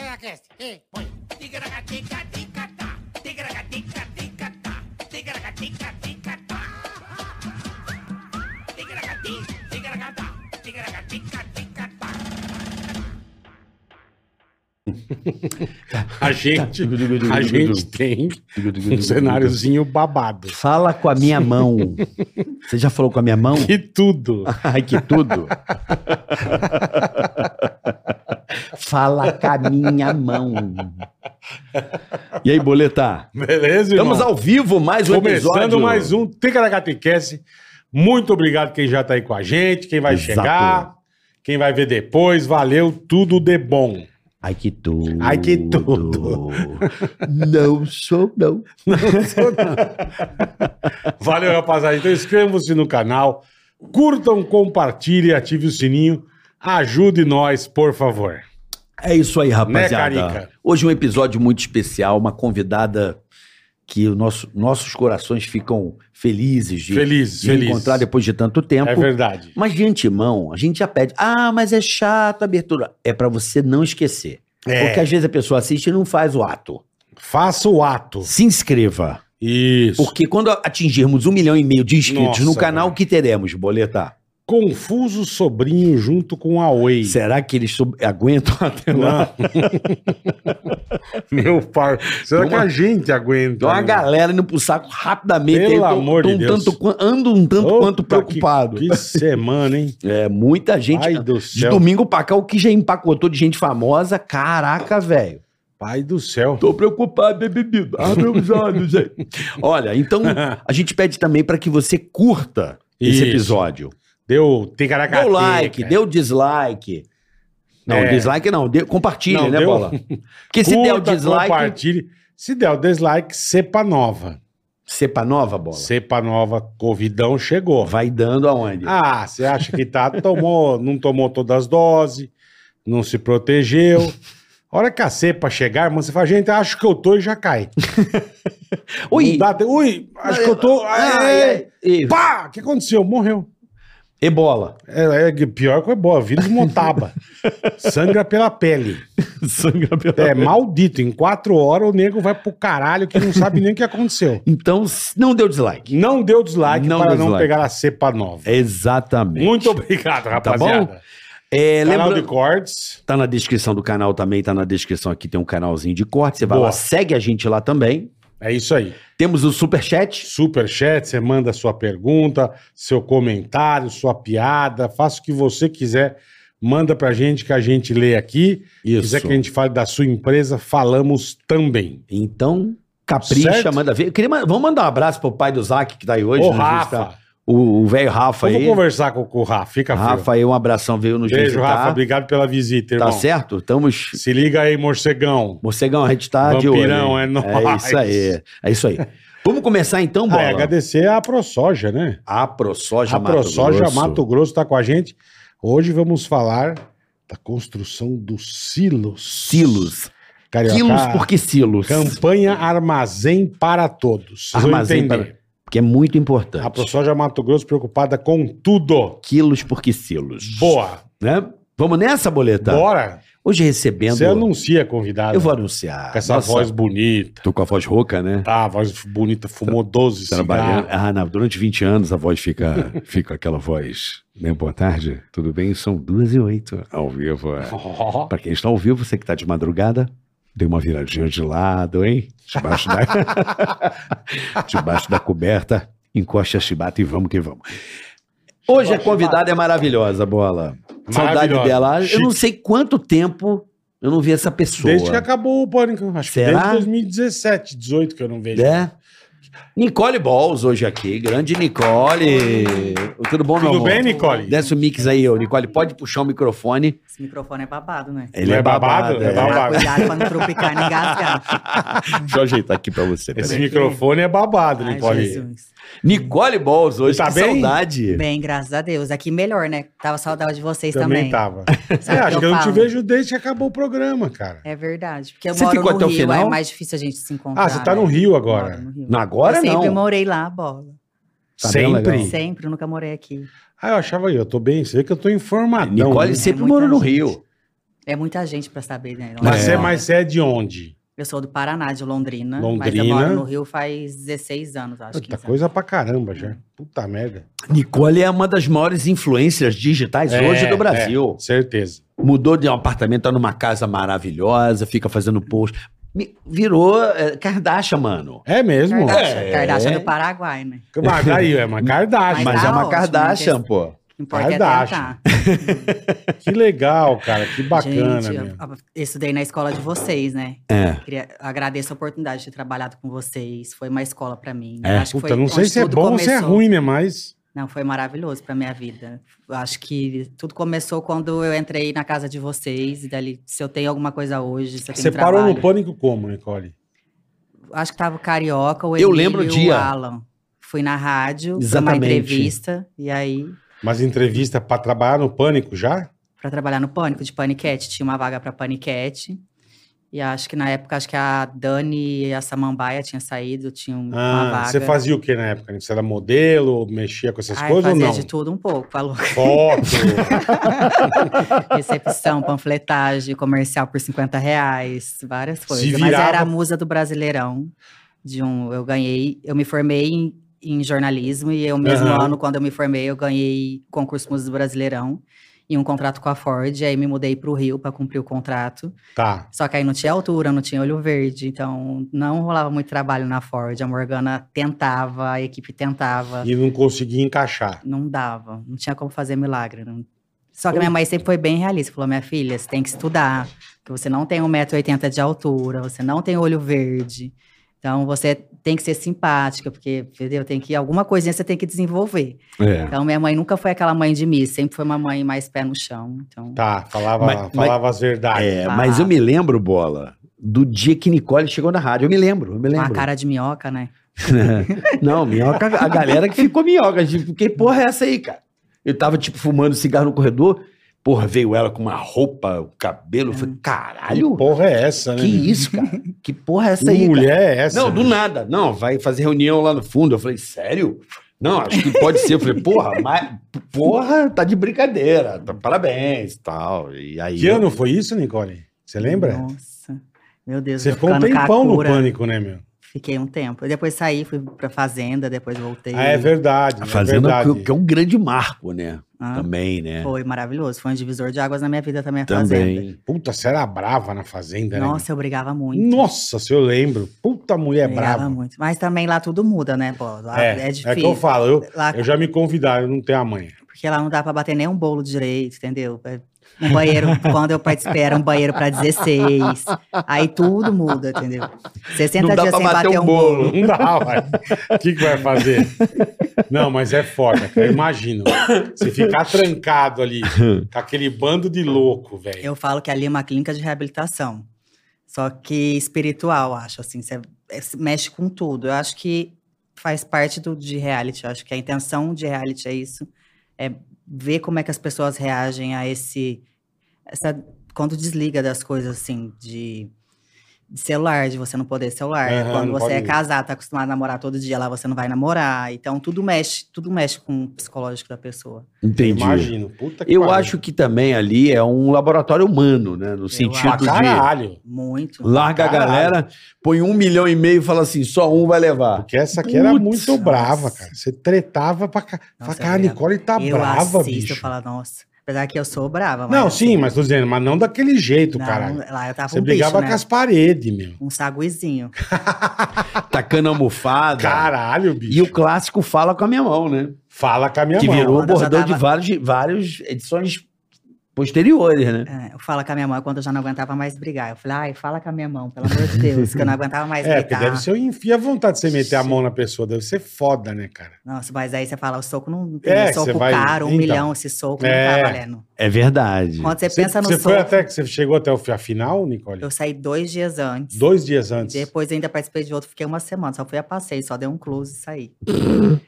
Tigracast. E põe. Tigragatica-ticatá, tigragatica-ticatá, tigragatica-ticatá. Tigragati, tigragatá, tigragatica-ticatá. A gente, a gente tem um cenáriozinho babado. Fala com a minha mão. Você já falou com a minha mão? E tudo. Ai, que tudo. Fala com a minha mão. E aí, Boleta? Beleza, irmão? Estamos ao vivo, mais um Começando episódio. mais um Ticaracatecast. Muito obrigado quem já tá aí com a gente, quem vai Exato. chegar, quem vai ver depois. Valeu, tudo de bom. Ai, que tudo. Ai, que tudo. Não sou, não. Valeu, rapaziada. Então inscrevam-se no canal, curtam, compartilhem, ative o sininho. Ajude nós, por favor. É isso aí, Né, rapaziada. Carica? Hoje um episódio muito especial, uma convidada que o nosso- nossos corações ficam felizes de, Felizes, de felizes. encontrar depois de tanto tempo. É verdade. Mas de antemão, a gente já pede. Ah, mas é chato a abertura. É pra você não esquecer. Porque É, às vezes a pessoa assiste e não faz o ato. faça o ato. Se inscreva. Isso. Porque quando atingirmos um milhão e meio de inscritos Nossa, no canal, velho. o que teremos, Boleta? Confuso sobrinho junto com a Oi. Será que eles sob- aguentam até lá? Não. Meu pai. Será Tem que uma- a gente aguenta? Então a né? galera indo pro saco rapidamente. Pelo aí eu amor de um Deus. Tanto, quan- ando um tanto Opa, quanto preocupado. Que, que semana, hein? É, muita gente. Pai do de céu. domingo pra cá, o que já empacotou de gente famosa? Caraca, velho. Pai do céu. Tô preocupado, bebê. Abre os olhos, gente. Olha, então a gente pede também para que você curta Isso. esse episódio. Deu ticaracateca. Deu like, deu dislike. Não, É. dislike não, deu, compartilha, Não, né, deu- Bola? Porque se der o Curta, dislike, Compartilhe. Se der o dislike, cepa nova. cepa nova, Bola. Cepa nova, covidão chegou. Vai dando aonde? Ah, você acha que tá, tomou, não tomou todas as doses, não se protegeu. A hora que a cepa chegar, irmão, você fala, gente, acho que eu tô e já cai. Ui, Não dá te- Ui, acho que eu tô. ai, é, ai, e- Pá! O que aconteceu? Morreu. Ebola. É, é pior que é boa, vírus motaba. Sangra pela pele. Sangra pela É maldito. Em quatro horas o nego vai pro caralho que não sabe nem o que aconteceu. Então, s- não deu dislike. Não deu dislike Não para deu não dislike. pegar a cepa nova. Exatamente. Tá Muito obrigado, rapaziada. bom? É, Canal lembrando- de cortes. Tá na descrição do canal também, tá na descrição aqui, tem um canalzinho de corte. Você vai Boa. lá, segue a gente lá também. É isso aí. Temos o Superchat. Superchat, você manda sua pergunta, seu comentário, sua piada, faça o que você quiser. Manda pra gente que a gente lê aqui. Se quiser que a gente fale da sua empresa, falamos também. Então, capricha, Certo? manda ver. Eu queria ma- Vamos mandar um abraço pro pai do Zac que tá aí hoje. Ô, né? A gente tá- Rafa, O o velho Rafa vamos aí. conversar com, com o Rafa, fica frio. Rafa aí, um abração, veio nos Beijo, visitar. Rafa, obrigado pela visita, irmão. Tá certo? Estamos... Se liga aí, morcegão. Morcegão, a gente tá de olho. Vampirão, hein? é nóis. É isso aí, é isso aí. Vamos começar então, Ah, Bola? e agradecer a ProSoja, né? A ProSoja A Mato ProSoja Grosso. Mato Grosso está com a gente. Hoje vamos falar da construção dos silos. Silos. Carioca, Quilos por que silos? Campanha Armazém para Todos. Vocês vão Armazém entender. Porque é muito importante. A ProSoja Mato Grosso preocupada com tudo. quilos por quilos. Boa. Né? Vamos nessa, boleta? Bora. Hoje recebendo. Você anuncia convidado. Tá. Eu vou anunciar. Com essa Nossa, voz bonita. Tô com a voz rouca, né? Tá, voz bonita. Fumou 12 Trabalhando. cigarros. Ah, não, durante 20 anos a voz fica, fica aquela voz. Né? Boa tarde, tudo bem? São duas e oito ao vivo. é. Ó, Pra quem está ao vivo, você que tá de madrugada, dê uma viradinha de lado, hein? Debaixo da, Debaixo da coberta, encoste a chibata e vamos que vamos. Hoje a convidada é maravilhosa, Bola. Saudade Maravilhosa. dela. Eu Chique. não sei quanto tempo eu não vi essa pessoa. Desde que acabou o pânico. Acho que Será? desde 2017, 18 que eu não vejo. né? Nicole Balls hoje aqui, grande Nicole. Tudo bom, meu Tudo amor? bem, Nicole? Desce o mix aí, ô. Nicole. Pode puxar o microfone. Esse microfone é babado, né? Ele Não é, é babado? babado. É é. babado. Tomar cuidado pra não tropicar nem engasgar. Deixa eu ajeitar aqui pra você. Esse peraí. Peraí. microfone é babado, Ai, Nicole. Jesus. Nicole Balls hoje, Tá que bem? saudade. Bem, graças a Deus. Aqui melhor, né? Tava saudade de vocês Também também. tava. Sabe É, o acho que eu não te falo? vejo desde que acabou o programa, cara. É verdade. Porque eu Você moro ficou no até o Rio, final? é mais difícil a gente se encontrar. Ah, você tá no né? Eu Rio moro agora. no Rio. Não, agora eu sempre não. morei lá, bola. Tá bem Sempre. legal. Sempre, eu nunca morei aqui. Ah, eu achava aí, eu tô bem, você vê que eu tô informadão. Nicole né? É sempre muita morou no gente. Rio. É muita gente pra saber, né? Londrina. Mas, é. mas você é de onde? Eu sou do Paraná, de Londrina. Mas eu Londrina. moro no Rio faz 16 anos, acho que. é. Hum. Puta coisa pra caramba já. Puta merda. Nicole é uma das maiores influências digitais É, hoje é. do Brasil. Certeza. Mudou de um apartamento, tá numa casa maravilhosa, fica fazendo post. Me- Virou é, Kardashian, mano. É mesmo? Kardashian, É. Kardashian do Paraguai, né? Mas daí, é uma Kardashian. Mas tá é uma ótimo, Kardashian, não pô. Não importa é Kardashian. tentar. Que legal, cara. Que bacana, Gente, eu- meu. eu estudei na escola de vocês, né? É. Queria, agradeço a oportunidade de ter trabalhado com vocês. Foi uma escola pra mim. É, Acho que Puta, foi não sei onde se é tudo bom ou se é começou. ruim, né? Mas. Não, foi maravilhoso pra minha vida. Eu Acho que tudo começou quando eu entrei na casa de vocês. E dali, se eu tenho alguma coisa hoje, se eu tenho Você parou no trabalho. pânico como, Nicole? Acho que tava o Carioca, o Eu Emílio lembro o e dia. o Alan. Fui na rádio, pra uma Exatamente. entrevista. E aí, Mas entrevista pra trabalhar no pânico já? pra trabalhar no Pânico, de Paniquete. Tinha uma vaga pra Paniquete. E acho que na época, acho que a Dani e a Samambaia tinham saído, tinham uma Ah, vaga. você fazia o que na época? Você era modelo, mexia com essas Ai, coisas ou fazia não? de tudo um pouco, falou. Foto. Recepção, panfletagem, comercial por 50 reais, várias coisas. Mas virava. era a musa do Brasileirão. De um, eu ganhei, eu me formei em, em jornalismo e eu mesmo Aham. ano, quando eu me formei, eu ganhei concurso Musa do Brasileirão e um contrato com a Ford. Aí me mudei para o Rio para cumprir o contrato. tá. Só que aí não tinha altura, não tinha olho verde, então não rolava muito trabalho na Ford. A Morgana tentava, a equipe tentava. E não conseguia encaixar. Não dava, não tinha como fazer milagre. não- Só que minha mãe sempre foi bem realista. Falou, minha filha, você tem que estudar, que você não tem 1,80m de altura, você não tem olho verde. Então, você tem que ser simpática, porque, entendeu? Tem que, alguma coisinha você tem que desenvolver. É. Então, minha mãe nunca foi aquela mãe de mim, sempre foi uma mãe mais pé no chão. Então, Tá, falava, Mas- mas- falava as verdades. É, mas eu me lembro, Bola, do dia que Nicole chegou na rádio. Eu me lembro, eu me com a lembro. cara de minhoca, né? Não, minhoca, a galera que ficou minhoca. Tipo, que porra é essa aí, cara? Eu tava, tipo, fumando cigarro no corredor. Porra, veio ela com uma roupa, o cabelo. Eu falei, caralho, Que porra é essa, né? que isso, cara? Que porra é essa aí, cara? mulher é essa? Não, do nada. Não, vai fazer reunião lá no fundo. Eu falei, sério? Não, acho que pode ser. Eu falei, porra, mas, porra, tá de brincadeira. Tá, parabéns e tal. E aí. Que ano foi isso, Nicole? Você lembra? Nossa, meu Deus. Você tô ficou um ficando com a tempão no cura. pânico, né, meu? Fiquei um tempo. Eu Depois saí, fui pra fazenda, depois voltei. Ah, é verdade. A É Fazenda, verdade. Tá que- que é um grande marco, né? Ah, Também, né? Foi maravilhoso. Foi um divisor de águas na minha vida também a fazenda. Também. Puta, você era brava na Fazenda, né? Nossa, eu brigava meu? muito. Nossa, se eu lembro. Puta mulher brigava brava. muito. Mas também lá tudo muda, né, pô? Lá Ah, é, difícil. é que eu falo, eu, Lá- eu já me convidaram, eu não tenho a manha. Porque lá não dá pra bater nem um bolo direito, entendeu? É, Um banheiro, quando eu participei, era um banheiro pra 16. Aí tudo muda, entendeu? 60 Não dá dias pra sem bater bater, um um bolo. Não dá, vai. O que, que vai fazer? Não, mas é foda, cara. Eu imagino. Você ficar trancado ali, com aquele bando de louco, velho. Eu falo que ali é uma clínica de reabilitação. Só que espiritual, acho, assim. Você é, se mexe com tudo. Eu acho que faz parte do, de reality. Eu acho que a intenção de reality é isso. É ver como é que as pessoas reagem a esse... Essa, quando desliga das coisas, assim, de... de celular, de você não poder celular. Aham, Quando não você é pode. casado, tá acostumado a namorar todo dia, lá você não vai namorar. Então, tudo mexe, tudo mexe com o psicológico da pessoa. Entendi. Imagino. Puta que Eu pariu. acho que também ali é um laboratório humano, né? No sentido Pra acho. de caralho. Muito. larga a Caralho. galera, põe um milhão e meio e fala assim, só um vai levar. Porque essa aqui era Putz, muito nossa. brava, cara. Você tretava pra cá. Fala, Nossa, cara, a eu Nicole tá eu brava, assisto, bicho. eu falo, nossa. Apesar que eu sou brava, mas. assim, Não, sim, mas tô dizendo, mas não daquele jeito, não, caralho. Lá eu tava Você um brigava bicho, com né? as paredes, meu. Um saguizinho. Tacando almofada. Caralho, bicho. E o clássico fala com a minha mão, né? Fala com a minha que mão. virou Quando eu já bordão de tava- vários, vários edições posteriores, né? É, eu falo com a minha mão quando eu já não aguentava mais brigar. Eu falei, ai, fala com a minha mão, pelo amor de Deus, que eu não aguentava mais É, porque gritar. deve ser enfia a vontade de você meter a mão na pessoa. Deve ser foda, né, cara? Nossa, mas aí você fala, o soco não tem É, que você soco vai- caro, um então. milhão esse soco É. não tá valendo. É verdade. Quando você, pensa no você soco, foi até que você chegou até o fi- a final, Nicole? eu saí dois dias antes. Dois dias antes. Depois ainda participei de outro, fiquei uma semana, só fui a passeio, só dei um close e saí.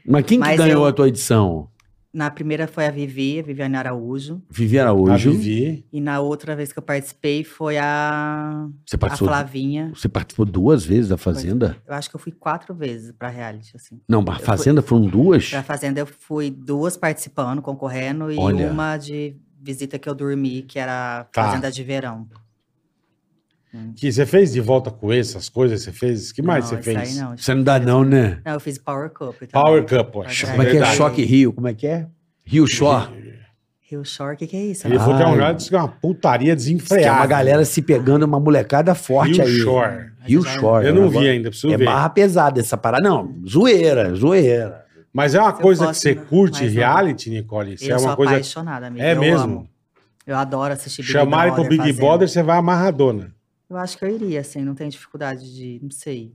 Mas quem que Mas ganhou eu- a tua edição? Na primeira foi a Vivi, a Viviane Araújo. Vivi A Araújo. Vivi. E na outra vez que eu participei foi a, Você a participou, Flavinha. você participou duas vezes da Fazenda? Eu acho que eu fui quatro vezes pra reality, assim. Não, mas Eu Fazenda foram duas? Pra Fazenda eu fui duas participando, concorrendo, e Olha. uma de visita que eu dormi, que era Tá. Fazenda de Verão. Que você fez de volta com essas coisas? Você fez? que mais Não, você esse aí fez? não. Você não dá não, né? Não, eu fiz Power Cup. também. Power Cup, ó. Verdade. Como é que é Verdade. Choque Rio? Como é que é? Rio Shore. Rio Shore, o que, que é isso? Ele foi que é um Ai. lugar que é uma putaria Ah. Que é desenfreada. uma galera se pegando, uma molecada forte Rio aí. é, Shore. Rio Shore. Eu não Agora- vi ainda, preciso É ver. barra pesada essa parada. Não, zoeira, zoeira. Mas é uma Eu coisa posso, que você né? curte Mas não. reality, Nicole? Isso eu é sou uma coisa... apaixonada, amiga. É eu mesmo? Amo. Eu adoro assistir Big Chamarem pro Brother. Big Fazenda. Brother, você vai amarradona. Eu acho que eu iria, assim, não tenho dificuldade de. Não sei.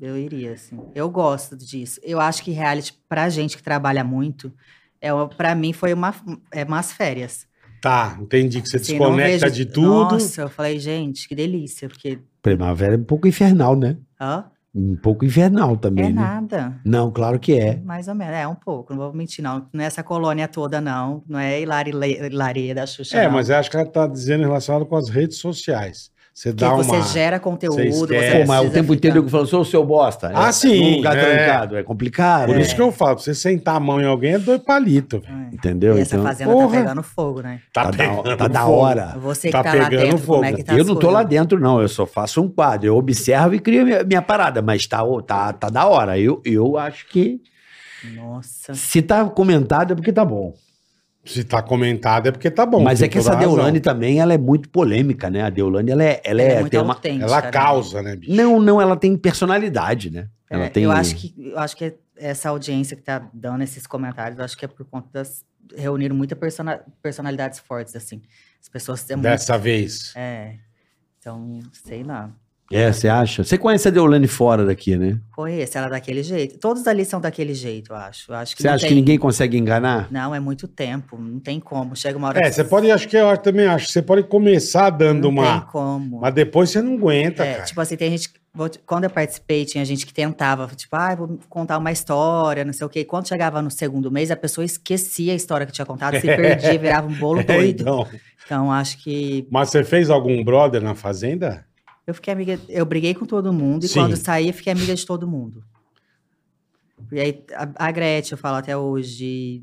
Eu iria, assim. Eu gosto disso. Eu acho que reality, pra gente que trabalha muito, é, uma- pra mim foi uma, é umas férias. Tá, entendi que você Assim, não desconecta vejo- de tudo. Nossa, eu falei, gente, que delícia, porque. Primavera é um pouco infernal, né? Hã? Um pouco infernal também, é né? nada. Não, claro que é. Mais ou menos, é um pouco, não vou mentir, não. Não é essa colônia toda, não. Não é Hilari- Hilaria da Xuxa. É, não. mas eu acho que ela tá dizendo relacionado com as redes sociais. Você Porque dá você uma... gera conteúdo, você esquece. Pô, mas é o precisa tempo ficar- inteiro eu falo, sou o seu É. bosta. Ah, É, sim, Num lugar é. trancado, é complicado. né? Por é. isso que eu falo, pra você sentar a mão em alguém é dois palitos, velho. É. Entendeu? E essa Então, fazenda porra. tá pegando fogo, né? tá, da, tá da fogo. hora. Você que Tá tá, lá pegando dentro, como é fogo. que tá Eu as não tô lá coisas? dentro, não. Eu só faço um quadro. Eu observo e crio minha, minha parada, mas tá, tá, tá da hora. Eu, eu acho que Nossa. se tá comentado é porque tá bom. Se tá comentado é porque tá bom. mas tem é que essa toda a razão. Deolane também, ela é muito polêmica, né? A Deolane, ela é, Ela ela é, é muito tem uma... autêntica. Ela né? causa, né, bicho? Não, não, ela tem personalidade, né? Ela É, tem... Eu acho que, eu acho que essa audiência que tá dando esses comentários, eu acho que é por conta das. reuniram muitas personalidades fortes, assim. As pessoas. É muito- Dessa vez. É. Então, sei lá. É, você acha? Você conhece a Deolane fora daqui, né? Conheço ela é daquele jeito. Todos ali são daquele jeito, eu acho. Eu acho que Você não acha que tem- ninguém consegue enganar? Não, é muito tempo. Não tem como. Chega uma hora É, que você pode, acho que eu acho- também acho, você pode começar dando não uma. tem como. Mas depois você não aguenta, É, cara. tipo assim, tem gente. que- vou te- Quando eu participei, tinha gente que tentava, tipo, ah, eu vou contar uma história, não sei o quê. E Quando chegava no segundo mês, a pessoa esquecia a história que tinha contado, se perdia, virava um bolo É, doido. então. Então, acho que Mas você fez algum brother na fazenda? eu fiquei amiga. Eu briguei com todo mundo e Sim. quando eu saí, eu fiquei amiga de todo mundo. E aí, a, a Gretchen, eu falo até hoje.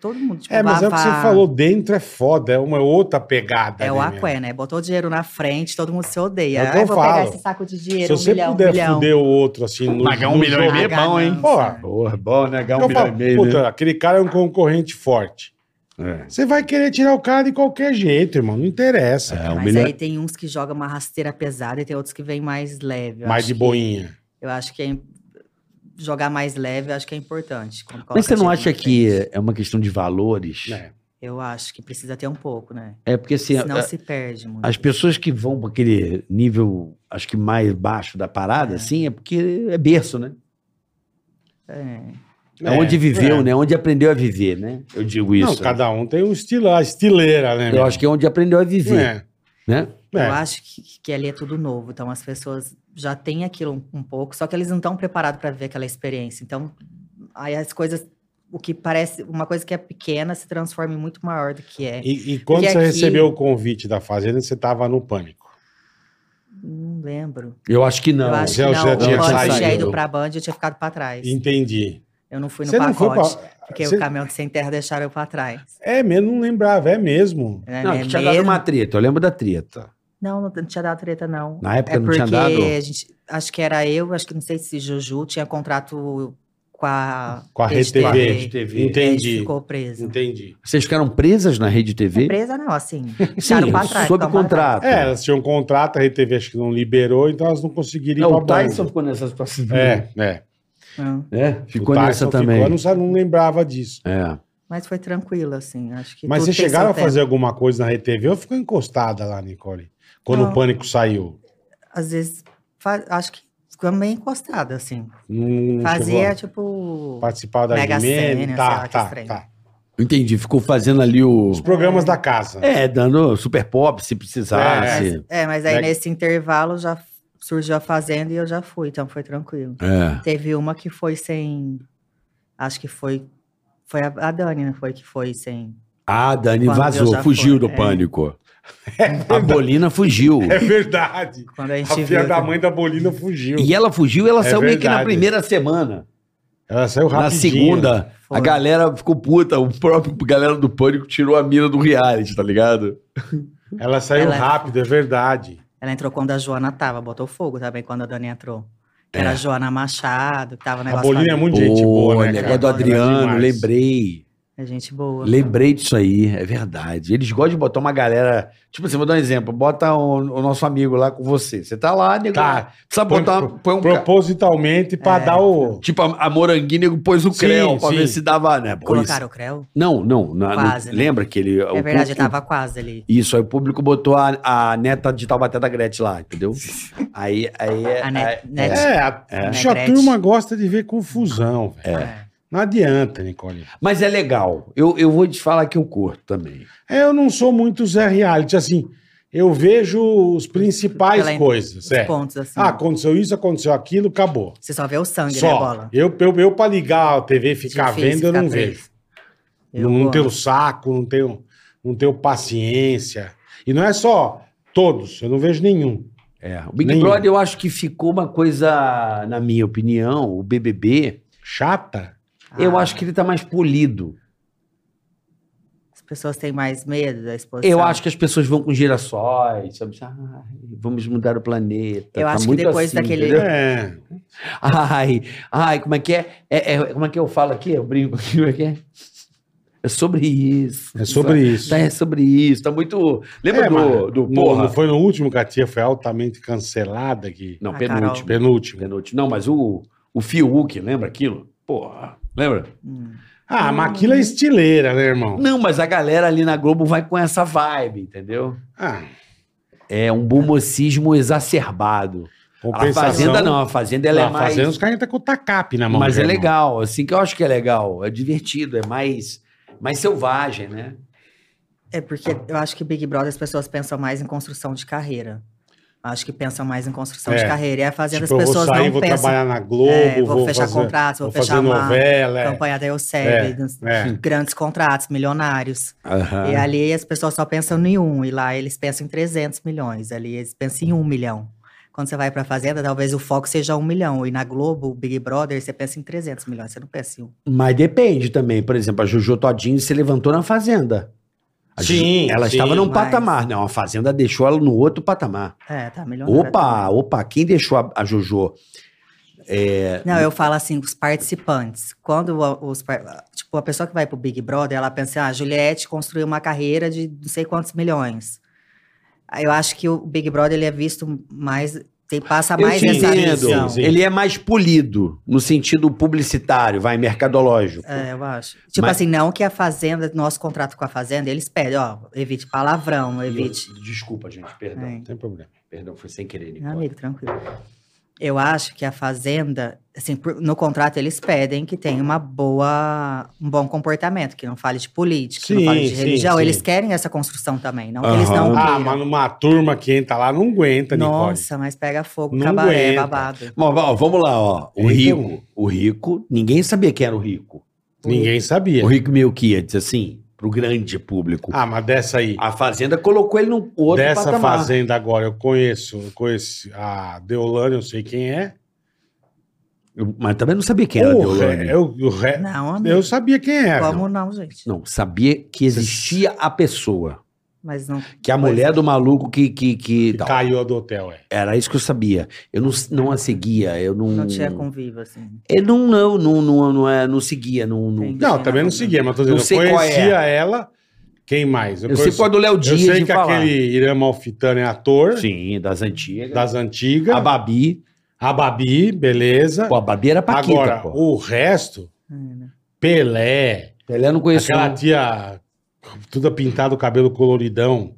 Todo mundo, tipo, É, mas é o que você Vavá, falou, dentro é foda, é uma outra pegada. É o né, aqué, né? Botou dinheiro na frente, todo mundo se odeia. É o que Ah, eu vou falo. pegar esse saco de meu? dinheiro, Se um você milhão, um puder milhão. fuder o outro assim no. Pagar um no milhão e jogo- meio é Ah, bom, hein? não, Porra, sabe? Porra, bom, né? Ganhar Eu falo, puta, aquele cara é um concorrente forte. né? Você vai querer tirar o cara de qualquer jeito, irmão. Não interessa. É, um Mas milhão- aí tem uns que jogam uma rasteira pesada e tem outros que vêm mais leve. Eu mais acho de que- boinha. Eu acho que é im- jogar mais leve, eu acho que é importante. quando coloca Mas você não dinheiro na acha que frente. é uma questão de valores? né? Eu acho que precisa ter um pouco, né? É porque assim, Senão a- se perde muito. as pessoas que vão para aquele nível, acho que mais baixo da parada, É. assim, é porque é berço, né? É. É, onde viveu, né? Onde aprendeu a viver, né? Eu digo isso. Não, cada um tem um estilo, a estileira, né? Eu acho que é onde aprendeu a viver, é. né? É. Eu acho que, que ali é tudo novo. Então as pessoas já têm aquilo um, um pouco, só que eles não estão preparados para ver aquela experiência. Então, aí as coisas. O que parece. Uma coisa que é pequena se transforma em muito maior do que é. E, e quando Porque você aqui- recebeu o convite da Fazenda, você tava no pânico. Não lembro. Eu acho que não. eu acho já- que não. já o tinha Boris tinha saído. ido pra Band e eu tinha ficado pra trás. Entendi. Eu não fui no Você não foi pacote. pra- Fiquei Você- o caminhão de sem terra deixaram eu pra trás. É mesmo, não lembrava, é mesmo. Né? Não, É que tinha dado mesmo? uma treta, eu lembro da treta. Não, não tinha dado treta, não. Na época é não tinha porque dado? A gente, acho que era eu, acho que não sei se Juju tinha contrato com a. Com a Rede RedeTV. TV. Rede TV. E aí Entendi. ficou preso. Entendi. Vocês ficaram presas na Rede TV? É presa não, assim. Sim, Deixaram pra trás. sob ficaram pra trás. contrato. É, elas tinham um contrato, a RTV acho que não liberou, então elas não conseguiriam Não, ir o pra Tyson Band. ficou nessa situação. É, é. Não, É, ficou O Tyson nessa ficou, também. eu não, sa- não lembrava disso. É. Mas foi tranquilo, assim. Acho que Mas tudo vocês tem seu chegaram a tempo. fazer alguma coisa na RTV ou ficou encostada lá, Nicole? Quando Não. o pânico saiu? Às vezes, fa- acho que ficamos meio encostada, assim. Não, não Fazia, chegou tipo. a participar da Mega Jimena? Sena, sei Tá, lá, que tá, estranho. tá. Entendi, ficou fazendo ali o. Os programas da casa. É, dando super pop se precisasse. Mas, é, mas aí Né? nesse intervalo já f- surgiu a fazenda e eu já fui, então foi tranquilo. É. Teve uma que foi sem. Acho que foi. Foi a, a Dani, não foi? Que foi sem. Ah, Dani Quando Deus vazou, já fugiu foi, do é. pânico. É A Bolina fugiu. É verdade. Quando a A gente filha viu. da mãe da Bolina fugiu. E ela fugiu, ela É saiu meio que na verdade. primeira semana. Ela saiu Na rapidinho. segunda, Foi. a galera ficou puta. O próprio galera do Pânico tirou a mina do reality, tá ligado? Ela saiu Ela- rápido, é verdade. Ela entrou quando a Joana tava, botou fogo também quando a Dani entrou. Que É. era a Joana Machado, que tava o A negócio. Bolina é lá. muito gente Pô, boa, né? negócio cara? do Adriano, Ela é demais. lembrei. É gente boa. Lembrei disso aí, é verdade. Eles gostam de botar uma galera. Tipo assim, vou dar um exemplo. Bota o, o nosso amigo lá com você. Você tá lá, nego. Tá. Precisa Põe- botar. Põe um ca- Propositalmente pra dar o. Tipo, a, a Moranguinho nego pôs o Sim, Creu pra sim. ver se dava, né? Pô, Colocaram o Creu? isso- Não, não. na- no- Quase, né? Lembra que ele. É verdade, tava quase ali. Isso, aí o público botou a, a neta de Taubaté da Gretchen lá, entendeu? aí. aí A net, aí- net, É, a, É. bicho, a turma gosta de ver confusão, velho. é. Não adianta, Nicole. Mas é legal. Eu, eu vou te falar que eu curto também. É, Eu não sou muito Zé Reality, assim. Eu vejo os principais Pela- coisas. É. Os pontos, assim. Ah, aconteceu isso, aconteceu aquilo, acabou. Você só vê o sangue, né, Só. bola? Eu, eu, eu, pra ligar a TV e ficar Difícil vendo, eu ficar não preso. vejo. Eu não gosto. tenho saco, não tenho, não tenho paciência. E não é só todos, eu não vejo nenhum. É, o Big Nenhum. Brother eu acho que ficou uma coisa, na minha opinião, o BBB, Chata? eu Ah, acho que ele tá mais polido. As pessoas têm mais medo da exposição. Eu acho que as pessoas vão com girassóis, sabe? Ai, vamos mudar o planeta. Eu tá acho que muito depois assim, daquele- entendeu? É. Ai, ai, como é que é? É, é, Como é que eu falo aqui? Eu brinco aqui, como é que é? É sobre isso. É sobre isso. Tá, é sobre isso. Tá muito. Lembra É, do, mas do no- porra? Não foi no último que a tia foi altamente cancelada aqui. Não, Ah, penúltimo. Penúltimo. Penúltimo. Não, mas o, o Fiuk, lembra aquilo? Porra, lembra? Hum. Ah, mas aquilo é estileira, né, irmão? Não, mas a galera ali na Globo vai com essa vibe, entendeu? Ah, É um bumocismo exacerbado. A compensação. Fazenda não, a Fazenda ela Ela é mais... Fazenda, os caras ainda com o tacape na mão. mas né, é irmão? legal, assim, que eu acho que é legal. É divertido, é mais, mais selvagem, né? É porque eu acho que Big Brother as pessoas pensam mais em construção de carreira. Acho que pensam mais em construção É. de carreira. E a Fazenda Tipo, eu as vou pessoas sair, não vou pensam. trabalhar na Globo, é, vou, vou, fechar fazer, contratos, vou, vou fechar fazer uma novela. é. campanha da Eusébio, é. Ah. grandes contratos, milionários. E ali as pessoas só pensam em um, e lá eles pensam em 300 milhões, ali eles pensam em um milhão. Quando você vai pra Fazenda, talvez o foco seja um milhão, e na Globo, o Big Brother, você pensa em 300 milhões, você não pensa em um. Mas depende também. Por exemplo, a Jojo Todinho se levantou na Fazenda. A Jojo- Sim, Ela sim, estava num mas- patamar, não. A Fazenda deixou ela no outro patamar. É, tá, milionário. Opa, opa, quem deixou a, a Jojo? Não, eu falo assim, os participantes. Quando a- os, par- tipo, a pessoa que vai pro Big Brother, ela pensa, ah, a Juliette construiu uma carreira de não sei quantos milhões. Aí Eu acho que o Big Brother ele é visto mais, tem, passa Eu É mais te essa entendo. visão. Sim, sim. Ele é mais polido, no sentido publicitário, vai, mercadológico. É, eu acho. Tipo Mas- assim, não que a Fazenda, nosso contrato com a Fazenda, eles pedem, ó, evite palavrão, E eu- evite. desculpa, gente, perdão. É. Não tem problema. Perdão, foi sem querer, Meu Nicole. amigo, tranquilo. Eu acho que a Fazenda, assim, por- no contrato eles pedem que tenha uma boa, um bom comportamento, que não fale de política, que Sim, não fale de sim, religião. sim. Eles querem essa construção também, não que eles Aham. não Ah, queiram. mas numa turma que entra lá, não aguenta, Nicole. Nossa, mas pega fogo, Não cabaré, aguenta. babado. Bom, ó, vamos lá, ó. O Então. rico, o rico, ninguém sabia quem era o rico. Ninguém sabia. O rico Melquiades, assim, pro grande público. Ah, mas dessa aí. A Fazenda colocou ele num outro dessa patamar. fazenda agora, eu conheço, eu conheço a Deolane, eu sei quem é. Eu- Mas também não sabia quem era O Deolane. ré- eu, o ré- Não, amigo. É, eu é, sabia quem era. Como não, gente? Não, sabia que existia a pessoa. Mas não. Que a Pois mulher do maluco que... que, que é. Que então. tal. caiu do hotel, é. Era isso que eu sabia. Eu não, não a seguia, eu não... Não Hum. tinha convívio, assim. Eu não, não, não, não, não, é, não seguia, não... não- Entendi. Não, também não seguia, mas tô dizendo, Não sei eu qual é. conhecia ela. Quem mais? Eu sei conheço- qual é do Léo eu Dias sei de que falar. aquele Irã Malfitano é ator Sim, das antigas. das antigas. A A, Babi. Babi, beleza. Pô, a Babi era Paquita, Agora, pô. o resto, É, né? Pelé, Pelé não conhecia. aquela tia toda pintada, o cabelo coloridão,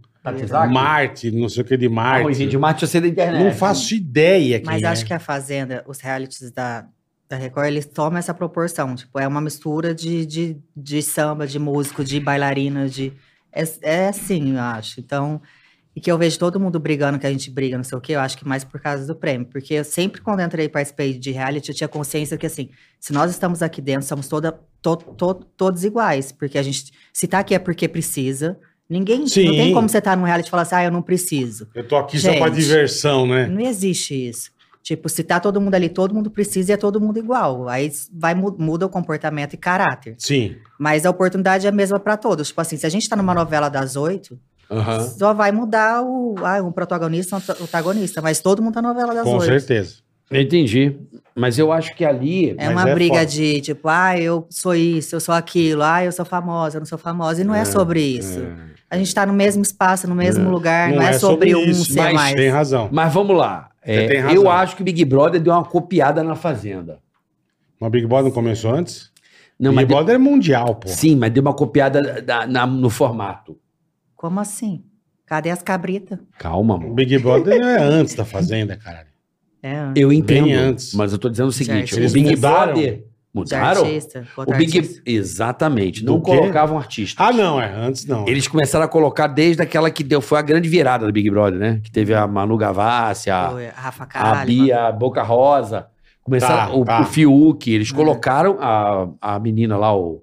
Marte, não sei o que de Marte. Arrozinho de Marte eu sei da internet. Não faço ideia quem né? Mas é. acho que a Fazenda, os realities da, da Record, eles tomam essa proporção. Tipo, é uma mistura de, de, de samba, de músico, de bailarina, de. É, é assim, eu acho. Então. E que eu vejo todo mundo brigando, que a gente briga, não sei o quê, eu acho que mais por causa do prêmio. Porque eu sempre, quando eu entrei e participei de reality, eu tinha consciência que, assim, se nós estamos aqui dentro, somos toda, to- to- todos iguais. Porque a gente, se tá aqui é porque precisa. Ninguém, não Sim. tá tem como você estar num reality e falar assim, ah, eu não preciso. Eu tô aqui só pra Gente. diversão, né? Não existe isso. Tipo, se tá todo mundo ali, todo mundo precisa e é todo mundo igual. Aí vai, mu- muda o comportamento e caráter. Sim. Mas a oportunidade é a mesma para todos. Tipo assim, se a gente tá numa novela das oito, Aham. só vai mudar o ah, um protagonista, um anta- antagonista. Mas todo mundo tá na novela das Com oito. certeza. Entendi. Mas eu acho que ali. É Mas uma é briga foda. de tipo, ah, eu sou isso, eu sou aquilo, ah, eu sou famosa, eu não sou famosa. E não é, sobre isso. é. A gente tá no mesmo espaço, no mesmo lugar, não, é, sobre, um isso, ser mas mais. tem razão. Mas vamos lá. Você É, tem razão. eu acho que Big Brother deu uma copiada na Fazenda. Mas Big Brother não começou antes? Não, Big mas deu- Brother é mundial, pô. sim, mas deu uma copiada da- na- no formato. Como assim? Cadê as cabritas? Calma, amor. Big Brother é antes da Fazenda, caralho. É, Eu entendo. Bem antes. Mas eu tô dizendo o seguinte: Certo. o Eles Big mudaram? Brother. de Mudaram? artista. O botar artista. Big. Exatamente. Não Do quê? colocavam artista. Ah, não, é antes não. Eles começaram a colocar desde aquela que deu. Foi a grande virada do Big Brother, né? Que teve a Manu Gavassi, a, Foi, a Rafa a Caralho. Bia, a Boca Rosa. Começaram Tá, o, tá. o Fiuk, eles É. colocaram a, a menina lá, o.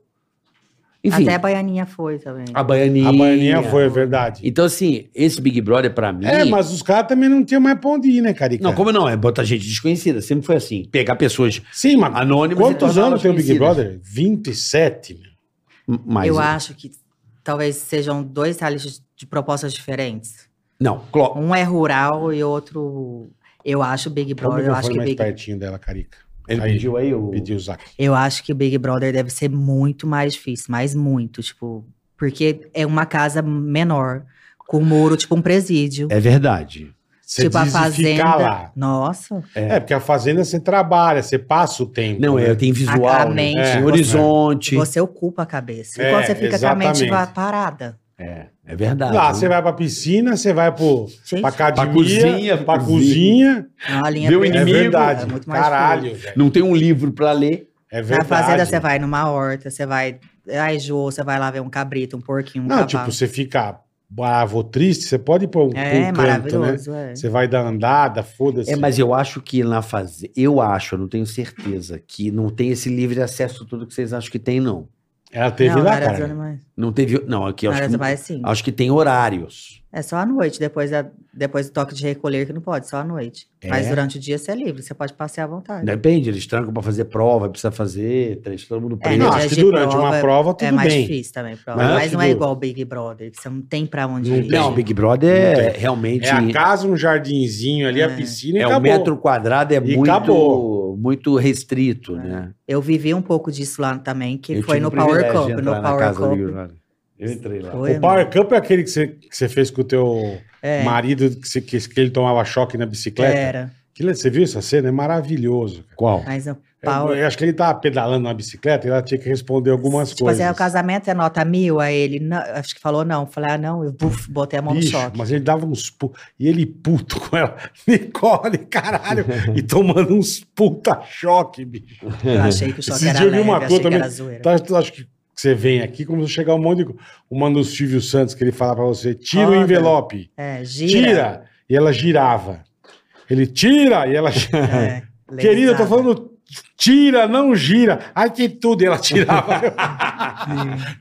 Enfim, Ah, Até a Baianinha foi também. a Baianinha. A Baianinha foi, é verdade. Então, assim, esse Big Brother, pra mim. É, mas os caras também não tinham mais pra onde ir, né, Carica? Não, como não? É botar gente desconhecida. Sempre foi assim. Pegar pessoas Sim, mas anônimas. e quantos torná-las anos tem o Big conhecidas. Brother? 27, meu. M- um. Mas, eu acho que talvez sejam dois realities de propostas diferentes. Não, clo- Um é rural e outro. Eu acho Big Qual o Brother. Então, Eu acho Então, microfone que mais Big, pertinho dela, Carica? Ele Aí, pediu aí o. Pediu o Zac. eu acho que Big Brother deve ser muito mais difícil, mas muito, tipo, porque é uma casa menor, com muro, tipo um presídio. É verdade. Você tipo a diz e fica fazenda. lá. Nossa. É. porque a fazenda você trabalha, você passa o tempo. Não, né? é, tem visual. A- a né? mente, Tem você- horizonte. Você ocupa a cabeça. É, Enquanto você fica com a mente exatamente. va- parada. É, é verdade. Lá né? Ah, você vai pra piscina, você vai pro, Gente, pra academia, pra cozinha, cozinha, pra cozinha. cozinha. é uma linha Vê o preta. É inimigo. verdade. É muito mais Caralho, velho. Não tem um livro pra ler. É Na verdade. fazenda você vai numa horta, você vai. Ai, Jô, você vai lá ver um cabrito, um porquinho, um Não, cavalo. tipo, você fica bravo, triste, você pode ir pra um, pra um é canto, né? maravilhoso, é. Você vai dar andada, foda-se. É, mas eu acho que na fase. Eu acho, eu não tenho certeza, que não tem esse livre acesso todo que vocês acham que tem, não. Ela teve não, lá, na Era dos cara. Animais. Não teve. Não, aqui eu Na acho Era dos que. Animais, sim. Acho que tem horários. É só à noite, depois, da- depois do toque de recolher, que não pode, só à noite. Mas durante o dia você é livre, você pode passear à vontade. Depende, eles trancam pra fazer prova, precisa fazer, três, todo mundo É, preso. no Não, dia acho que de durante prova uma prova tudo é mais bem. difícil também, prova. Mas Mas, acho não é que- igual o Big Brother, que você não tem pra onde Não ir. Não, tem. Big Brother é Não realmente. É a casa, um jardinzinho ali, a É. piscina e é, o acabou. metro quadrado é E muito, acabou. muito restrito, É. né? Eu vivi um pouco disso lá também, que Eu foi tive no o Power privilégio de Cup. entrar No na Power casa né? do Big Cup. Brother. Eu entrei lá. Foi, O Power Cup é aquele que você, que você fez com o teu É. marido, que, você- que- que ele tomava choque na bicicleta. Era. Aquilo, você viu essa cena? É maravilhoso. cara. Qual? Mas o Eu, Power É, eu acho que ele tava pedalando na bicicleta e ela tinha que responder algumas tipo coisas. assim, ah, o casamento é nota mil, aí ele, não- acho que falou não. Falei, ah, não, eu buf, botei a mão Bicho, no um choque. mas ele dava uns pu... E ele puto com ela. Nicole, caralho. e tomando uns puta choque, bicho. Eu achei que o choque Esse era dia eu vi leve, uma achei coisa que era também. zoeira. Tá, tu acha que você vem aqui, começou a chegar um monte de... co- Uma do Silvio Santos que ele fala pra você, tira o Roda. envelope. É, gira. Tira. E ela girava. Ele tira e ela... gi- É, Querida, eu tô levisada. falando... Tira, não gira. Ai, que tudo. E ela tirava.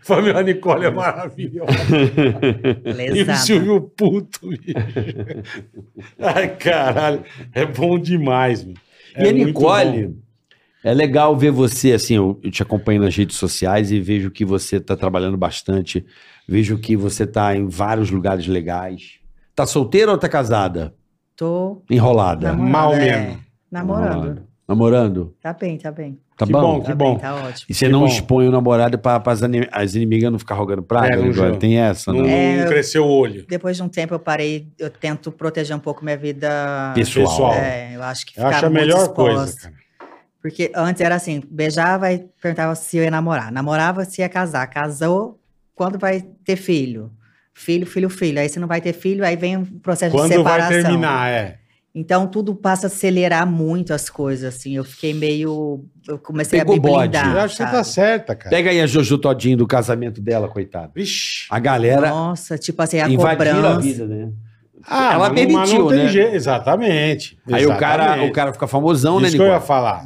Foi meu, a Nicole é maravilhosa. E o Lesada. Silvio puto, bicho. Ai, caralho. É bom demais, meu. É e a muito bom. Nicole, é legal ver você, assim, eu, eu te acompanho nas redes sociais e vejo que você está trabalhando bastante, vejo que você está em vários lugares legais. Tá solteira ou tá casada? Tô Enrolada. namorando. Mal é. mesmo. Namorando. Namorando? Tá bem, tá bem. Tá Que bom? bom. tá bom. bem, tá ótimo. E você Que não bom. expõe o namorado para as, as inimigas não ficar rogando praga? É, não né, Glória? joga. Tem essa, Não, né? É, não cresceu o olho. Depois de um tempo eu parei, eu tento proteger um pouco minha vida Pessoal. pessoal. É, eu acho que Eu ficava acho a muito melhor coisa, exposta. cara. Porque antes era assim, beijava e perguntava se eu ia namorar. Namorava se ia casar. Casou, quando vai ter filho? Filho, filho, filho. Aí se não vai ter filho, aí vem o processo de Quando vai separação. terminar, é. Então tudo passa a acelerar muito as coisas, assim. Eu fiquei meio... Eu comecei Pegou a me bode. blindar, eu acho que você tá sabe? certa, cara. Pega aí a Jojo Todinho do casamento dela, coitada. Vixe. A galera Nossa, tipo assim, a invadiram a cobrança. vida, né? Ah, mas Ela não- mas não permitiu, tem né? jeito. Exatamente. Aí o cara, Exatamente. o cara fica famosão, né, Isso que eu Nicole? ia falar.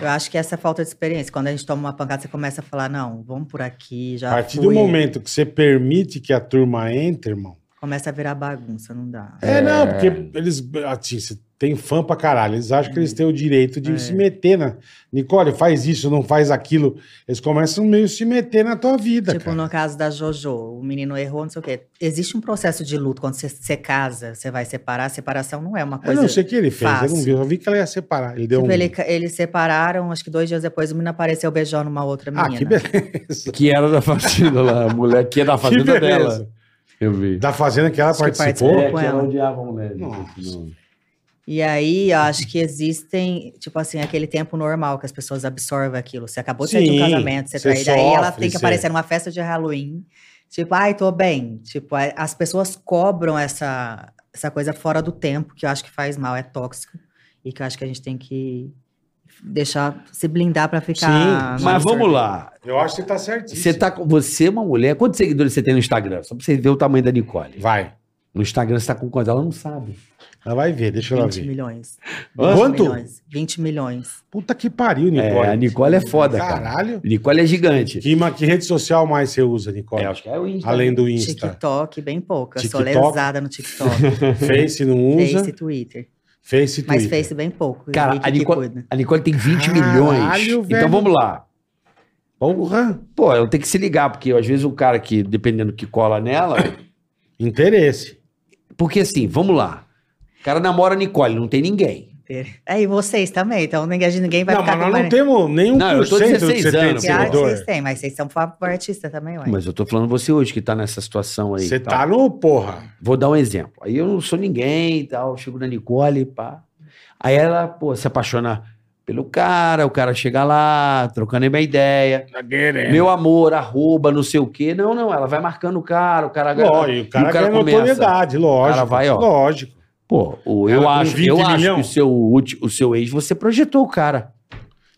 Eu acho que essa é falta de experiência. Quando a gente toma uma pancada, você começa a falar, não, vamos por aqui, já A partir do fui. momento que você permite que a turma entre, irmão, Começa a virar bagunça, não dá. É, não, porque eles. Assim, você tem fã pra caralho. Eles acham que É. eles têm o direito de se meter na. Nicole, faz isso, não faz aquilo. Eles começam meio a se meter na tua vida. Tipo, cara. no caso da Jojo, o menino errou, não sei o quê. Existe um processo de luto quando você, você casa, você vai separar. Separação não é uma Eu coisa. não sei o que ele fez, eu não fácil. vi, eu só vi que ela ia separar. Ele deu Tipo, um. ele- eles separaram, acho que dois dias depois o menino apareceu beijando uma outra Ah, menina. que beleza. Que era da fazenda lá, a mulher que é da Que fazenda dela. beleza. um Eu vi. Da fazenda que ela Acho que participou. participou. É, que ela odiava a mulher. Nossa. E aí, eu acho que existem, tipo assim, aquele tempo normal que as pessoas absorvem aquilo. Você acabou de sair de um Sim, casamento, você você traída, aí ela sofre, tem que você- aparecer numa festa de Halloween. Tipo, ai, tô bem. Tipo, a- as pessoas cobram essa, essa coisa fora do tempo, que eu acho que faz mal, é tóxico. E que eu acho que a gente tem que deixar, se blindar pra ficar... Sim, Mas vamos lá. Eu acho que você tá certíssimo. Você tá com você é uma mulher. Quantos seguidores você tem no Instagram? Só pra você ver o tamanho da Nicole. Vai. No Instagram você tá com quantos? Ela não sabe. Ela vai ver, deixa ela 20 ver. milhões. Hã? 20 Quanto? Milhões, 20 milhões. Puta que pariu, Nicole. É, a Nicole é foda, cara. Caralho. Nicole é gigante. Que, ma- que rede social mais você usa, Nicole? É, acho que é o Insta. Além do Insta. TikTok, bem pouca. Sou TikTok? lesada no TikTok. Face não usa. Face e Twitter. Face e Mas Twitter. Face bem pouco. Cara, Henrique a que Nicole, cuida. a Nicole tem 20 Caralho, milhões. velho. Então vamos lá. Porra. Pô, ela tem que se ligar, porque às vezes o cara que, dependendo do que cola nela. Interesse. Porque assim, vamos lá. O cara namora a Nicole, não tem ninguém. É, e vocês também, então ninguém, a gente- ninguém vai não, ficar mas nós com não temos nem um Não, por eu tô cento do que você 16 tem de anos, Claro que seguidor. vocês têm, mas vocês são fa- artista também, ué. Mas eu tô falando você hoje que tá nessa situação aí. Você e tal. tá no porra. Vou dar um exemplo. Aí eu não sou ninguém e tal, chego na Nicole, pá. Aí ela, pô, se apaixona pelo cara, o cara chega lá, trocando aí uma ideia. É. Meu amor, arroba, não sei o quê. Não, não, ela vai marcando o cara, o cara... Lógico, o cara, ganha notoriedade, lógico. O cara vai, ó. Lógico. Pô, o- Cara eu com acho, 20 eu acho milhão. que o seu, ulti- o seu ex, você projetou o cara.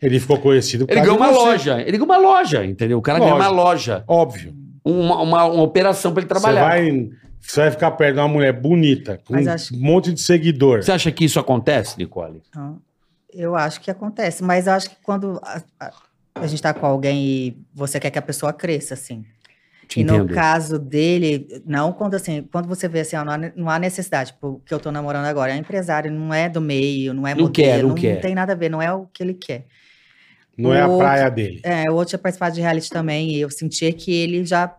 Ele ficou conhecido por Ele causa ganhou de uma você. loja, ele ganhou uma loja, entendeu? O cara ganhou uma Lógico. loja, Óbvio. uma, uma- uma operação pra ele Você trabalhar. vai, você vai ficar perto de uma mulher bonita, com Mas acho- um monte de seguidor. Você acha que isso acontece, Nicole? Então, eu acho que acontece, mas eu acho que quando a, a- a gente tá com alguém e você quer que a pessoa cresça, assim. Te e no entendo. caso dele, não quando assim, quando você vê assim, ó, não, há, ne- não há necessidade, porque eu tô namorando agora, é empresário, não é do meio, não é Não quer, modelo, não quer. tem nada a ver, não é o que ele quer. Não é a Outro- praia dele. É, o outro tinha participado de reality também e eu sentia que ele já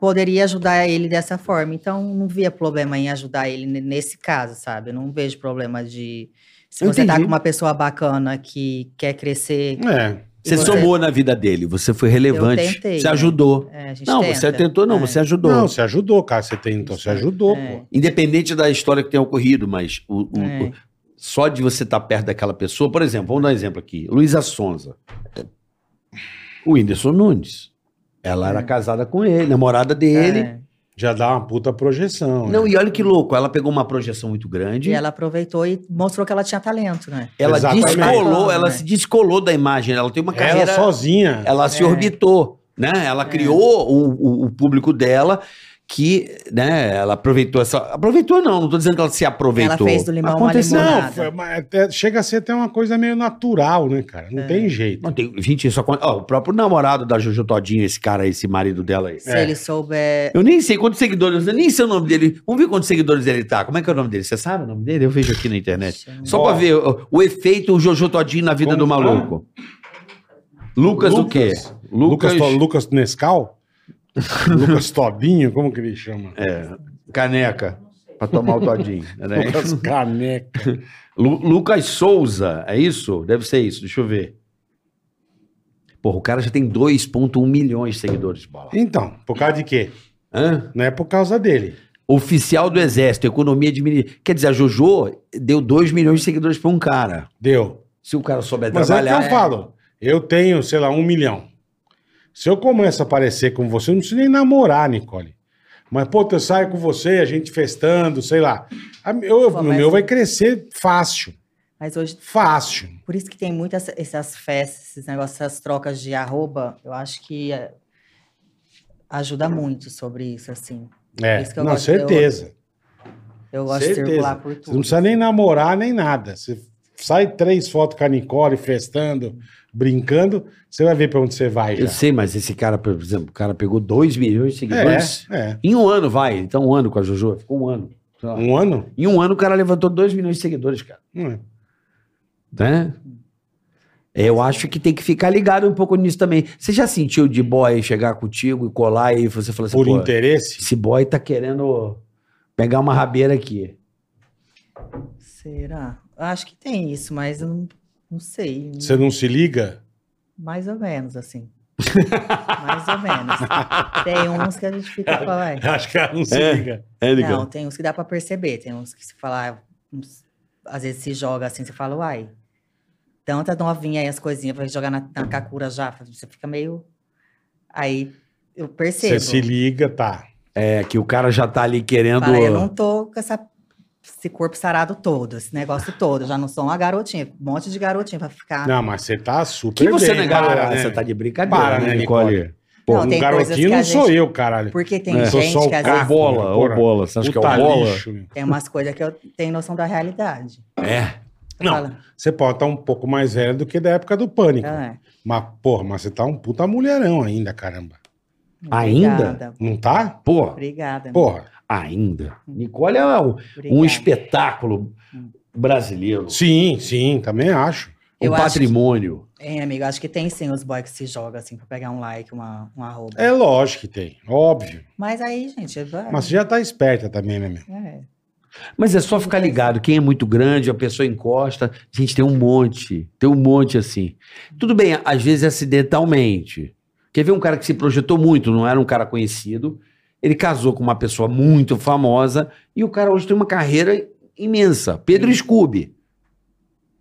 poderia ajudar ele dessa forma. Então, não via problema em ajudar ele ne- nesse caso, sabe? Eu não vejo problema de. Se Eu você tá entendi. com uma pessoa bacana que quer crescer, É. Você, E você? somou na vida dele, você foi relevante, Eu tentei, você né? ajudou. é, a gente Não, tenta. você tentou não, É. você ajudou. Não, você ajudou, cara. Você tentou, você ajudou, É. pô. Independente da história que tenha ocorrido, mas o- o- É. o- só de você estar perto daquela pessoa, por exemplo, vamos dar um exemplo aqui, Luísa Sonza, o Whindersson Nunes, ela era casada com ele, namorada dele, É. Já dá uma puta projeção. Não, né? e olha que louco, ela pegou uma projeção muito grande. E ela aproveitou e mostrou que ela tinha talento, né? ela Exatamente. descolou, ela É. se descolou da imagem, ela tem uma Ela carreira. sozinha. Ela se É. orbitou, né? Ela criou o, o- o público dela que, né, ela aproveitou essa. Aproveitou, não, não tô dizendo que ela se aproveitou. Ela fez do limão uma Aconteceu. limonada. Não, foi- mas até- chega a ser até uma coisa meio natural, né, cara? É. Não tem jeito. Não, tem, gente, isso acontece. Ó, o próprio namorado da Jojo Todinho, esse cara, esse marido dela aí. Se É. ele souber. Eu nem sei quantos seguidores, eu nem sei o nome dele. Vamos ver quantos seguidores ele tá. Como é que é o nome dele? Você sabe o nome dele? Eu vejo aqui na internet. né? Só Ó. pra ver o, o efeito Jojo Todinho na vida Como do que maluco. Lucas, o quê? Lucas, Lucas, To- Lucas Nescau? Lucas Todinho, como que ele chama? É. Caneca. Pra tomar o Todinho. né? Lucas Caneca. Lu- Lucas Souza, é isso? Deve ser isso, deixa eu ver. Porra, o cara já tem 2,1 milhões de seguidores, bola. Então, por causa de quê? Hã? Não é por causa dele. Oficial do Exército, economia de mini- Quer dizer, a JoJo deu 2 milhões de seguidores pra um cara. Deu. Se o cara souber Mas é trabalhar. que eu falo. Eu tenho, sei lá, um milhão. Se eu começo a aparecer com você, eu não preciso nem namorar, Nicole. Mas, pô, eu saio com você, a gente festando, sei lá. A- eu- Pô, o mas- meu vai crescer fácil. Mas hoje Fácil. Por isso que tem muitas essas festas, esses negócios, essas trocas de arroba, eu acho que é, ajuda muito sobre isso, assim. É, Isso que eu não, gosto de ter certeza. Eu gosto Certeza. de circular por é. Você não tudo. precisa nem namorar nem nada. Você sai três fotos com a Nicole festando, brincando, você vai ver pra onde você vai já. Eu sei, mas esse cara, por exemplo, o cara pegou 2 milhões de seguidores. É, é. Em um ano, vai. Então, um ano com a Jojo. Ficou um ano. Sei lá. Um ano? Em um ano, o cara levantou 2 milhões de seguidores, cara. Hum. Né? É, Eu acho que tem que ficar ligado um pouco nisso também. Você já sentiu de boy chegar contigo e colar e você falar assim, Por "Pô, interesse? esse boy tá querendo pegar uma rabeira aqui. Será? Eu Acho que tem isso, mas eu não, não sei. Você não se liga? Mais ou menos, assim. Mais ou menos. Tem uns que a gente fica falando. Acho que ela não se É. liga. É, Não, tem uns que dá pra perceber, tem uns que se falar, uns- às vezes se joga assim, você fala, uai, tanta novinha aí as coisinhas, vai jogar na, na Kakura já, você fica meio. Aí eu percebo. Você se liga, tá. É, que o cara já tá ali querendo... Fala, eu não tô com essa- esse corpo sarado todo, esse negócio todo, eu já não sou uma garotinha, um monte de garotinha pra ficar. Não, mas você tá super Que você bem, não é garoto, para, né? você tá de brincadeira, Para, né, Nicole? Pô, Não, um tem coisas garotinho que a não sou gente- eu, caralho. Porque tem É. Sou só gente o que às cara. Ou vezes bola, ou Porra. bola. Você acha que é Puta o bola? lixo, meu. tem umas coisas que eu tenho noção da realidade. "Ah, É. Eu Não. falo, Você pode estar um pouco mais velho do que da época do pânico. "Ah, Mas, porra, mas você tá um puta mulherão ainda, caramba. Ainda? Obrigada, Não tá? Pô, obrigada. Porra. ainda. Nicole é um, um obrigada." espetáculo brasileiro. Sim, sim, também acho. Um Eu acho patrimônio. Hein, amigo, acho que tem sim os boys que se jogam assim pra pegar um like, uma, um arroba. É lógico que tem, óbvio. Mas aí, gente, vai. Mas você já tá esperta também, né, meu? É. Mas é só ficar ligado. Quem é muito grande, a pessoa encosta. Gente, tem um monte. Tem um monte assim. Tudo bem, às vezes acidentalmente. Quer ver um cara que se projetou muito, não era um cara conhecido. Ele casou com uma pessoa muito famosa e o cara hoje tem uma carreira imensa. Pedro Scooby.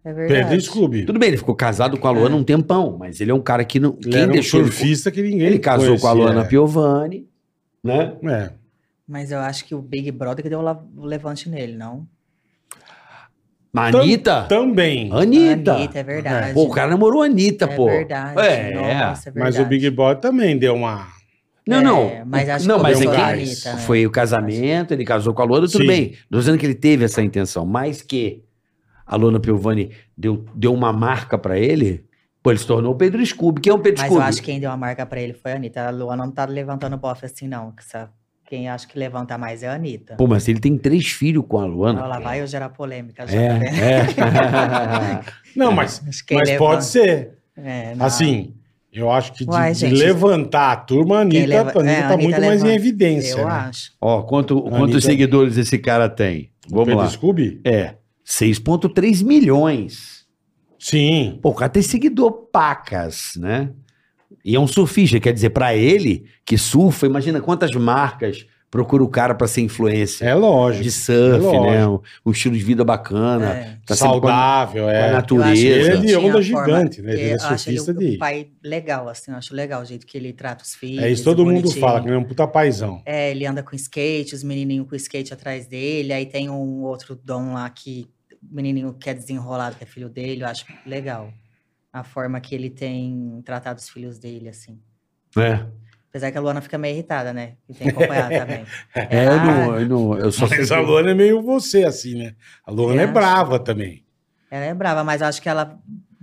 É verdade. Perdeu o clube. Tudo bem, ele ficou casado com a Luana um tempão, mas ele é um cara que não. Ele era Quem um deixou ele- surfista que ninguém Ele casou com a conhecia, é. Luana Piovani, né? né? É. Mas eu acho que o Big Brother que deu o la- o levante nele, não? Anitta? Também. Anitta. Anitta, é verdade. Pô, o cara namorou a Anitta, é pô. verdade. É. Nossa, é verdade. Mas o Big Brother também deu uma. Não, não. É, mas acho não, que mas deu é um que gás. Anitta, né? foi o casamento, ele casou com a Luana, tudo Sim. bem. Tô dizendo que ele teve essa intenção, mas que a Luana Piovani deu, deu uma marca pra ele, pô, ele se tornou o Pedro Scooby. Quem é o Pedro Mas eu Scooby? acho que quem deu a marca pra ele foi a Anitta. A Luana não tá levantando bofe assim, não. que essa- Quem acho que levanta mais é a Anitta. Pô, mas ele tem três filhos com a Luana. Olha lá vai né? eu gerar polêmica já, tá vendo? É, é. Não, É. mas, Acho que mas ele pode levanta- ser. É, não. Assim, eu acho que de, Uai, de gente. levantar a turma, a Anitta, Quem leva- a Anitta é, a tá Anitta muito mais em levanta. evidência. Eu né? acho. Ó, quanto- Anitta- quantos seguidores esse cara tem? Vamos Pedro lá. Scooby? É, 6,3 milhões. Sim. Pô, o cara tem seguidor pacas, né? E é um surfista, quer dizer, pra ele que surfa, imagina quantas marcas procura o cara pra ser influência É lógico. de surf, é né? Um, um estilo de vida bacana, É. tá sempre com a, Saudável, com a é. Eu acho que natureza. Ele é de tinha onda uma gigante, né? porque Ele é eu acho ele surfista um de- pai legal, assim. Eu acho legal o jeito que ele trata os filhos. É isso todo mundo bonitinho. fala, que ele é um puta paizão. É, ele anda com skate, os menininhos com skate atrás dele. Aí tem um outro dom lá que o menininho quer desenrolar, que é filho dele. Eu acho legal a forma que ele tem tratado os filhos dele, assim. né? Apesar que a Luana fica meio irritada, né? E tem que acompanhar também. Ah, É, eu, não, eu, não, eu só sei Mas que- a Luana é meio você, assim, né? A Luana Eu é acho. brava também. Ela é brava, mas eu acho que ela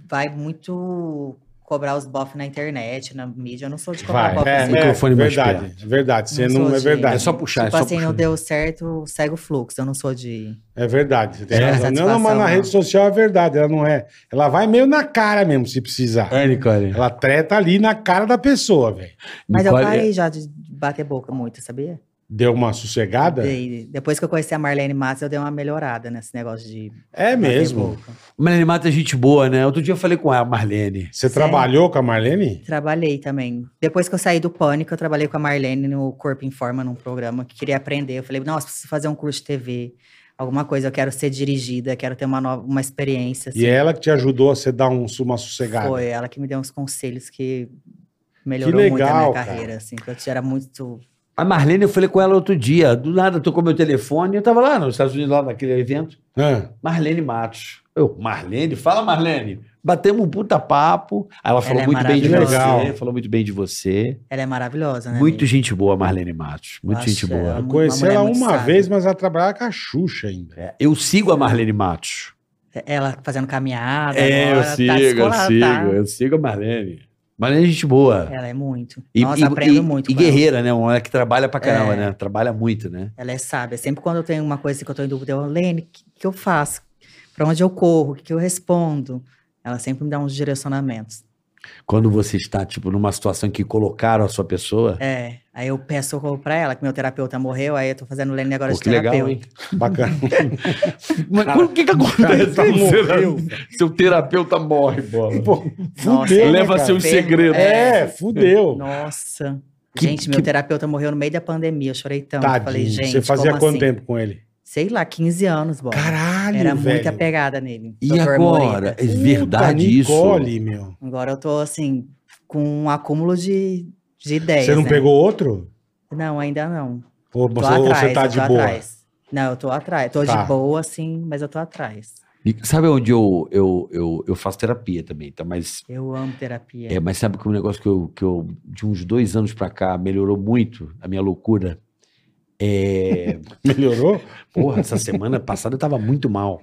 vai muito cobrar os bofs na internet, na mídia. Eu não sou de cobrar Vai. bofe É, assim. O é, microfone mais verdade, é verdade. Você Não não, sou é de- verdade. É só puxar, tipo é só assim, não puxar. deu certo, segue o fluxo. Eu não sou de. É verdade, você tem É. razão. Não, não, Satisfação, mas na não. rede social é verdade, ela não é. Ela vai meio na cara mesmo, se precisar. É, Nicole. Ela treta ali na cara da pessoa, velho. Mas eu é- Nicole, é- parei já de bater boca muito, sabia? Deu uma sossegada? Dei- depois que eu conheci a Marlene Matos, eu dei uma melhorada nesse negócio de. É bater mesmo. boca. Marlene Mata é gente boa, né? Outro dia eu falei com a Marlene. Você Sério? trabalhou com a Marlene? Trabalhei também. Depois que eu saí do pânico, eu trabalhei com a Marlene no Corpo em Forma, num programa que queria aprender. Eu falei, nossa, preciso fazer um curso de TV, alguma coisa, eu quero ser dirigida, quero ter uma, nova, uma experiência. é assim. E ela que te ajudou a você dar um, uma sossegada. Foi ela que me deu uns conselhos que melhorou legal, muito a minha carreira, assim, que eu era muito. A Marlene, eu falei com ela outro dia. Do nada, tocou meu telefone. Eu tava lá nos Estados Unidos, lá naquele evento. Hã? Marlene Matos. Eu, Marlene? Fala, Marlene. Batemos um puta papo. Aí ela falou Ela é muito bem de maravilhosa. você. Falou muito bem de você. Ela é maravilhosa, né? Muito amiga? gente boa, Marlene Matos. Muito Nossa, é gente boa. ela- Eu Uma conheci mulher ela muito uma sábia. vez, mas ela trabalhava com a Xuxa ainda. É, Eu sigo a Marlene Matos. Ela fazendo caminhada. É, eu agora, tá sigo, eu descolada, sigo, tá? eu sigo a Marlene. Marlene é gente boa. Ela é muito. E, Nossa, e- aprendo e- muito. E com ela. guerreira, né? Uma mulher que trabalha pra caramba, É. né? Trabalha muito, né? Ela é sábia. Sempre quando eu tenho uma coisa assim, que eu tô em dúvida, eu, Lene, o que, que eu faço? Pra onde eu corro? O que, que eu respondo? Ela sempre me dá uns direcionamentos. Quando você está, tipo, numa situação que colocaram a sua pessoa. É. Aí eu peço socorro pra ela, que meu terapeuta morreu, aí eu tô fazendo Lene agora Pô, de que legal, terapeuta. hein? Bacana. Mas o que que Cara, acontece? tá quando seu- morreu. Seu terapeuta morre, bola. Pô, Nossa, fudeu, Leva né, cara? seus Enfermo, segredos. É, fudeu. Nossa. Que- gente, meu que- terapeuta morreu no meio da pandemia. Eu chorei tanto. Tadinho. Falei, gente. Você fazia como quanto assim? tempo com ele? Sei lá, 15 anos, bom. Caralho, Era velho. muito apegada nele. E Dr. agora? Morita. É verdade Puta, isso? Nicole, meu. Agora eu tô assim, com um acúmulo de, de ideias. Você não né? pegou outro? Não, ainda não. Ou Tô você, ou atrás, você tá eu de tô boa? atrás. Não, eu tô atrás. Tô Tá. de boa, sim, mas eu tô atrás. E sabe onde eu, eu, eu, eu faço terapia também, tá? Mas, Eu amo terapia. é, mas sabe que um negócio que eu, que eu, de uns dois anos pra cá, melhorou muito a minha loucura? É. Melhorou? Porra, essa semana passada eu tava muito mal.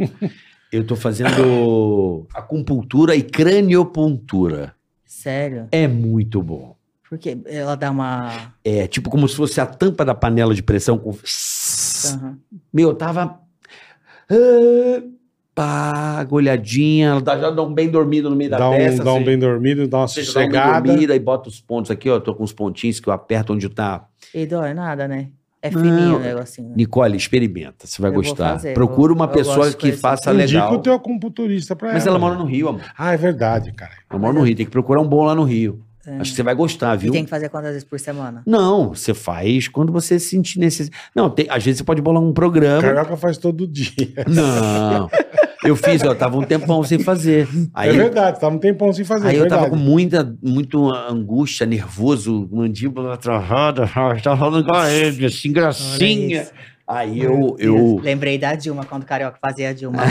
Eu tô fazendo acupuntura e craniopuntura. Sério? É muito bom. Porque ela dá uma. É tipo como se fosse a tampa da panela de pressão com. Aham. Meu, eu tava. ah, Pá, agulhadinha, ela dá- já dá um bem dormido no meio da Dá um, peça. dá um assim. bem dormido, dá uma Você dá um uma sossegada. dormida e bota os pontos aqui, ó. Tô com os pontinhos que eu aperto onde tá. E dói nada, né? É Não. fininho o negocinho. né? Nicole, experimenta, você vai Eu vou gostar. fazer, Procura eu- uma eu pessoa gosto de que coisa faça Indica tá legal. o teu acupunturista pra Mas ela. ela mora no Rio, amor. Ah, é verdade, cara. Ela mora no Rio, tem que procurar um bom lá no Rio. É. Acho que você vai gostar, E viu? tem que fazer quantas vezes por semana? Não, você faz quando você sentir necessidade. Não, tem- às vezes você pode bolar um programa. Carioca faz todo dia. Não. Eu fiz, ó, tava um tempão sem fazer. Aí, é verdade, tava um tempão sem fazer, aí é eu verdade. tava com muita, muito angústia, nervoso, mandíbula travada, tava falando com a Ed, assim, gracinha. isso. Aí eu, Deus, eu, Lembrei da Dilma, quando o Carioca fazia a Dilma.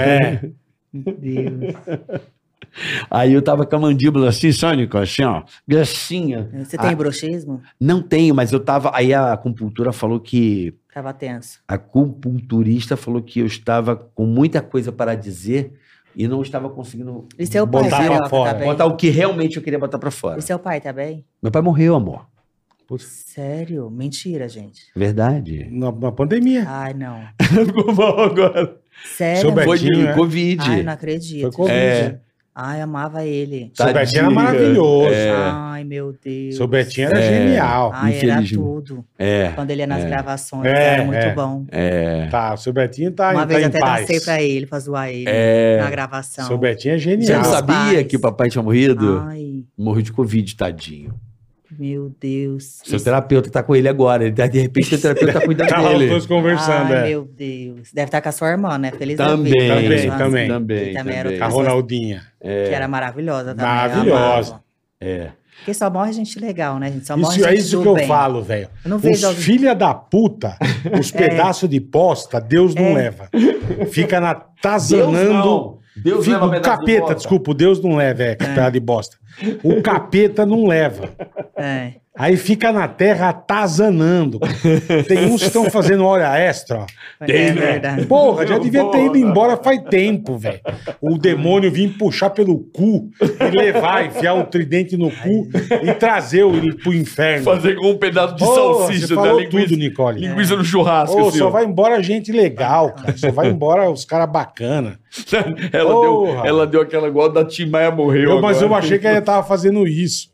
É. Meu Deus. aí eu tava com a mandíbula assim, sônico, assim, ó, gracinha. Você tem Ah. bruxismo? Não tenho, mas eu tava, aí a acupuntura falou que, Tava tenso. a acupunturista falou que eu estava com muita coisa para dizer e não estava conseguindo E seu pai, Botar pra Carioca, fora. tá bem? botar o que realmente eu queria botar pra fora. E seu pai, tá bem? Meu pai morreu, amor. Sério? Mentira, gente. Verdade. É, Na, na pandemia. Ai, não. Ficou mal agora. Sério? Seu Foi Betinho, de né? Covid. Ai, não Foi acredito. Covid. É. Ai, amava ele. Seu Tadinha. Betinho era maravilhoso. É. Ai, meu Deus. É. Seu Betinho era É. genial. Ai, era infelizmente. tudo. É, Quando ele ia nas gravações, É, era muito é. bom. é. Tá, seu Betinho tá, Uma tá vez em até paz. É. dancei pra ele, pra zoar ele na gravação. Seu Betinho é Você não genial. Ah. Meus sabia pais. que o papai tinha morrido? Ai, Morreu de Covid, tadinho. meu Deus. Seu terapeuta tá com ele agora. Ele tá- de repente, seu terapeuta tá cuidando Tava os dele. dois conversando, Ai, é. meu Deus. Deve estar com a sua irmã, né? Feliz da Também, vida. Também, Nossa, tá também. que Também, era também. outra A pessoa Ronaldinha. né? Que era maravilhosa também. Maravilhosa. eu amava. É. Porque só morre gente legal, né, gente? Só morre Isso é gente isso do que eu bem. falo, velho. Eu não Os vejo alguém- filha da puta, os pedaços de posta, Deus não É. leva. Fica na tazanando. Deus fica, leva o pedaço de capeta, bosta. desculpa, o Deus não leva, é, que pedaço de bosta. O capeta não leva. É. Aí fica na terra atazanando. Tem uns que estão fazendo hora extra. ó. é né? verdade. Porra, já devia ter ido embora faz tempo, velho. O demônio vir puxar pelo cu e levar, enfiar o tridente no cu e trazer o pro inferno. Fazer com um pedaço de Porra, salsicha você da falou linguiça. tudo, Nicole. Linguiça no churrasco, Ô, assim, só ó. vai embora gente legal, cara. Só vai embora os caras bacana. Ela, deu, Porra. ela deu aquela igual da Tim Maia morreu. Eu, mas eu agora. achei que ela tava fazendo isso.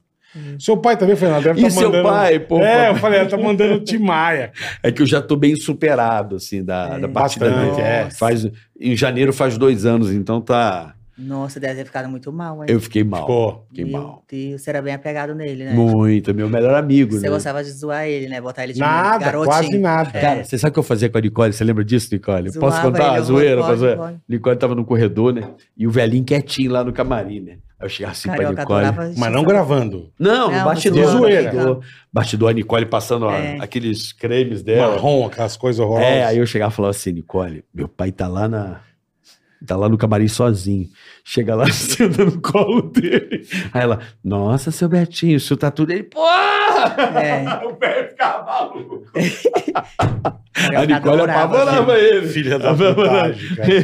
Seu pai também, Fernando, deve E tá seu mandando... pai, pô? É, eu falei, ela tá mandando Timaia. É que eu já tô bem superado, assim, da, da partida Bastante, dele. é. Faz, em janeiro faz dois anos, então tá. Nossa, deve ter ficado muito mal, hein? Eu fiquei mal. Ficou. Fiquei Meu mal. Deus, você era bem apegado nele, né? Muito, meu melhor amigo, Você né? gostava de zoar ele, né? Botar ele de Nada, garotinho. quase nada. Cara, você sabe o que eu fazia com a Nicole? Você lembra disso, Nicole? É. Zoava Posso contar ele, a eu zoeira? vou- pra zoeira? pode, pode. Nicole tava no corredor, né? E o velhinho quietinho lá no camarim, né? Aí eu chegava assim pra Carioca Nicole. adorava Mas isso. não gravando. Não, Não, no bastidor. zoando, bastidor. brincando. Bastidor, a Nicole passando ó, É. aqueles cremes dela. Marrom, aquelas coisas horrorosas. É, aí eu chegava e falava assim, Nicole, meu pai tá lá na, Tá lá no camarim sozinho. Chega lá, senta no colo dele. Aí ela, nossa, seu Betinho, isso tá tudo. Ele, porra! É, O pé ficava maluco. cara, eu A Nicole é adorava, apavorava ele. Filha da vantagem, cara.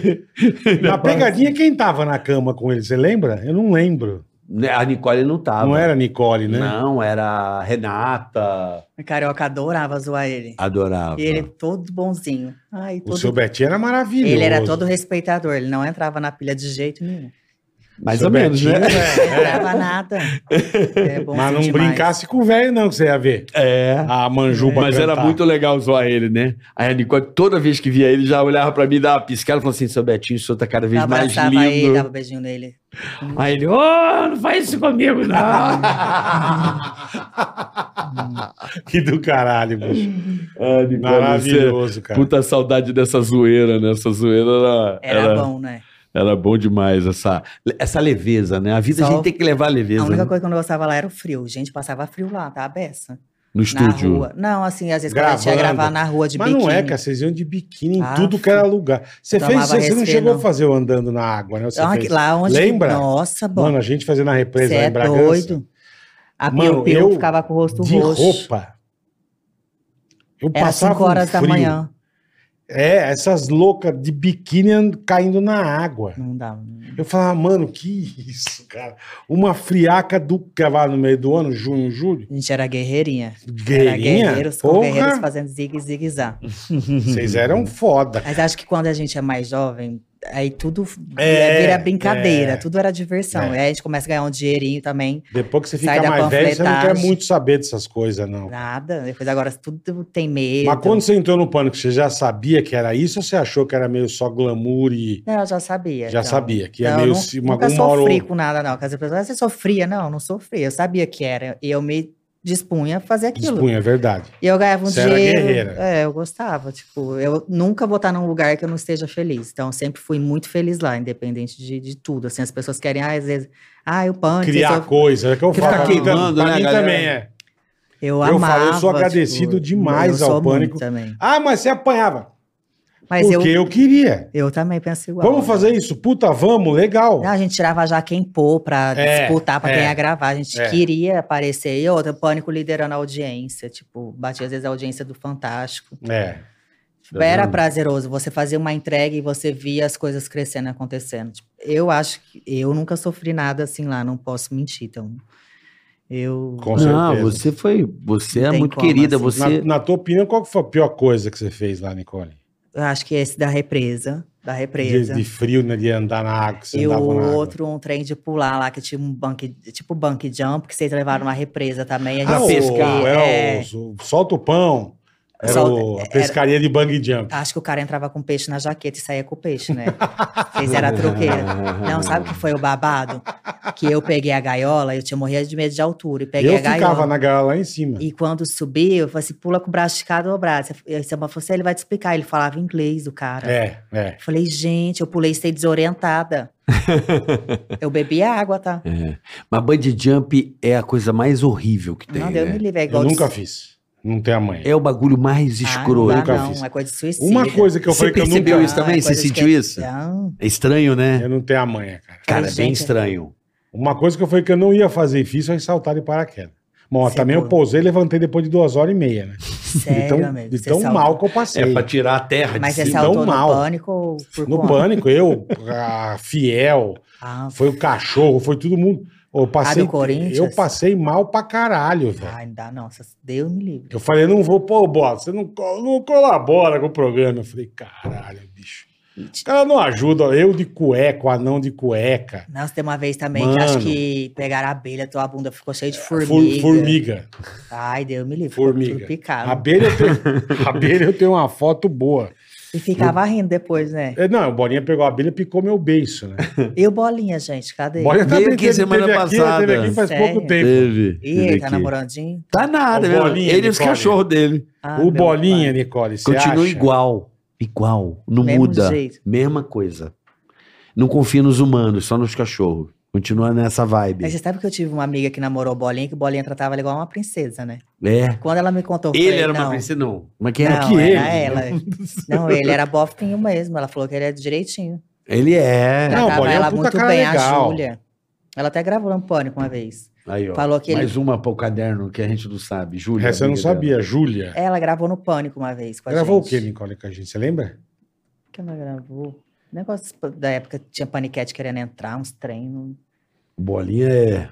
Na pegadinha, é quem tava na cama com ele? Você lembra? Eu não lembro. né, A Nicole não tava. Não era Nicole, né? Não, era a Renata. gente. Carioca adorava zoar ele. Adorava. E ele todo bonzinho. Ai, O todo... seu Betinho era maravilhoso. Ele era todo respeitador, ele não entrava na pilha de jeito nenhum. Mais Seu ou menos, Betinho, né? Não entrava nada. É bonzinho Mas não demais. brincasse com o velho, não, que você ia ver. É. A manjuba Mas era cantar. muito legal zoar ele, né? Aí a Nicole, toda vez que via ele, já olhava pra mim, dava uma piscada e falou assim: seu Betinho, o senhor tá cada vez mais Abraçava lindo. ele, dava um beijinho nele. Aí ele, ô, oh, não faz isso comigo, não. Ah, Que do caralho, bicho. Ah, Nicole, você- Maravilhoso, cara. Puta saudade dessa zoeira, né? Essa zoeira era, Era era, bom, né? era bom demais, essa, essa leveza, né? A vida a Só- gente tem que levar a A leveza única né? coisa que eu não gostava lá era o frio. Gente, passava frio lá, tá? A beça. no Na estúdio. rua. Não, assim, às vezes quando a gente ia Gravando. gravar na rua de Mas biquíni. não é, cara. Vocês iam de biquíni em Ah, tudo que era lugar. Você eu fez tomava isso, você não refri, chegou não. a fazer o andando na água, né? Você Ah, Então, fez. aqui- lá onde... Lembra? Nossa, bom. Mano, a gente fazia na represa Você lá é em Bragança. doido. A Piu Mano, Piu eu- ficava com o rosto De roxo. roupa. Eu Era 5 um horas da frio. manhã. É, essas loucas de biquíni and- caindo na água. Não dava. Eu falava, mano, que isso, cara. Uma friaca do cavalo no meio do ano, junho, julho. A gente era guerreirinha. Era Guerrinha? guerreiros com guerreiros Porra, fazendo zigue zigue zag. vocês eram foda. Mas acho que quando a gente é mais jovem, aí tudo É, vira brincadeira, é. tudo era diversão. É. E aí a gente começa a ganhar um dinheirinho também. Depois que você Sai fica da mais velho, você não quer panfletagem. muito saber dessas coisas, não. Nada. Depois agora tudo tem medo. Mas quando você entrou no pânico, você já sabia que era isso ou você achou que era meio só glamour e. Não, eu já sabia. Já então. sabia, que é Então, eu meio nu- se- uma, nunca uma hora ou sofri outra. com nada, não. Porque as pessoas falam, "Ah, você sofria? Não, não sofria. Eu sabia que era. E eu me dispunha a fazer aquilo. Dispunha, é verdade. E eu ganhava um Você era dinheiro. guerreira. É, eu gostava. Tipo, eu nunca vou estar num lugar que eu não esteja feliz. Então, eu sempre fui muito feliz lá, independente de, de tudo. Assim, as pessoas querem, ah, às vezes, ah, o pânico. Criar Eu, sou- coisa, é que eu Que falo. fica pra mim tam- queimando, pra né, mim galera? também é. eu Eu amava. tipo, falo, eu sou agradecido demais eu ao sou Pânico. muito também. Ah, mas você apanhava. Mas eu, porque eu, queria. eu também penso igual. Vamos fazer isso? Puta, vamos, legal. Não, a gente tirava já quem pôr pra É, disputar, pra é, quem ia gravar. A gente é. queria aparecer. E outra, o Pânico liderando a audiência. Tipo, batia às vezes a audiência do Fantástico. É. Tipo, era prazeroso. Você fazia uma entrega e você via as coisas crescendo e acontecendo. Tipo, eu acho que eu nunca sofri nada assim lá, não posso mentir. Então, eu. Com Não, certeza. você foi. Você Não é tem muito como, querida. assim. Você. Na, na tua opinião, qual que foi a pior coisa que você fez lá, Nicole? eu acho que é esse da represa. Da De, represa. de frio, né? De andar na água, que você E o andava na água. outro, um trem de pular lá, que tinha um bunk, tipo bunk jump, que vocês levaram uma represa também. A Uhum. Ah, gente o- pescar. era É. o- o- solta o pão. Era Solta- o- a pescaria de bang jump. Acho que o cara entrava com peixe na jaqueta e saía com o peixe, né? Fez era troqueira. Não, sabe o que foi o babado? Que eu peguei a gaiola, eu tinha morria de medo de altura, e peguei eu a gaiola. ficava na gaiola lá em cima. E quando subi, eu falei assim, pula com o braço esticado ou o braço. Aí você falou assim, ele vai te explicar. Ele falava inglês, o cara. É, é. Eu Falei, gente, eu pulei sem desorientada. eu bebi água, tá? Mas bungee jump é a coisa mais horrível que tem. não, deu né? me livre. É Eu igual nunca de... fiz. Não tem amanhã. É o bagulho mais Ah, escroto. não, nunca dá, não, fiz. é coisa de suicídio. É Uma coisa que eu Você falei que eu percebeu nunca... isso também? Você sentiu isso? Não, É estranho, né? Eu não tenho amanhã, cara. Cara, é Ai, bem gente, estranho. Uma coisa que eu falei que eu não ia fazer e fiz foi saltar de paraquedas. Bom, Seguro. também eu pousei e levantei depois de duas horas e meia, né? sério, de tão, amigo. de você tão salta. mal que eu passei. tirar a terra Mas você Sim, saltou tão no mal. pânico ou por No conta? pânico, eu, a Fiel, Ah, foi o cachorro, foi todo mundo. Eu passei, do Corinthians? eu passei mal pra caralho, velho. ai, não dá não. Essas- Deus me livre. Eu falei, não vou, pô, Bola, você não, co- não colabora com o programa. Eu falei, caralho, bicho. Os caras não ajudam. Eu de cueca, o anão de cueca. Nossa, tem uma vez também que Mano. acho que pegaram a abelha, tua bunda ficou cheia de Fur- formiga. Formiga. Ai, Deus me livre. Ficou Formiga. tudo picado. Abelha eu, tenho, abelha eu tenho uma foto boa. E ficava rindo depois, né? É, Não, o Bolinha pegou a abelha e picou meu beiço, né? E o Bolinha, gente, cadê? Bolinha Veio também aqui semana teve passada. Aqui, teve aqui faz Sério? pouco tempo. Teve. Ih, teve ele tá aqui. namoradinho? Tá nada, O né? Bolinha, Ele e os Nicole. cachorros dele. Ah, o meu Bolinha, pai. Nicole, você Continua acha? igual. Igual. Não Mesmo muda. jeito. Mesma coisa. Não confia nos humanos, só nos cachorros. Continua nessa vibe. Mas você sabe que eu tive uma amiga que namorou o Bolinha, que o Bolinha tratava ela igual uma princesa, né? É. Quando ela me contou, eu Ele falei, era uma não, princesa, não. Como é que era? Não, que era ela. Não, ele era bofinho mesmo. Ela falou que ele era direitinho. Ele é. Não, Tratava o Bolinha é um ela puta muito cara bem, legal. a Júlia. Ela até gravou no Pânico uma vez. Aí, ó. Falou que ele- Mais uma pro caderno que a gente não sabe. Júlia. Essa eu não amiga dela. sabia, Júlia. Ela gravou no Pânico uma vez com a Gravou gente. o que, Nicole, com a gente? Você lembra? O que ela gravou? Negócio da época que tinha paniquete querendo entrar, uns treinos. Bolinha é.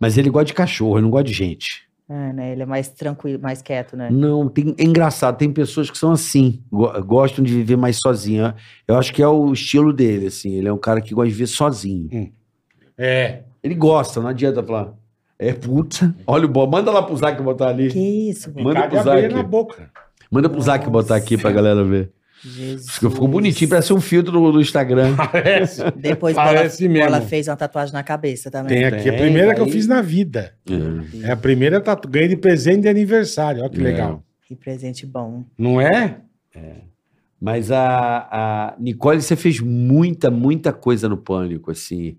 Mas ele gosta de cachorro, ele não gosta de gente. É, né? Ele é mais tranquilo, mais quieto, né? Não, tem, é engraçado, tem pessoas que são assim, go- gostam de viver mais sozinha. Eu acho que é o estilo dele, assim. Ele é um cara que gosta de viver sozinho. É. Ele gosta, não adianta falar. É puta. Olha o Bob, manda lá pro Zac botar ali. Que isso, Manda Manda pro a é abelha Zac. na boca. Manda pro Zac botar aqui pra galera ver. Jesus. Ficou, ficou bonitinho, parece um filtro do, do Instagram. Parece. Depois Parece bola, mesmo. bola fez uma tatuagem na cabeça também. Tem aqui. A Tem, primeira que eu aí. fiz na vida. É. É a primeira tatu. Ganhei de presente de aniversário. Olha que É. legal. Que presente bom. Não é? Mas a, a Nicole, você fez muita, muita coisa no Pânico, assim.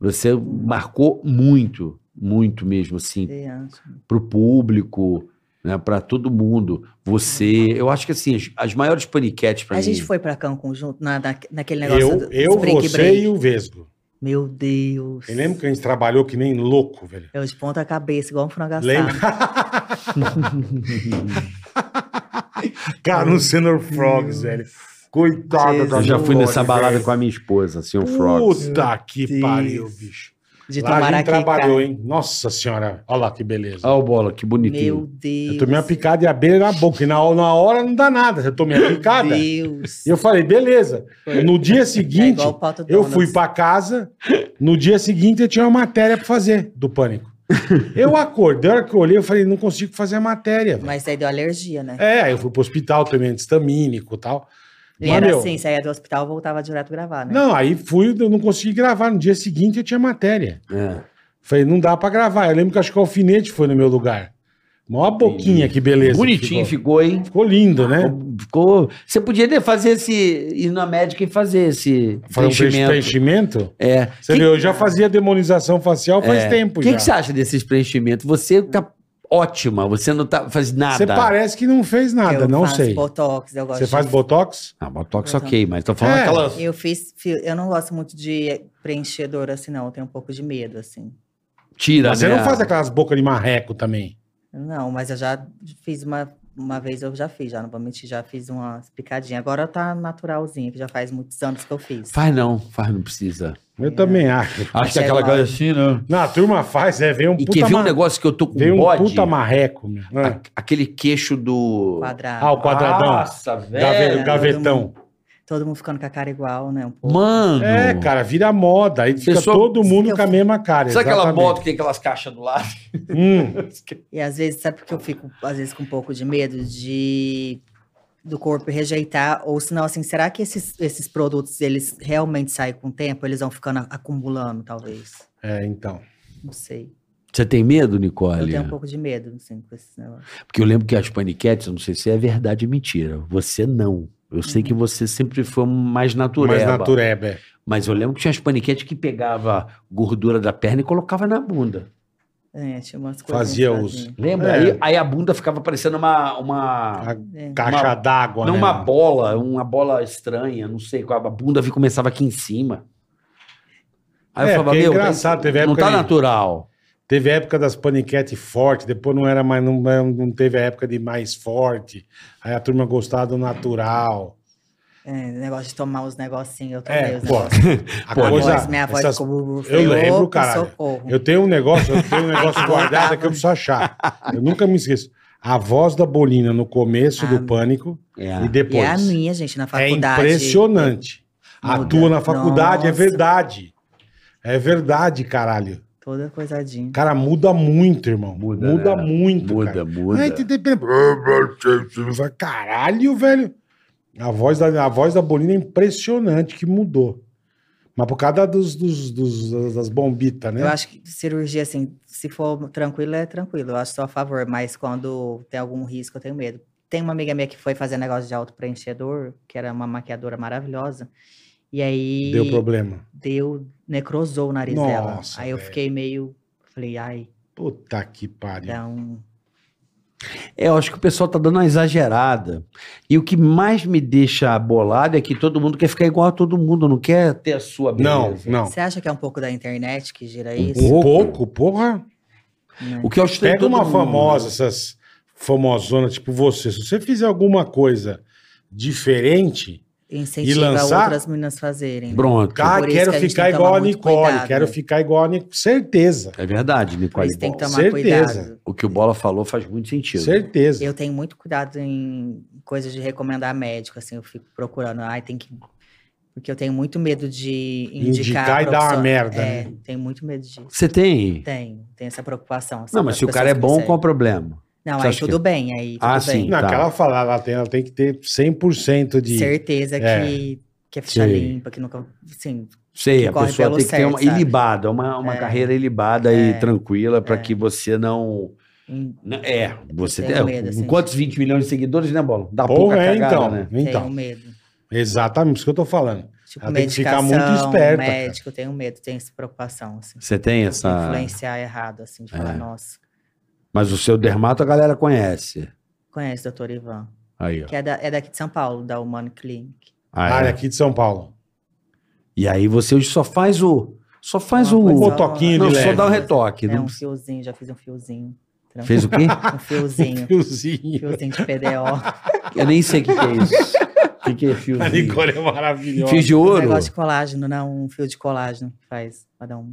Você marcou muito, muito mesmo, assim. Criança. pro público, né, para todo mundo. Você, eu acho que assim, as, as maiores paniquetes pra A mim. gente foi pra Cancún junto, na, na- naquele negócio Eu, do- eu dos break você break. e o Vesgo. Meu Deus. Eu lembro que a gente trabalhou que nem louco, velho. Eu de ponta cabeça, igual um frango assado. Lembra? Cara, no Senor Frogs, velho. Coitada Jesus. da Eu já fui Nicole, nessa balada velho. com a minha esposa, assim, o Frogs. Puta que Deus. pariu, bicho. De Lá a tomar gente aqui. trabalhou, hein? Nossa senhora. Olha lá que beleza. Olha o bola, que Meu bonitinho. Deus. Eu tomei uma picada de abelha na boca. E na, na hora não dá nada. Eu tomei a picada. E Deus. eu falei, beleza. Foi. No dia É seguinte, igual o Paulo eu Donaldson. fui pra casa. No dia seguinte, eu tinha uma matéria pra fazer do pânico. Eu acordei, a hora que eu olhei, eu falei, não consigo fazer a matéria. velho. Mas aí deu alergia, né? É, aí eu fui pro hospital, tomei antistamínico e tal. E Mas, era meu, assim, saía do hospital, voltava direto gravar, né? Não, aí fui, eu não consegui gravar. No dia seguinte, eu tinha matéria. É. Falei, não dá pra gravar. Eu lembro que acho que o alfinete foi no meu lugar. Mó boquinha, que beleza. que Bonitinho ficou. ficou, hein? Ficou lindo, né? Ficou. Você podia né, fazer esse. ir na médica e fazer esse Fazer um preenchimento. preenchimento. É. Você Que- viu, eu já fazia demonização facial faz é. tempo O que, já. que você acha desses preenchimentos? Você tá ótima, você não tá faz nada. Você parece que não fez nada, eu não faço sei. Botox, eu gosto Você de- faz botox? Ah, botox ok, mas tô falando É. aquela. Eu fiz. fi- Eu não gosto muito de preenchedor assim, não. Eu tenho um pouco de medo, assim. Tira, Mas você né? não faz aquelas bocas de marreco também. Não, mas eu já fiz uma. Uma vez eu já fiz, já não vou mentir, já fiz uma picadinha. Agora tá naturalzinha, que já faz muitos anos que eu fiz. Tá Faz não, faz, não precisa. Eu também acho. Acho que é Chega aquela lá. coisa assim, né? Não, a turma faz, é, vem um E puta quer ver um mar- negócio que eu tô com Vem um bode? É. puta marreco, meu. A- Aquele queixo do. Quadrado. É, Ah, o quadradão. Nossa, Gave- velho. gavetão. Todo mundo ficando com a cara igual, né? Um pouco. Mano. É, cara, vira moda. Aí fica Pessoa- todo mundo Eu- com a mesma cara. Sabe aquela exatamente. moto que tem aquelas caixas do lado? Hum, E às vezes, sabe por que eu fico, às vezes, com um pouco de medo de do corpo rejeitar? Ou senão, assim, será que esses, esses produtos, eles realmente saem com o tempo? Eles vão ficando a- acumulando, talvez? é, então. Não sei. Você tem medo, Eu Nicole? tenho um pouco de medo, assim, com esses negócios. Porque eu lembro que as paniquetes, eu não sei se é verdade ou mentira. Você não. Eu sei que você sempre foi mais natureba. Mas natureba. é. Mas eu lembro que tinha as paniquetes que pegava gordura da perna e colocava na bunda. É, tinha umas coisas. Fazia os- Lembra? É. Aí, aí a bunda ficava parecendo uma. uma... A É. caixa Uma- d'água, Não né? uma bola, uma bola estranha, não sei qual. A bunda vi- começava aqui em cima. Aí É, eu falava, porque é meu, engraçado, teve não época tá aí- natural. Teve a época das paniquete forte, depois não era mais, não, não teve a época de mais forte. Aí a turma gostava do natural. É, negócio de tomar os negocinhos, eu tomei É, os pô. negócios. A Pô, Minha voz, pois coisa, minha é voz essas- ficou... eu lembro, Opa, caralho. um Socorro. eu tenho um negócio, eu tenho um negócio guardado que eu preciso achar. Eu nunca me esqueço. A voz da Bolina no começo Ah, do pânico É. e E depois. é a minha, gente, na É faculdade. impressionante. Muda. Atua na faculdade, é Nossa. verdade. É verdade, caralho. Toda coisadinha. Cara, muda muito, irmão. Muda, Muda, né? muito, cara. Muda, muda. Ai, tem- Ah, tem- tem- Vai, Caralho, velho. A voz, da, a voz da Bolina é impressionante que mudou. Mas por causa dos, dos- dos- das bombitas, né? Eu acho que cirurgia, assim, se for tranquilo, é tranquilo. Eu acho só a favor, mas quando tem algum risco, eu tenho medo. Tem uma amiga minha que foi fazer negócio de autopreenchedor, que era uma maquiadora maravilhosa, e aí Deu problema. deu- necrosou o nariz dela. Nossa, Aí eu velho. fiquei meio. Falei, ai, Puta que pariu. dá um. É, eu acho que o pessoal tá dando uma exagerada. E o que mais me deixa bolado é que todo mundo quer ficar igual a todo mundo, não quer ter a sua Não, beleza. não. Você é acha que é um pouco da internet que gira Um isso? pouco, porra. Né? O que eu acho que tem Pega todo uma mundo. famosa, essas famosonas, tipo você. Se você fizer alguma coisa diferente, Incentiva lançar- outras meninas fazerem. né? Pronto. cara, Por isso quero que a gente ficar tem que igual tomar a muito Nicole, cuidado, quero né? ficar igual a Nicole. Certeza, É verdade, Por Nicole. isso tem que Ball. tomar certeza. cuidado. O que o Bola falou faz muito sentido. certeza. Eu tenho muito cuidado em coisas de recomendar médico, assim, eu fico procurando, ai, tem que. Porque eu tenho muito medo de indicar. Indicar e dar uma profissional- merda, É, né? tenho muito medo disso. Você tem. Tenho, tenho essa preocupação. assim, Não, com mas as se o cara pessoas é que me bom, seguem. qual o problema? Não, Você aí acha que- tudo bem, aí tudo Ah, bem. sim. Não, Tá. aquela falar, ela tem, ela tem que ter 100% de... Certeza É. que, que é ficha Sim. limpa, que nunca. assim, Sim, Sei, Que a corre pessoa pelo tem que ter certo, uma sabe? ilibada, uma, uma É. carreira ilibada e tranquila pra que você não. em- não- É, você tenho tem. medo, assim. Quantos 20 milhões de seguidores, né, Bola? Dá pouca Porra, é, cagada, então. né? Então, tenho medo. exatamente isso que eu tô falando. Tipo, Ela tem que ficar medicação, muito esperta, cara. médico, eu tenho medo, tenho essa preocupação, assim. Você tem de essa. Influenciar errado, assim, de falar, É. nossa, Mas o seu dermato a galera conhece. conhece o doutor Ivan. Aí, ó. Que é, da- é daqui de São Paulo, da Humano Clinic. Ah, é. Área aqui de São Paulo. E aí você hoje só faz o. Só faz Uma o. coisa- assim. Um botoquinho Não, de só leve. dá um retoque. É não um precisa- fiozinho, já fiz um fiozinho. Tranquilo. Fez o quê? Um fiozinho. Fiozinho. Um fiozinho de PDO. Eu nem sei o que, que é isso. O que, que é fio? A Nicole é maravilhosa. Fio de Um ouro? negócio de colágeno, não, um fio de colágeno que faz pra dar um.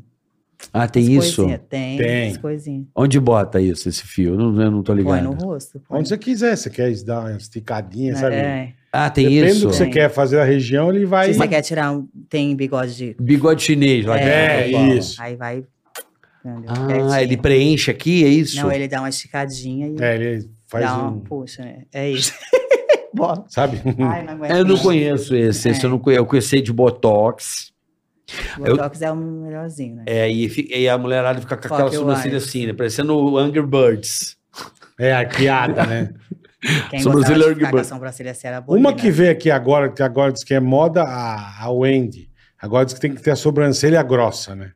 Ah, tem umas isso? coisinhas. Tem, Tem. tem. coisinhas. Onde bota isso, esse fio? Eu não, eu não tô Põe no Tá ligado. rosto. põe. Onde você quiser, você quer dar uma esticadinha, Né? sabe? É. Ah, tem Depende isso? do que você Tem. quer fazer na região, ele Se vai... você quer tirar um. Tem bigode de. Bigode chinês lá. É, aí cola. isso. Aí vai. entendeu? Certinho. Ah, ele preenche aqui, é isso? É assim. Não, ele dá uma esticadinha e É, ele faz dá uma. um... Puxa, né? É isso. Bora. Sabe? Ai, não aguento Eu não mais. conheço esse, É. esse eu não conheço. Eu conheci de Botox. Botox é o melhorzinho, né? É, e, fi- e a mulherada fica com Fuck aquela your sobrancelha eyes. assim, né? Parecendo o Angry Birds. É, a piada, né? Quem Sobrancelha gostava de Ergue ficar com a Ban- sobrancelha assim era Uma bobina. que veio aqui agora, que agora diz que é moda, a, a Wendy. Agora diz que tem que ter a sobrancelha grossa, né?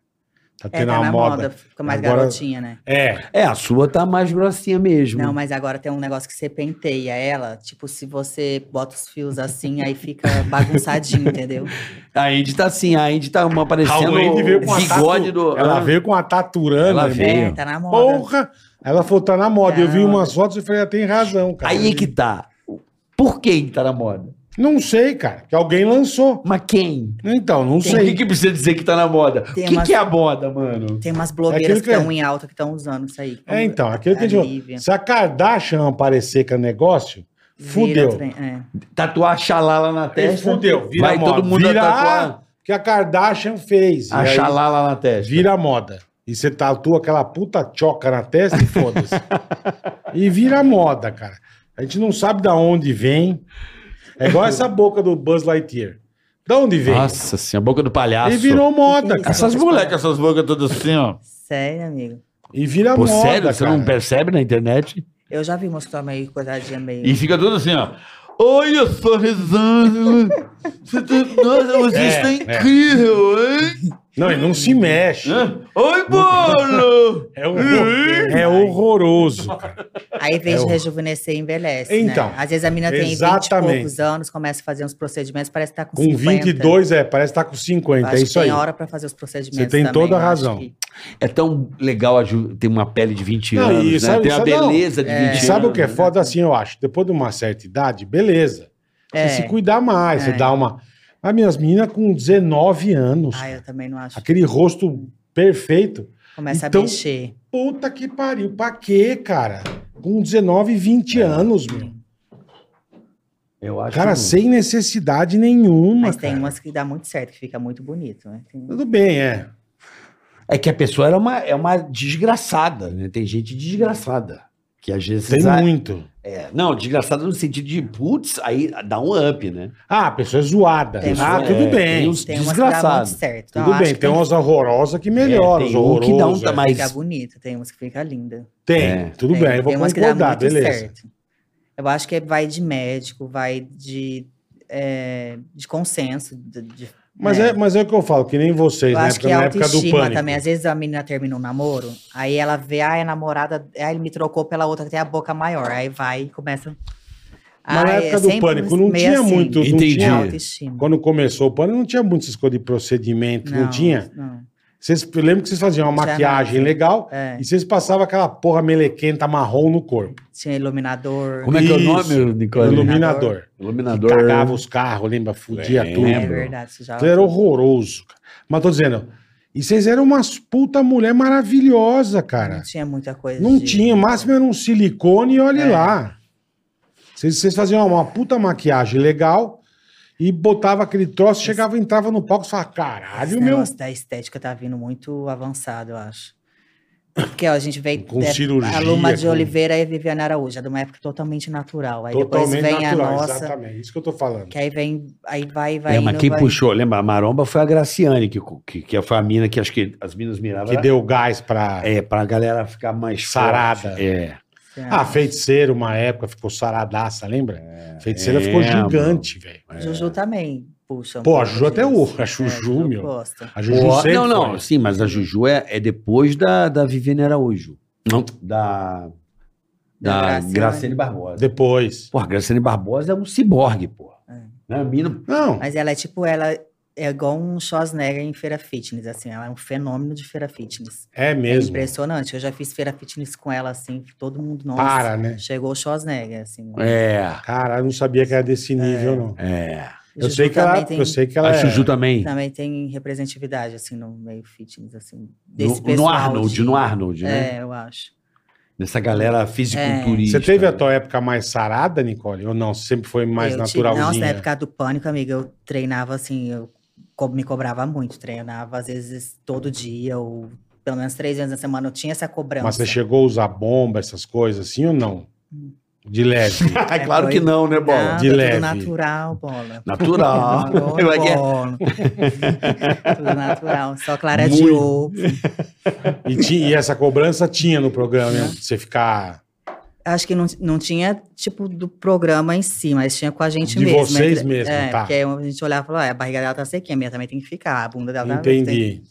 Tá é, tendo tá uma na moda. moda. fica mais Agora- garotinha, né? É, É, a sua tá mais grossinha mesmo. Não, mas agora tem um negócio que você penteia ela, tipo, se você bota os fios assim, aí fica bagunçadinho, entendeu? A Indy tá assim, a Indy tá uma parecendo A Wendy veio com o a bigode do. ela Ah, veio com a taturana, Ela irmão. veio. É, tá na moda. Porra! Ela falou, tá na moda. Eu vi Tá na umas fotos e falei, ela tem razão, cara. Aí é que tá. Por quem tá na moda? Não sei, cara, que alguém lançou. Mas quem? Então, não O que, sei. que precisa dizer que tá na moda? O Tem que, umas- que é a moda, mano? Tem umas blogueiras Aquilo que que é. estão em alta que estão usando isso aí. É, então, aquilo que a gente Lívia. falou. Se a Kardashian aparecer com o negócio, Vira fudeu. trem, é. Tatuar xalala na Aí testa. fudeu, vira Vai moda. todo mundo vira tatuar que a Kardashian fez. E a aí- xalala na testa. Vira moda. E você tatua aquela puta choca na testa e foda-se. e vira moda, cara. A gente não sabe da onde vem. É igual essa boca do Buzz Lightyear. Da onde vem? Nossa senhora, boca do palhaço. e um virou um Que moda, que é cara. isso? Essas moleques, essas bocas todas assim, ó. Sério, amigo. E vira Pô, Tá moda, sério? cara. Você não percebe na internet? Eu já vi umas que estão meio coitadinha meio. E fica tudo assim, ó. Oi, eu sou rezando. Você tá- Nossa, você É, está é. incrível, hein? Não, ele não se Hum. mexe. Hã? Oi, bolo! É, horror- é horroroso, cara. Aí, em vez É de o- rejuvenescer, envelhece. Então, né? Às vezes a menina tem 20 e exatamente. poucos anos, começa a fazer uns procedimentos, parece que tá com, Com 50. 22, é, parece que tá com 50. Acho é que isso aí. Tem hora pra fazer os procedimentos. Você tem também, toda a eu acho razão. que- É tão legal a Ju ter uma pele de 20 Não, anos, e né? sabe- Tem a sabe- não. beleza de 20 É. anos. Sabe o que é né? foda assim, eu acho? Depois de uma certa idade, beleza. Você É. se cuidar mais, você É. dá uma. Mas minhas meninas com 19 anos, Ah, eu também não acho. aquele rosto perfeito. Começa Então- a mexer. Puta que pariu, pra quê, cara? Com 19, É. 20 anos, meu. Eu acho Cara, que- sem necessidade nenhuma. Hum. Mas tem cara. umas que dá muito certo, que fica muito bonito, né? Tem- Tudo bem, é. É que a pessoa era uma, é uma desgraçada, né? Tem gente desgraçada. Que às vezes. Tem a- muito. é, não, desgraçada no sentido de, putz, aí dá um up, né? Ah, a pessoa é zoada. Tem ah, umas- tudo É, bem. tem uns Tem umas que dá muito desgraçados. certo. Tudo Então, bem. acho que Tem umas horrorosas que É, melhoram. tem os um que dá um horrorosos. é. tamanho. Fica mas- bonita, tem umas que fica linda. Tem, É. tudo tem, bem. Eu vou tem umas que dá concordar, muito beleza. certo. Eu acho que vai de médico, vai de, é, de é, consenso, de, de Mas é. mas é o que eu falo, que nem vocês, né? Eu na acho época, que a na época do autoestima pânico. também. assim. Às vezes a menina termina um namoro, aí ela vê, ah, é namorada, ah, ele me trocou pela outra que tem a boca maior. Aí vai e começa. Mas na Ai, época é do sempre pânico não meio tinha assim, muito. não Entendi. de tinha- autoestima. quando começou o pânico, não tinha muito essas coisas de procedimento, é não, tinha. não. Vocês, eu lembro que vocês faziam uma Tinha maquiagem nada. legal É, e vocês passavam aquela porra melequenta marrom no corpo. tinha iluminador. Como é que é o Isso. nome, Nicole? Iluminador. Iluminador. Cagava os carros, lembra? Fudia Lembro. tudo. É lembro. verdade, isso já. Aquilo era horroroso. cara. Mas tô dizendo, e vocês eram umas puta mulher maravilhosa, cara. Não tinha muita coisa. Não de- tinha, o máximo era um silicone e olhe É. lá. Vocês, vocês faziam uma puta maquiagem legal e botava aquele troço, chegava, entrava no palco e falava, Esse caralho, meu. negócio da estética tá vindo muito avançado, eu acho. Porque ó, a gente vem Com cirurgia, a Luma de com- Oliveira e Viviane Araújo, é de uma época totalmente natural. Aí Totalmente depois vem natural, a nossa, exatamente. Isso que eu tô falando. que aí vem, aí vai, vai. É, mas indo, quem vai- puxou, lembra? A maromba foi a Graciane, que, que, que foi a mina que acho que as minas miravam. Que deu gás pra. É, pra galera ficar mais Sarada. forte. É. Sei lá. Ah, feiticeiro, uma época, ficou saradaça, lembra? feiticeira é, ficou gigante, velho. É. Juju também puxa. um é. Pô, a pouco Juju até disso. o- a Juju, meu. Gosta. A Juju Ó, sempre não, não, foi. sim, mas a Juju é, é depois da, da Viviane Araújo. Não, da. Da Da Graciane. Graciane Barbosa. Depois. Porra, a Graciane Barbosa é um ciborgue, porra. É. Né, a mina- Não. Mas ela é tipo, ela é igual um Schwarzenegger em feira fitness, assim, ela é um fenômeno de feira fitness. É É mesmo. impressionante. Eu já fiz feira fitness com ela, assim, todo mundo, nossa. Para, né? Chegou o Schwarzenegger, assim. É, Cara, eu não sabia que era desse nível, não. é. Eu Juju sei, que ela, também tem- eu sei que ela A é- Juju tá também. também tem representatividade, assim, no meio fitness, assim. Desse No, no pessoal Arnold, de- no Arnold, né? É, eu acho. Nessa galera fisiculturista. Você teve a tua época mais sarada, Nicole? Ou não? Sempre foi mais eu tive- naturalzinha? nossa, na época do pânico, amiga, eu treinava assim, eu co- me cobrava muito, treinava às vezes todo dia, ou pelo menos três vezes na semana, eu tinha essa cobrança. Mas você chegou a usar bomba, essas coisas assim ou não? De leve. É claro que não, né, Bola? Nada, de tudo leve. natural, bola. Natural. Como Agora, é que é? bola. tudo natural, só clara de Muito. ovo. e, ti- e essa cobrança tinha no programa, né? Você ficar. Acho que não, não tinha, tipo, do programa em si, mas tinha com a gente De mesmo. vocês entre- mesmo, é, tá. Porque aí a gente olhava e falava, "Ah, a barriga dela tá sequinha, a minha também tem que ficar, a bunda dela tá... tem que- Entendi.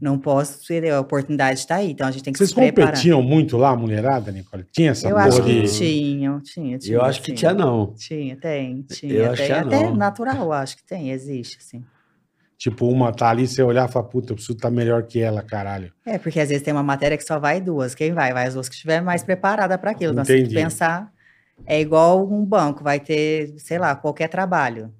Não posso, entendeu? a oportunidade tá aí, então a gente tem que Vocês se preparar. competiam muito lá, mulherada, Nicole? Tinha essa Eu porra acho de- que tinha, tinha, tinha. Eu acho que sim. tinha, não. Tinha, tem, tinha. Eu acho tem, que até não. natural, eu acho que tem, existe, assim. Tipo, uma tá ali, você olhar e falar, puta, eu preciso estar melhor que ela, caralho. É, porque às vezes tem uma matéria que só vai duas. Quem vai? Vai as duas que estiver mais preparada para aquilo. Então, você tem que Entendi. pensar. É igual um banco, vai ter, sei lá, qualquer trabalho.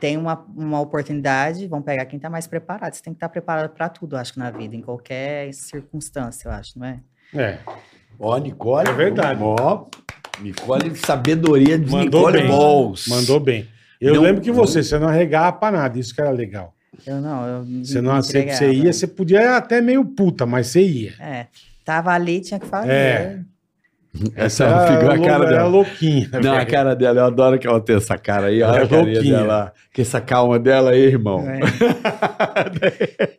Tem uma, uma oportunidade, vão pegar quem está mais preparado. Você tem que estar preparado para tudo, eu acho que na vida, em qualquer circunstância, eu acho, não é? É. Ó, Nicole. É verdade. Ó, Nicole, sabedoria de Mandou Nicole bem. Balls. Mandou bem. Eu Não- lembro que você, você não arregava pra nada, isso que era legal. Eu não, eu me Você, não, você, entregava. você ia, você podia ir até meio puta, mas você ia. É, tava ali, tinha que fazer. É. Essa figura, a lou- cara era dela. louquinha. né, Não, a cara dela, eu adoro que ela tem essa cara aí. Ela Olha é a carinha louquinha. dela. Que essa calma dela aí, irmão. É.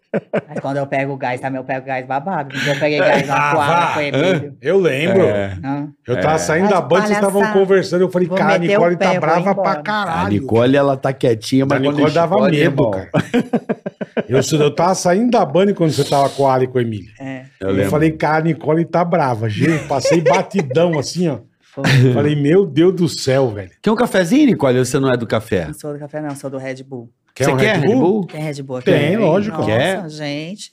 Aí quando eu pego o gás, também eu pego gás babado. Um dia Eu peguei gás Ah, na vá. coala com o Emílio. Eu lembro. É. Não, Eu tava saindo Tá da de banca, vocês estavam palhaçada. conversando. Eu falei, Vou cara, a meter o Nicole pé, tá eu vou brava pra embora. A caralho. Nicole, ela tá quietinha, A mas quando Nicole é dava explode, medo, irmão. cara. Eu, eu tava saindo da banca quando você tava com a Ali e com o Emílio. É, Eu, Eu, lembro. falei, cara, a Nicole tá brava. Gente, passei batidão assim, ó. foi. Falei, meu Deus do céu, velho. Quer um cafezinho, Nicole? Ou Você não é do café? Não um sou do café, não, sou do Red Bull. Quer você um quer Red Bull? Tem Red Bull aqui? Tem, lógico. Nossa, Quer? gente.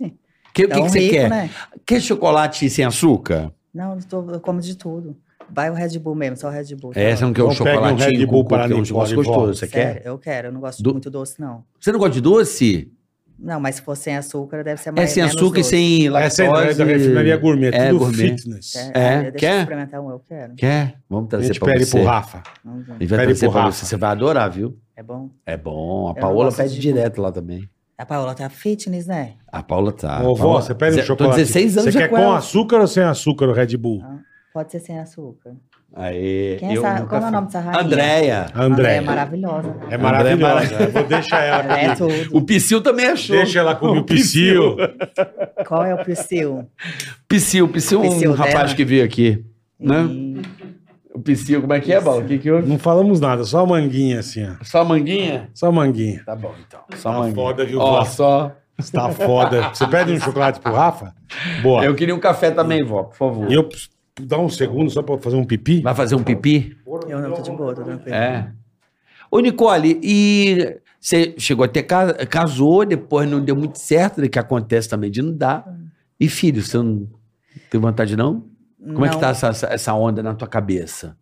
Que- O que, Tão que você rico, quer? né? Quer chocolate sem açúcar? Não, eu, tô- eu como de tudo. Vai o Red Bull mesmo, só o Red Bull. É, você não quer um Então pega um chocolatinho Red com Bull coco, para que é um Nicole, negócio vó. gostoso? Você Sério, quer? eu quero, eu não gosto Do- muito doce, não. Você não gosta de doce? Não, mas se for sem açúcar, deve ser É mais sem menos açúcar e doce. sem lactose. Essa é a ideia da refinaria gourmet, É, tudo gourmet. fitness. É, aí deixa eu quer? experimentar um, eu quero. Quer? Vamos A trazer gente pra pede você. pro Rafa. Vamos ver. A gente vai Pede trazer pro pra Rafa. você. Você vai adorar, viu? É bom. É bom. A não Paola gosto pede de- direto lá também. A Paola tá fitness, né? A Paola tá. Ô, A Paola- vó, você pede um Zé- chocolate. Tô 16 anos Você já quer com com ela. açúcar ou sem açúcar o Red Bull? Pode ser sem açúcar. Aê, Quem é eu essa- nunca como é o fui. nome dessa rainha? Andréia. André. André. É maravilhosa. né? É André maravilhosa. Eu Vou deixar Ela ela é aqui. tudo. O Psyu também achou. Deixa ela comer o piscio. Qual é o Priscil? Psyu, Psyu é um Psyu rapaz dela. que veio aqui. Né? E- O Psiu, como é que é, Bala? O que que houve? Não falamos nada, só a manguinha assim, ó. Só manguinha? Só a manguinha. Tá bom, então. Só Tá manguinha. foda, Rio Ó, Vó. só... Está foda. Você pede um chocolate pro Rafa? Boa. Eu queria um café também, vó, por favor. E eu preciso dar um segundo só pra fazer um pipi? Vai fazer um pipi? Eu não, tô de boa, tô tranquilo. É. Ô, Nicole, e você chegou até ca- casou, depois não deu muito certo, né, que acontece também de não dar. E filho, você não tem vontade, não? Como é que Não, tá essa, essa- essa onda na tua cabeça?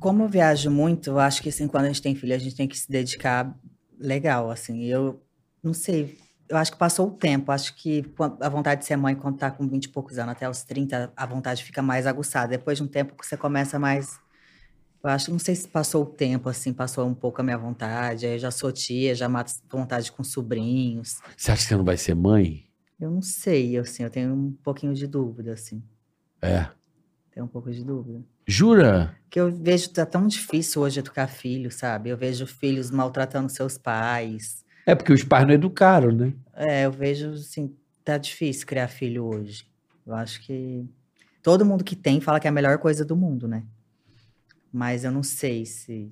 Como eu viajo muito, eu acho que assim, quando a gente tem filho, a gente tem que se dedicar legal, assim. Eu não sei, eu acho que passou o tempo. Acho que quan- a vontade de ser mãe, quando tá com 20 e poucos anos, até os 30, a vontade fica mais aguçada. Depois de um tempo que você começa mais. Eu acho, não sei se passou o tempo, assim, passou um pouco a minha vontade. Aí eu já sou tia, já mato vontade com sobrinhos. Você acha que você não vai ser mãe? Eu não sei, assim, eu tenho um pouquinho de dúvida, assim. É. Tenho um pouco de dúvida. Jura? que eu vejo tá tão difícil hoje educar filho, sabe? Eu vejo filhos maltratando seus pais. É porque os pais não educaram, né? É, eu vejo assim, tá difícil criar filho hoje. Eu acho que todo mundo que tem fala que é a melhor coisa do mundo, né? Mas eu não sei se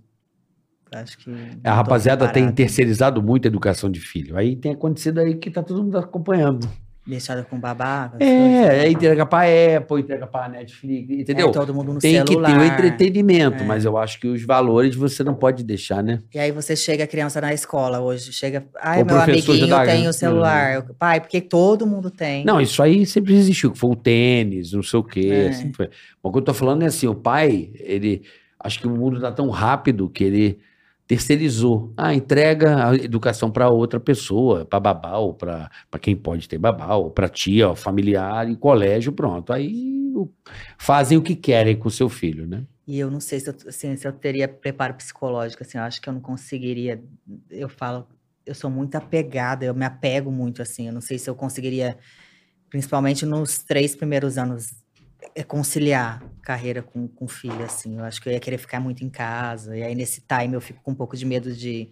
acho que A rapaziada tem ter terceirizado muito a educação de filho. Aí tem acontecido aí que tá todo mundo acompanhando. deixada com babá, com as coisas. né? É, aí entrega pra Apple, entrega pra Netflix, entendeu? É, todo mundo no tem que celular. ter o entretenimento, É. mas eu acho que os valores você não pode deixar, né? E aí você chega a criança na escola hoje, chega, ai, O meu professor Uhum. já amiguinho dá- tem o celular. Eu, Pai, porque todo mundo tem. Não, isso aí sempre existiu, que foi o tênis, não sei o quê. É. assim foi. Mas o que eu tô falando é assim, o pai, ele. Acho que o mundo tá tão rápido que ele terceirizou. Ah, entrega a educação para outra pessoa, para babá, ou para quem pode ter babá, ou para tia, ou familiar, em colégio, pronto. Aí o- fazem o que querem com o seu filho, né? E eu não sei se eu, assim, se eu teria preparo psicológico, assim, eu acho que eu não conseguiria. Eu falo, eu sou muito apegada, eu me apego muito, assim, eu não sei se eu conseguiria, principalmente nos três primeiros anos, eh, conciliar carreira com, com filho, assim. Eu acho que eu ia querer ficar muito em casa, e aí nesse time eu fico com um pouco de medo de.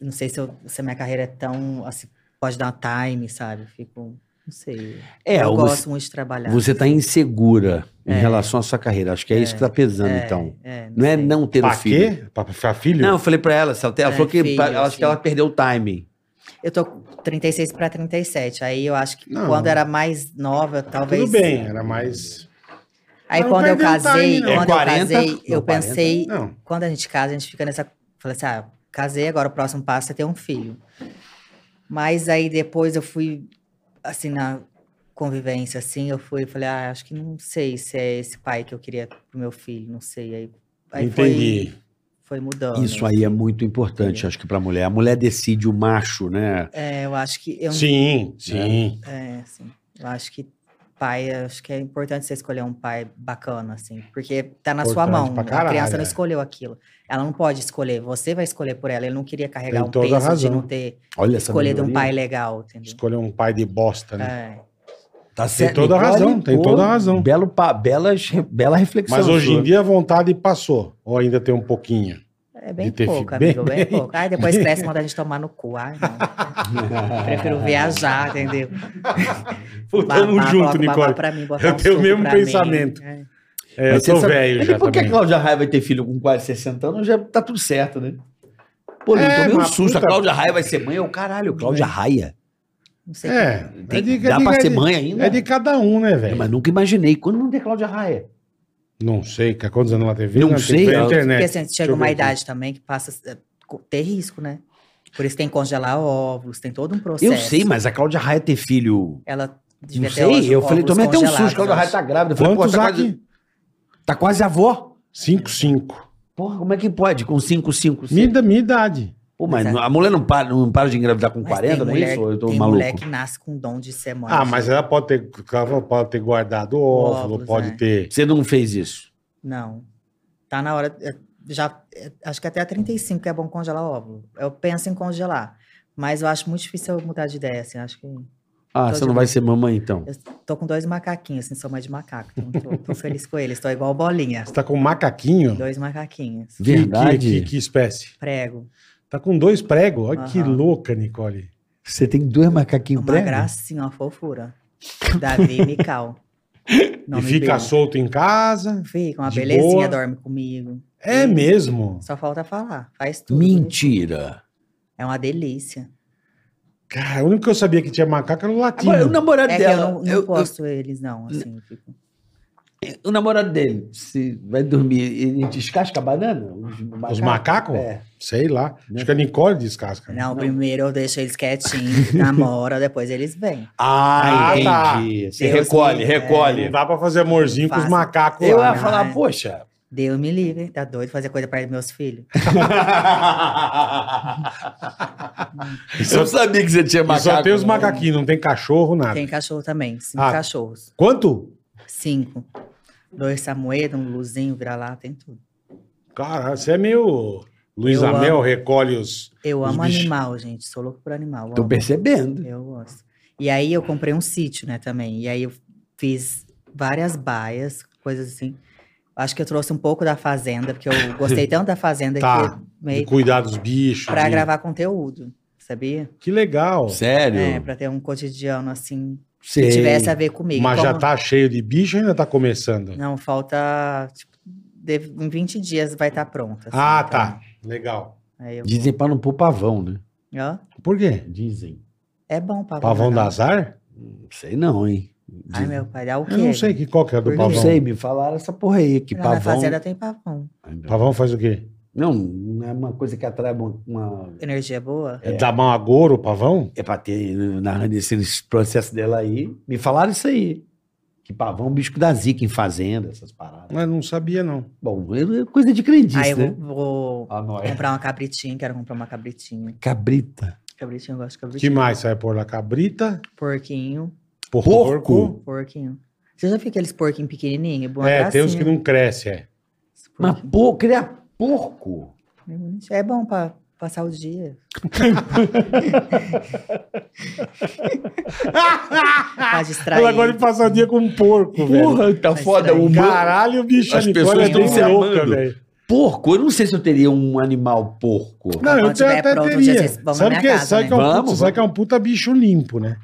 Não sei se, eu- se a minha carreira é tão. Assim, pode dar time, sabe? Eu Fico. Não sei. É, eu o- gosto muito de trabalhar. você tá insegura em É. relação à sua carreira. Acho que é, isso que tá pesando, É, então. é, Não é sei. não ter o Pra filho. quê? Pra ficar filho? Não, eu falei pra ela, Celta, ela É, falou que filho, pra- ela acho que ela assim. perdeu o timing. Eu tô com 36 para 37. Aí eu acho que Não. quando era mais nova, talvez. Tudo bem, era mais... Aí Não quando eu perdeu o time, casei, não. É quando 40? eu casei, eu Não, 40. pensei, Não. quando a gente casa, a gente fica nessa, falei assim, ah, casei, agora o próximo passo é ter um filho. Mas aí depois eu fui assim na convivência assim, eu fui, falei, ah, acho que não sei se é esse pai que eu queria pro meu filho, não sei aí. aí Entendi. Foi, foi mudando. Isso aí é muito importante, acho que pra mulher. A mulher decide o macho, né? É, eu acho que eu não Sim, sim. É, assim, eu acho que pai, eu acho que é importante você escolher um pai bacana, assim, porque tá na sua Importante mão. pra a caralho, criança é. não escolheu aquilo. Ela não pode escolher, você vai escolher por ela. Ele não queria carregar Tem um toda a peso de razão. não ter Olha essa escolhido um melhoria. pai legal, entendeu? Escolher um pai de bosta, né? É. Tá Tem toda a Nicole, razão, tem pô, toda a razão. Belo, pa- belas, bela reflexão. Mas hoje em sua. dia a vontade passou. Ou ainda tem um pouquinho. É bem De ter pouco, fi- bem- amigo, bem, bem- pouco. Aí depois cresce e manda a gente tomar no cu. Ai, não. Prefiro viajar, entendeu? Pô, Tamo Babá, Ah. um junto, coloca o babá Nicole. pra mim, botar Eu um tenho o suco mesmo pra mim. pensamento. É. É, eu Mas você tô sabe- velho Mas já por que a também. Cláudia Raia vai ter filho com quase 60 anos? Já tá tudo certo, né? Pô, eu É, tomei um mas susto. puta- A Cláudia Raia vai ser mãe? Eu, caralho, Cláudia Raia. Não sei. É, Tem- é de- dá é de- pra é ser de- mãe ainda? É de cada um, né, velho? Mas nunca imaginei. Quando não tem Cláudia Raia? Não sei, que quantos anos ela teve? Não Ela sei, teve ela- na é internet. Porque assim, Deixa eu chega uma ver aqui. idade também que passa é, co- ter risco, né? Por isso tem que congelar óvulos, tem todo um processo. Eu sei, mas a Cláudia Raia ter filho Ela Não devia ter óvulos- sei, eu falei, óvulos tomei até um congelados, susto, Cláudia eu Raia tá acho. grávida. Eu Falei, pô, Quantos tá, quase, aqui? tá quase avó. 5,5. Porra, como é que pode com 5, 5, 5? Minha, minha idade. Pô, mas Exato. a mulher não para, não para de engravidar com Mas 40, tem não é mulher- isso? Ou Eu tô tem maluco. é mulher que nasce com dom de ser mãe. assim. Ah, mas ela pode ter, ela pode ter guardado óvulo, Óvulos, pode é. né? ter. Você não fez isso. Não. Tá na hora. é, Já, é, acho que até a 35 que é bom congelar óvulo. Eu penso em congelar. Mas eu acho muito difícil eu mudar de ideia, assim. Acho que. Ah, Tô você de não vai ser mamãe então. Eu tô com dois macaquinhos, assim, sou mãe de macaco. Então tô, tô feliz com eles, tô igual bolinha. Você tá com macaquinho? Dois macaquinhos. Que- que- Verdade. Que, que espécie? Prego. Tá com dois pregos? Olha que Aham. louca, Nicole. Você tem dois macaquinhos Uma gracinha, uma fofura. Davi e Mical. Não, e me fica pega. solto em casa. Fica uma de belezinha, boa. dorme comigo. É Sim. mesmo. Só falta falar, faz tudo. Mentira. É uma delícia. Cara, o único que eu sabia que tinha macaco era o latino. Agora, o namorado É que eu dela. não, não eu- eu- posto eles, não, assim. Fico. o namorado dele, se vai dormir, ele descasca a banana? Os macacos? Os macacos? É. Sei lá. Acho que a Nicole né? descasca. Não, primeiro eu deixo eles quietinhos, namora, depois eles vêm. Ah, Ah, tá. entendi. Você Deus recolhe, me- recolhe. Não dá pra fazer amorzinho com os Fácil. macacos Eu lá, ia né? falar, Ai. poxa. Deus me livre, tá doido fazer coisa para meus filhos. eu sabia que você tinha E macaco. só tem os né? macaquinhos, não tem cachorro, nada. Tem cachorro também, cinco Ah. cachorros. Quanto? Cinco. Dois Samoedo, um Luzinho, Gralá, tem tudo. Cara, você é meio... Luiz Eu Amel amo. recolhe os... Eu Os amo bichos. animal, gente. Sou louco por animal. Tô amo. Uhum. percebendo. Eu gosto. E aí eu comprei um sítio, né, também. E aí eu fiz várias baias, coisas assim. Acho que eu trouxe um pouco da fazenda, porque eu gostei tanto da fazenda Tá, que De meio cuidar dos bichos. para de- gravar conteúdo, sabia? Que legal. Sério? É, para ter um cotidiano assim Sei. que tivesse a ver comigo. Mas já Como- tá cheio de bicho ainda tá começando? Não, falta tipo, deve- em 20 dias vai estar pronta. assim, ah, então. tá. Legal. Aí eu- Dizem pra não pôr pavão, né? Ó, Por quê? Dizem. é bom pavão. Pavão né? da azar? Não sei não, hein? Ai, meu pai, dá o quê? Eu não sei que, qual que é a do Por Não pavão. sei, me falaram essa porra aí, que Lá na pavão... fazenda tem pavão. Ai, meu- Pavão faz o quê? Não, não é uma coisa que atrai uma- uma... Energia boa? É. Dá mal a goro o pavão? É pra ter, narrando esse, esse processo dela aí, me falaram isso aí. Que pavão é um bicho da zica em fazenda, essas paradas. Mas não sabia, não. Bom, é coisa de crendice, Aí eu né? vou, A vou comprar uma cabritinha, quero comprar uma cabritinha. Cabrita. Cabritinha, eu gosto de que cabritinha. mais você vai pôr lá? Cabrita? Porquinho, Porco? Porco? porquinho. Você já viu aqueles porquinhos pequenininhos? Boa É, tem uns que gracinha. não crescem, é. Esse Mas porquinho pô, criar porco? é bonitinho. É bom pra passar o dia. pra distrair. Ela agora passa o dia com um porco, velho. Porra, tá Mas foda. será que- O humano, Caralho, bicho, As a Nicole pessoas é bem tão se louca, amando. velho. porco, eu não sei se eu teria um animal porco. Não, eu Quando tiver até pronto, um dia teria. vocês vão na Sabe minha que, é- casa, sabe né? que é um puta, Vamos, sabe que é um puta bicho limpo, né?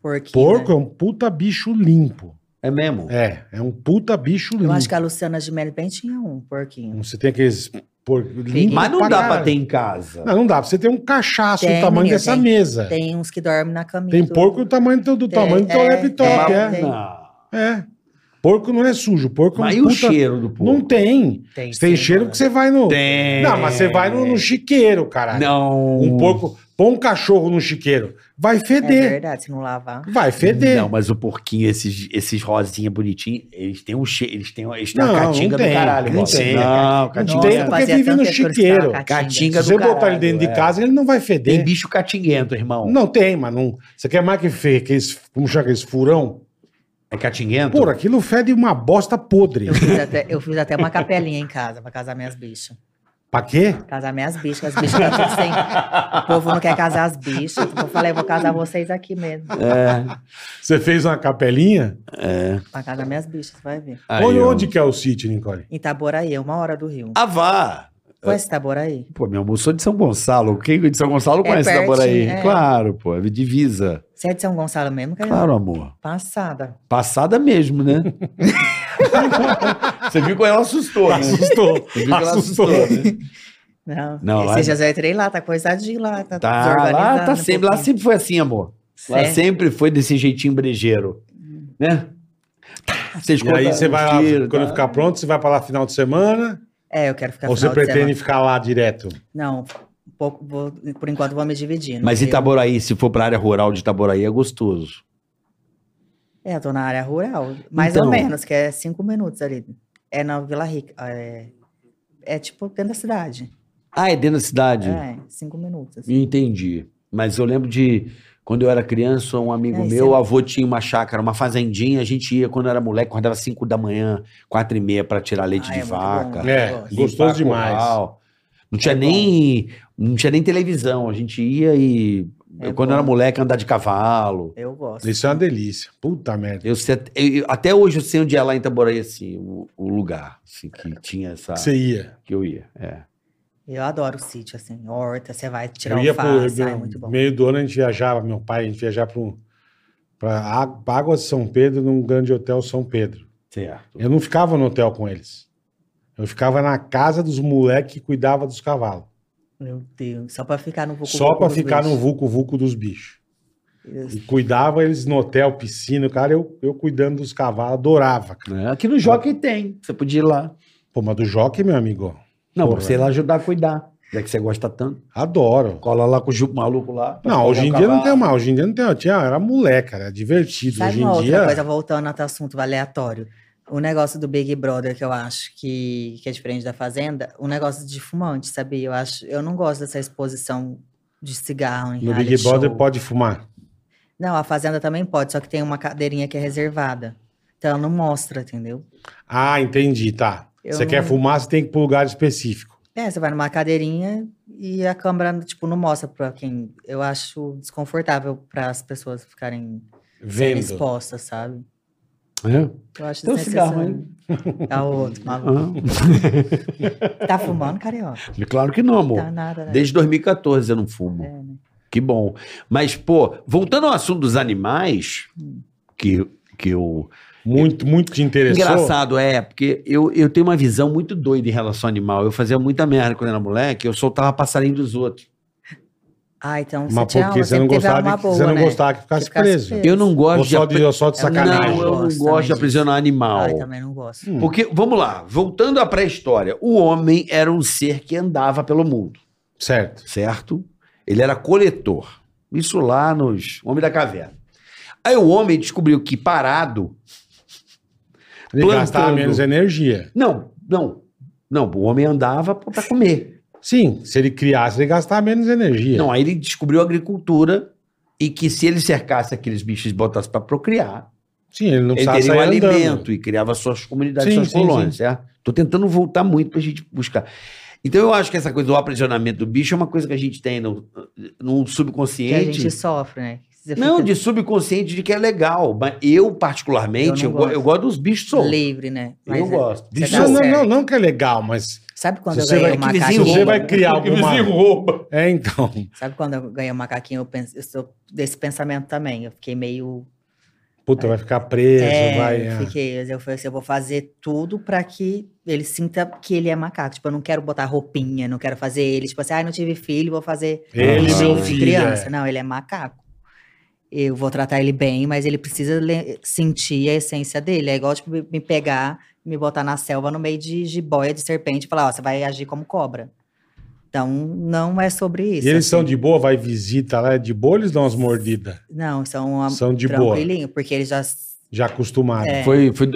Porquinho, Porco né? é um puta bicho limpo. É mesmo? É, é um puta bicho Eu limpo. acho que a Luciana Gimenez bem tinha um porquinho. Você tem aqueles porco limpo Mas não dá pra caralho. ter em casa. Não, não dá. Você tem um cachaço Tem, do tamanho menino, dessa tem- mesa. Tem, Tem uns que dormem na caminha. tudo. porco do tamanho do, do Tem, tamanho do teu é, laptop, é, é. tem. Não. É. Porco não é sujo, porco Mas é e um o puta... cheiro do porco? Não tem. Tem, Tem sim, cheiro mano. que você vai no... né? Tem. Não, mas você vai no, no chiqueiro, caralho. Não. Um porco... Põe um cachorro no chiqueiro. Vai É feder. verdade, se não lavar. vai feder. Não, mas o porquinho, esses, esses rosinha bonitinho, eles têm um cheiro, eles têm, eles têm Não, uma não catinga do tem, caralho. não Bola. tem. Não, Não catinga. tem Tem, porque fazia vive tanto no tempo que eu chiqueiro. escutava Catinga. Se você do caralho, botar ele dentro é. de casa, ele não vai feder. bicho catinguento, irmão. Não tem, mas não... Você quer mais que fe... que esse... Como chama aqueles furão? É catinguento? Pô, aquilo fede uma bosta podre. Eu fiz, até, eu fiz até uma capelinha em casa pra casar minhas bichas. Pra quê? Casar minhas bichas, as bichas estão tudo sem. O povo não quer casar as bichas. Então eu falei, eu vou casar vocês aqui mesmo. Você fez uma capelinha? Pra casar minhas bichas, vai ver. Aí, onde, ó. onde que é o sítio, Nicole? Itaboraí, é uma hora do Rio. Ah, vá! Conhece Itaboraí? Pô, meu amor, eu sou de São Gonçalo. Quem de São Gonçalo conhece pertinho, Itaboraí? é. Claro, pô. É divisa. Você é de São Gonçalo mesmo? Cara? Claro, amor. Passada. Passada mesmo, né? Você viu como ela assustou, né? Assustou. Você viu que ela Assustou. né? Não, Não, lá- é Esses dias eu entrei lá, tá coisadinho lá. Tá, Tá, lá, desorganizado tá um sempre, lá pouquinho. sempre foi assim, amor. Lá Certo. sempre foi desse jeitinho brejeiro, né? Vocês E aí você vai lá, quando tá? ficar pronto, você vai pra lá final de semana? É, eu quero ficar ou você final de pretende ficar lá direto? semana. Não, um pouco, vou- por enquanto vou me dividindo. Mas entendeu? Itaboraí, se for pra área rural de Itaboraí, é gostoso. É, eu tô na área rural. Mais Então. ou menos, que é cinco minutos ali. É na Vila Rica. É, é tipo dentro da cidade. Ah, é dentro da cidade? É, cinco minutos. assim. Entendi. Mas eu lembro de quando eu era criança, um amigo É, isso meu, é- o avô tinha uma chácara, uma fazendinha. A gente ia quando era moleque, acordava 5 da manhã, 4 e meia pra tirar leite Ah, de é muito vaca. bom. É, Eu gosto. gostoso limpar demais. curral. Não tinha É bom. nem não tinha nem televisão. A gente ia e É quando bom. era moleque andar de cavalo. Eu gosto. Isso é uma delícia. Puta merda. Eu, sei- eu- até hoje eu sei onde é lá em Itaboraí assim, o, o lugar assim, que tinha essa Você ia. que eu ia. É. Eu adoro o sítio, assim, horta, você vai tirar Eu ia pro alface, ah, é muito no bom. meio do ano a gente viajava, meu pai, a gente viajava pra um, Pra Á- pra Água de São Pedro, num grande hotel São Pedro. Certo. Eu não ficava no hotel com eles. Eu ficava na casa dos moleques que cuidava dos cavalos. Meu Deus, só pra ficar no vucu Só pra ficar no vulco-vulco dos bichos. E cuidava eles no hotel, piscina, o cara, eu, eu cuidando dos cavalos, adorava. cara. É, Aqui no Jockey tem. Você podia ir lá. Pô, mas do Jockey, meu amigo, Não, Porra. pra você ir lá ajudar a cuidar. Já que você gosta tanto. adoro. Cola lá com o Jupo maluco lá. pra Não, pegar hoje um em dia não cavalo. tem mais, hoje em dia não tem, eu tinha, era moleque, cara, era divertido. Sabe hoje uma em outra dia, coisa, voltando ao assunto aleatório? O negócio do Big Brother, que eu acho que, que é diferente da Fazenda, o negócio de fumante, sabia? Eu, acho, eu não gosto dessa exposição de cigarro em no reality Big Brother show. pode fumar. Não, a Fazenda também pode, só que tem uma cadeirinha que é reservada. Então ela não mostra, entendeu? Ah, entendi, tá. Eu você quer não- fumar, você tem que ir para lugar específico. É, você vai numa cadeirinha e a câmera, tipo, não mostra pra quem. Eu acho desconfortável para as pessoas ficarem sendo Vendo. expostas, sabe? É? Eu acho Tem um cigarro aí. desnecessário. Tá outro, maluco. Ah, Tá fumando, carioca? claro que não, amor. Tá nada, né? Desde 2014 eu não fumo. É, né? Que bom. Mas, pô, voltando ao assunto dos animais, que, que eu. Muito, muito te interessou. Engraçado, é, porque eu, eu tenho uma visão muito doida em relação ao animal. Eu fazia muita merda quando era moleque, eu soltava passarinho dos outros. Ah, então você Mas tinha porque uma, você não sempre teve gostava, uma de- boa, você não né? gostava que ficasse, Que ficasse preso. preso. Eu não gosto Ou de. só de, apri- ou só de Eu não- sacanagem. Não, eu não Gosto gosto de também aprisionar animal. Ah, eu também não gosto. Hum. Porque, vamos lá, voltando à pré-história, o homem era um ser que andava pelo mundo, Certo. certo? Ele era coletor. Isso lá nos Homem da Caverna. Aí o homem descobriu que parado Ele Plantando. gastava menos energia. Não, não. Não, o homem andava para comer. Sim, se ele criasse, ele gastava menos energia. Não, aí ele descobriu a agricultura e que se ele cercasse aqueles bichos e botasse para procriar, Sim, ele não ele precisava teria um sair andando. alimento e criava suas comunidades, Sim, suas sim, colônias, certo? Tô tentando voltar muito pra gente buscar. Então eu acho que essa coisa do aprisionamento do bicho é uma coisa que a gente tem no, no Que a subconsciente. gente sofre, né? Você Não, fica de subconsciente de que é legal. Mas eu, particularmente, eu, Eu não go- eu gosto. gosto. dos bichos soltos. livre, né? Eu Mas é- gosto. você Bicho tá Não, não, certo. não, não que é legal, mas Sabe quando Se eu você ganhei vai- o que se vizinho macaquinho? você vai criar Que alguma... vizinho rouba. É, então. Sabe quando eu ganhei o macaquinho? Eu, penso, eu sou desse pensamento também. Eu fiquei meio. Puta, vai ficar preso, é, vai... é. fiquei. Eu falei assim: eu vou fazer tudo pra que ele sinta que ele é macaco. Tipo, eu não quero botar roupinha, não quero fazer ele. Tipo assim, ah, não tive filho, vou fazer Ele, estilo meu de filho, criança. é. Não, ele é macaco. Eu vou tratar ele bem, mas ele precisa le- sentir a essência dele. É igual, tipo, me me pegar, me botar na selva no meio de jiboia de serpente e falar, ó, você vai agir como cobra. Então, não é sobre isso. E eles são assim. de boa, vai visita lá, é de boa eles dão umas mordidas? Não, são a- São de boa, tranquilinho, porque eles já. já acostumados. É. Foi, foi,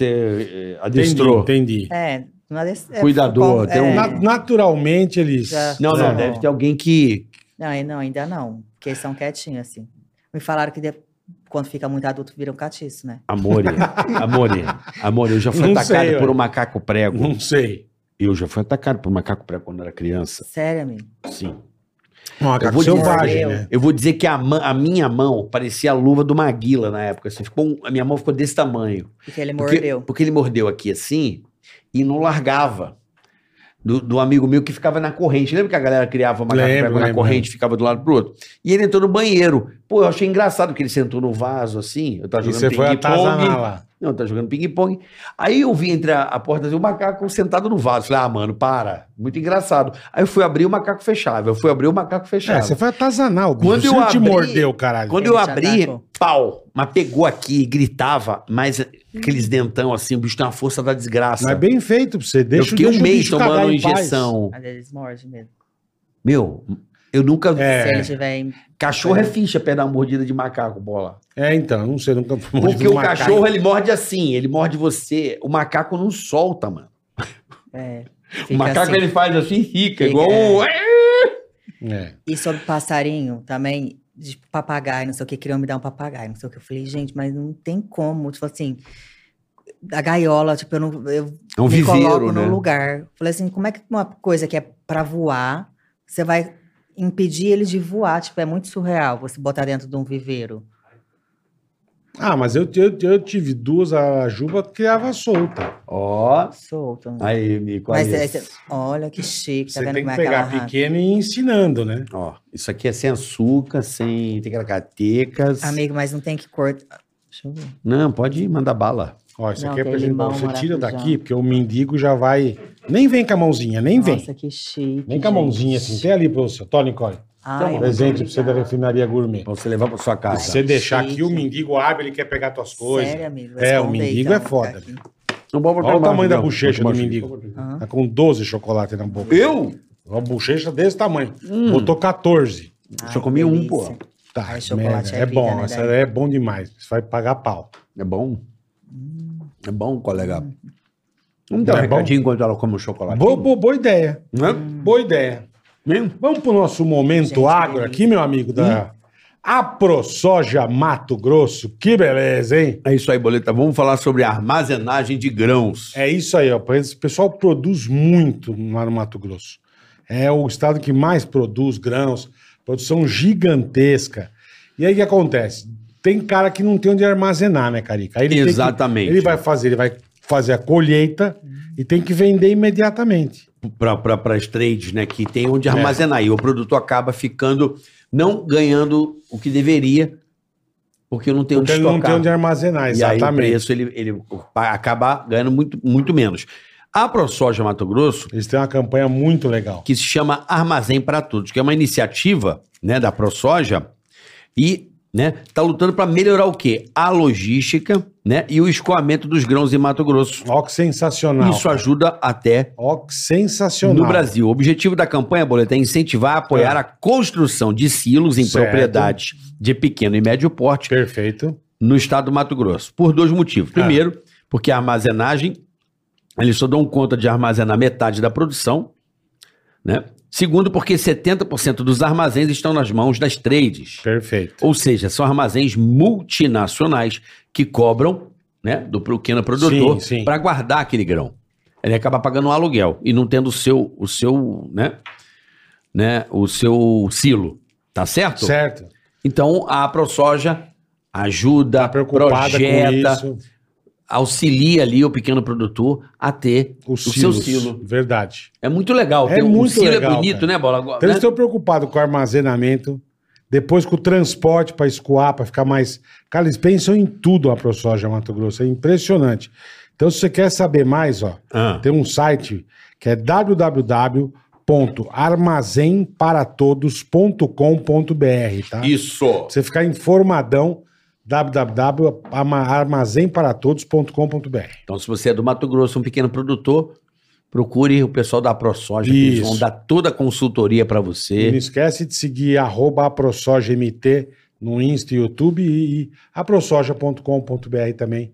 você eh, Entendi, adestrou. entendi. É, não é, é com- Cuidador, tem um- é, Na- naturalmente eles... Já- Não, né? não, É. deve ter alguém que. não, aí não, ainda não. Porque eles são quietinhos, assim. Me falaram que de- quando fica muito adulto, viram catiço, né? Amore, amore, amore, eu já fui Não atacado sei, por ué. um macaco prego. Não sei. Eu já fui atacado por um macaco prego quando era criança. Sério, amigo. Sim. Um macaco vou dizer- selvagem, né? Eu vou dizer que a, ma- a minha mão parecia a luva do Maguila na época. Assim, ficou um- a minha mão ficou desse tamanho. Porque ele Porque- mordeu. Porque, ele mordeu aqui assim e não largava. Do, do amigo meu que ficava na corrente. Lembra que a galera criava o macaco Lembro, prego na lembro. corrente, ficava do lado pro outro? E ele entrou no banheiro. Pô, eu achei engraçado que ele sentou no vaso assim. Eu tava E jogando você foi pingue-pongue. atazanar lá. Não, tá jogando ping-pong. Aí eu vi entre a, a porta e o macaco sentado no vaso. Falei, ah, mano, para. Muito engraçado. Aí eu fui abrir o macaco fechava. Eu fui abrir o macaco É, fechava. você foi atazanar o bicho. Quando Você eu não te abri- mordeu, caralho. Quando Ele eu te abri, atacou. pau. Mas pegou aqui, gritava, mas aqueles dentão assim, o bicho tem uma força da desgraça. Mas é bem feito pra você. Deixa, eu fiquei deixa um o mês bicho cagar tomando em paz. injeção. Mas eles mordem mesmo. Meu, eu nunca. É. Se ele tiver. em- Cachorro é ficha perto da mordida de macaco, bola. É, então, não sei, nunca fui mordido Porque por o macaco. cachorro, ele morde assim, ele morde você. O macaco não solta, mano. É, o fica macaco assim. ele faz assim e Fica, fica, igual. um- É. E sobre passarinho também, de papagaio, não sei o que, queriam me dar um papagaio, não sei o que. Eu falei, gente, mas não tem como. Tipo assim, a gaiola, tipo, eu não. Eu É um me viveiro, coloco né? no lugar. Falei assim, como é que uma coisa que é pra voar, você vai impedir ele de voar? Tipo, é muito surreal você botar dentro de um viveiro. Ah, mas eu, eu, eu tive duas, a Juba criava Tá solta. Ó. Solto. né? Aí, Mico, Mas aí. é, cê- olha que chique, tá Você vendo tem como que é aquela pegar raça? pequeno e ir ensinando, né? Ó, isso aqui é sem açúcar, sem tecaracatecas. Amigo, mas não tem que cortar. Deixa eu ver. Não, pode mandar bala. Ó, isso Não, aqui é tem presente pra limão, você. Tira maracujá. daqui, porque o mendigo já vai. Nem vem com a mãozinha, nem vem. Nossa, que chique. Nem com a gente. mãozinha assim. Tem ali pra você. Tô, Nicole. Ai, Presente muito pra você da obrigada. refinaria gourmet. Pra você levar pra sua Se casa. você deixar aqui, Chique. o mendigo abre, ele quer pegar tuas coisas. Sério, amigo? É, o Esconde aí, mendigo então, é vou ficar foda. aqui. Não, bota pra Olha o baixo, tamanho da Miguel. bochecha Bota do pra baixo. mendigo. Aham. Tá com 12 chocolate na boca. Eu? Uma bochecha desse tamanho. Botou 14. Hum, Ai, Só comi que um, pô. delícia. Tá, Ai, chocolate merda. é é, vida, bom. né, essa Dani? é bom demais. Você vai pagar pau. É bom? Hum. É bom, colega? Vamos dar um É bom? recadinho enquanto ela come o chocolate. Boa, boa, boa ideia. Né? Boa ideia. Mesmo? Vamos pro nosso momento Gente, agro delícia. aqui, meu amigo Hum? da AproSoja Mato Grosso. Que beleza, hein? É isso aí, Boleta. Vamos falar sobre armazenagem de grãos. É isso aí, ó. Esse pessoal produz muito lá no Mato Grosso. É o estado que mais produz grãos, produção gigantesca. E aí o que acontece? Tem cara que não tem onde armazenar, né, Carica? Aí ele tem que- Exatamente. ele vai fazer, ele vai fazer a colheita e tem que vender imediatamente. Para as trades, né? Que tem É. onde armazenar. E o produto acaba ficando, não ganhando o que deveria, porque não tem Porque ele onde não tem estocar. onde armazenar, E aí o exatamente. preço ele, ele acaba ganhando muito, muito menos. A ProSoja Mato Grosso Eles têm uma campanha muito legal. que se chama Armazém para Todos, que é uma iniciativa né, da ProSoja e né, tá lutando para melhorar o quê? A logística né, e o escoamento dos grãos em Mato Grosso. Ó que sensacional. Isso ajuda até Ó que sensacional. no Brasil. O objetivo da campanha, Boleta, é incentivar e apoiar É. a construção de silos em Certo. propriedades de pequeno e médio porte Perfeito. no estado do Mato Grosso. Por dois É. motivos. Primeiro, porque a armazenagem, eles só dão conta de armazenar metade da produção. Né? Segundo, porque 70% dos armazéns estão nas mãos das trades. Perfeito. Ou seja, são armazéns multinacionais que cobram né, do pequeno produtor Sim, sim. para guardar aquele grão. Ele acaba pagando um aluguel e não tendo o seu, o seu, né, né, o seu silo. Tá certo? Certo. Então a ProSoja ajuda, Tá preocupada projeta, com isso. auxilia ali o pequeno produtor a ter o, seu silo. Verdade. É muito legal. É ter- muito o silo legal, é bonito, cara. né, Bola? Agora, Então eles né? estão preocupados com o armazenamento, depois com o transporte para escoar, para ficar mais. Cara, eles pensam em tudo a ProSoja Mato Grosso. É impressionante. Então, se você quer saber mais, ó, Ah. tem um site que é www.armazenparatodos.com.br, tá? Isso. Pra você ficar informadão, www.armazenparatodos.com.br. Então, se você é do Mato Grosso, um pequeno produtor, procure o pessoal da ProSoja, que eles Isso. vão dar toda a consultoria para você. E não esquece de seguir arroba aprosojamt no Insta e YouTube e, e aprosoja.com.br também,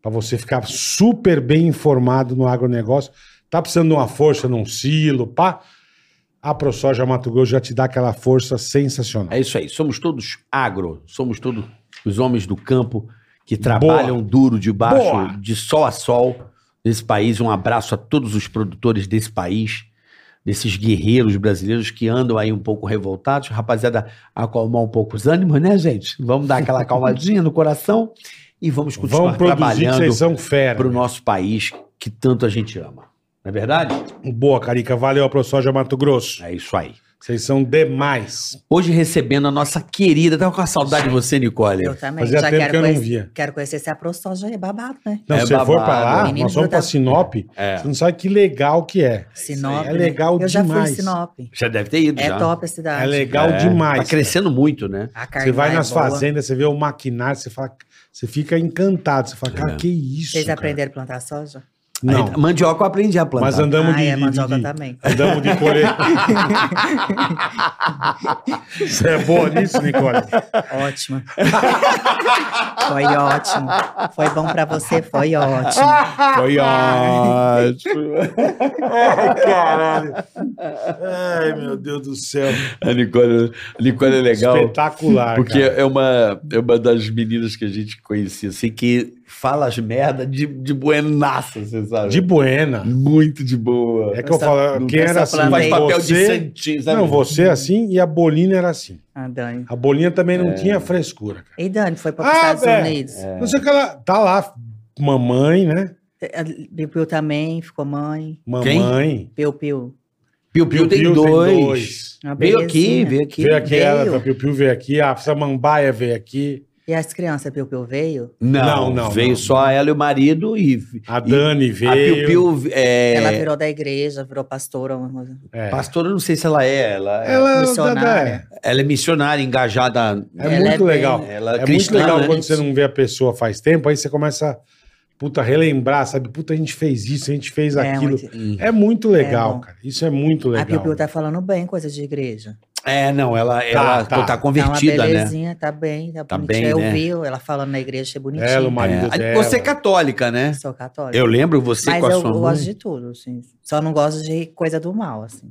para você ficar super bem informado no agronegócio. Tá precisando de uma força num silo, pá? A ProSoja Mato Grosso já te dá aquela força sensacional. É isso aí. Somos todos agro, somos todos os homens do campo que trabalham duro debaixo Boa. de sol a sol nesse país. Um abraço a todos os produtores desse país, desses guerreiros brasileiros que andam aí um pouco revoltados. Rapaziada, acalmar um pouco os ânimos, né, gente? Vamos dar aquela acalmadinha no coração e vamos continuar Vamos produzir, que trabalhando vocês são fera. para o nosso país que tanto a gente ama. Não é verdade? Boa, Carica. Valeu, a ProSoja Mato Grosso. É isso aí. Vocês são demais. Hoje recebendo a nossa querida, tava com a saudade de você, Nicole. Eu também. Fazia já tempo quero que eu não conhecer, via. Quero conhecer esse aprostoja é babado, né? Não, É se você for pra babado. lá, Menino nós tá fomos pra brother. Sinop, você não sabe que legal que é. Sinop. É né? legal Eu já fui demais. em Sinop. Já deve ter ido, É já. top a cidade. É legal É, demais. Tá crescendo muito, né? A carne Você vai lá é nas boa. fazendas, você vê o maquinário, você fala, você fica encantado, você fala, cara, É. que isso, Vocês cara. aprenderam a plantar soja? Não, Aí, mandioca eu aprendi a plantar. mas andamos ah, de, é, de- mandioca de- também. andamos de colher. você é boa nisso, Nicole? Ótimo. foi ótimo. Foi bom pra você, foi ótimo. Foi ótimo. Caralho. Ai, meu Deus do céu. A Nicole, a Nicole é legal. Espetacular, Porque cara. é uma, é uma das meninas que a gente conhecia, assim, que fala as merda de, de buenaça, assim, sabe? De buena. Muito de boa. É que eu Essa- falo, quem essa era assim? planta Faz aí. papel de você- santinho, sabe? Não, você é assim e a Bolina era assim. Ah, Dani. A Bolina também É. não tinha frescura, cara. E Dani foi para os Ah, Estados velho. Unidos. Não sei o que ela. Tá lá, mamãe, né? A ah, Piu Piu também ficou mãe. Mamãe. Piu Piu. Piu Piu tem Piu-piu dois. Uma Veio aqui, belezinha. veio aqui. Veio aqui veio. ela, a Piu Piu veio aqui, a Samambaia veio aqui, E as crianças, Piu Piu veio? Não, Não, não, Veio não. só ela e o marido e. a Dani e a veio. Piu Piu. É, Ela virou da igreja, virou pastora. uma coisa. É. Pastora, eu não sei se ela é. Ela, é- Ela, Missionária. ela é missionária, engajada. É, Ela muito é bem- legal. Ela É cristã. muito legal né? quando você não vê a pessoa faz tempo, aí você começa a puta, relembrar, sabe? Puta, a gente fez isso, a gente fez É, aquilo. onde- Hum. É muito É legal, bom. cara. Isso é muito A Piu legal. Piu tá falando bem, coisa de igreja. É, não, ela, ela tá. pô, tá, convertida, tá uma né? belezinha, tá bem, tá, Tá bonitinha. bem, Eu né? vi ela falando na igreja, achei bonitinha. Ela, o marido É. dela. Você é católica, né? Sou católica. Eu lembro você Mas com a eu sua mãe. gosto de tudo, assim. Só não gosto de coisa do mal, assim.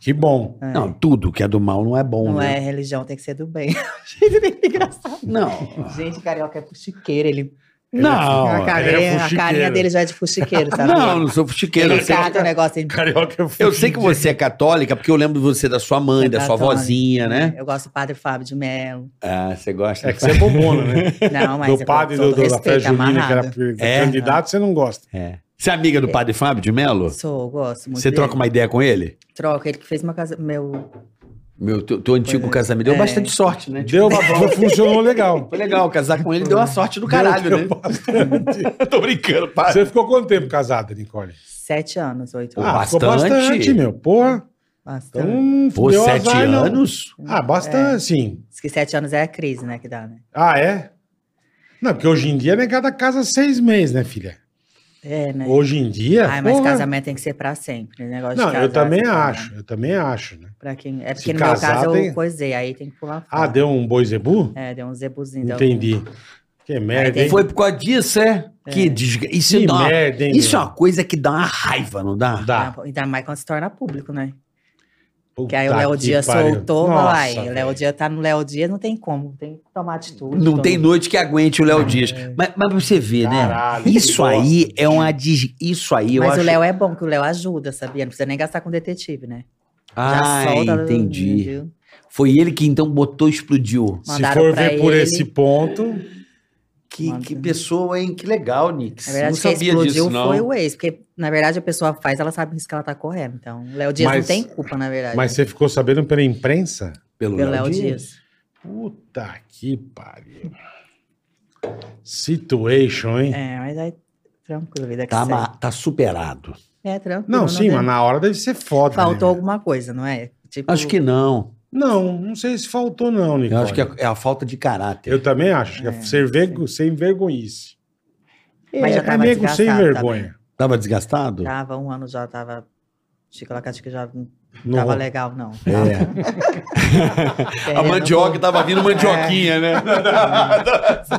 Que bom. É. Não, tudo que é do mal não é Tá bom, Não né? é religião, tem que ser do bem. Gente, tem que engraçado. Não. Gente, carioca é fuxiqueiro. Ele... Não. a, ele é carinha, a fuxiqueiro. carinha dele já é de fuxiqueiro, sabe? Não, não sou fuxiqueiro. ele Eu sei, caga o negócio. Ele... Carioca é eu sei que você é católica, porque eu lembro de você da sua mãe, da sua É Católica. vozinha, né? Eu gosto do padre Fábio de Mello. Ah, você gosta. É que você é bobona, né? Não, mas do padre do, do, da fé tá junina, que era pre- É. candidato, você não gosta. É. Você é amiga do padre Fábio de Melo? Sou, gosto muito Você dele. troca uma ideia com ele? Troca, ele que fez uma casa... Meu... Meu, teu, teu antigo Pois é. casamento deu É. bastante sorte, né? Deu, funcionou legal. Foi legal, casar com ele deu uma sorte do caralho, Deu- né? deu bastante. Tô brincando, padre. Você ficou quanto tempo casada, Nicole? Sete anos, oito Pô, anos. Ah, ficou bastante. bastante, meu. Porra. Bastante. Então, não Pô, deu sete azar, não. anos? Ah, bastante, sim. Diz que sete anos é a crise, né, que dá, né? Ah, é? Não, porque hoje em dia é cada casa seis meses, né, filha? É, né? Hoje em dia. Ai, mas porra. casamento tem que ser pra sempre. né? Negócio de Não, eu casar, também assim, acho, né? eu também acho, né? Pra quem... É Se porque no casar, meu caso tem- eu coisei, aí tem que pular fora. Ah, deu um boi zebu? É, deu um zebuzinho. deu um- Entendi. Que merda, hein? Foi por causa disso, é? Que desgra... Isso, Que dá uma- merda, hein? Isso é meu? uma coisa que dá uma raiva, não dá? Dá. Ah, Ainda mais quando se torna público, né? Puta Porque aí o Léo que Dia pariu. soltou, Nossa, vai. O velho. Léo Dia tá no Léo Dia, não tem como, tem que tomar atitude. Não todo tem noite que aguente o Léo Dias. Mas, mas você vê, Caralho, né? que Isso bosta. aí é uma des... Isso aí eu Mas acho... o Léo é bom, que o Léo ajuda, sabia? Não precisa nem gastar com detetive, né? Ah, entendi. viu? Foi ele que então botou e explodiu. Se Mandaram for pra ver por ele. esse ponto, Que, Manda. que pessoa, hein? Que legal, Nix. Na verdade, não quem sabia explodiu disso, não. foi o ex, porque na verdade a pessoa faz, ela sabe o risco que ela tá correndo. Então, o Léo Dias Mas- não tem culpa, na verdade. né? mas é você ficou sabendo pela imprensa? Pelo pelo Léo Léo Dias. Dias. Puta que pariu. Situation, hein? É, mas aí, tranquilo, vida que Tá, segue. ma- tá superado. É, tranquilo. Não, sim, tem- mas na hora deve ser foda. Faltou né? alguma coisa, não é? Tipo, Acho que não. Não, não sei se faltou, não, Nicole. Eu acho que é, é a falta de caráter. Eu também acho. que É. Ser vergo, sem vergonhice. Mas já é tava nego sem desgastado vergonha. Tava desgastado? tava um ano já, tava. Chico acho que já não Não tava rolou. legal, não. É. Terreno bom. tava vindo mandioquinha, né?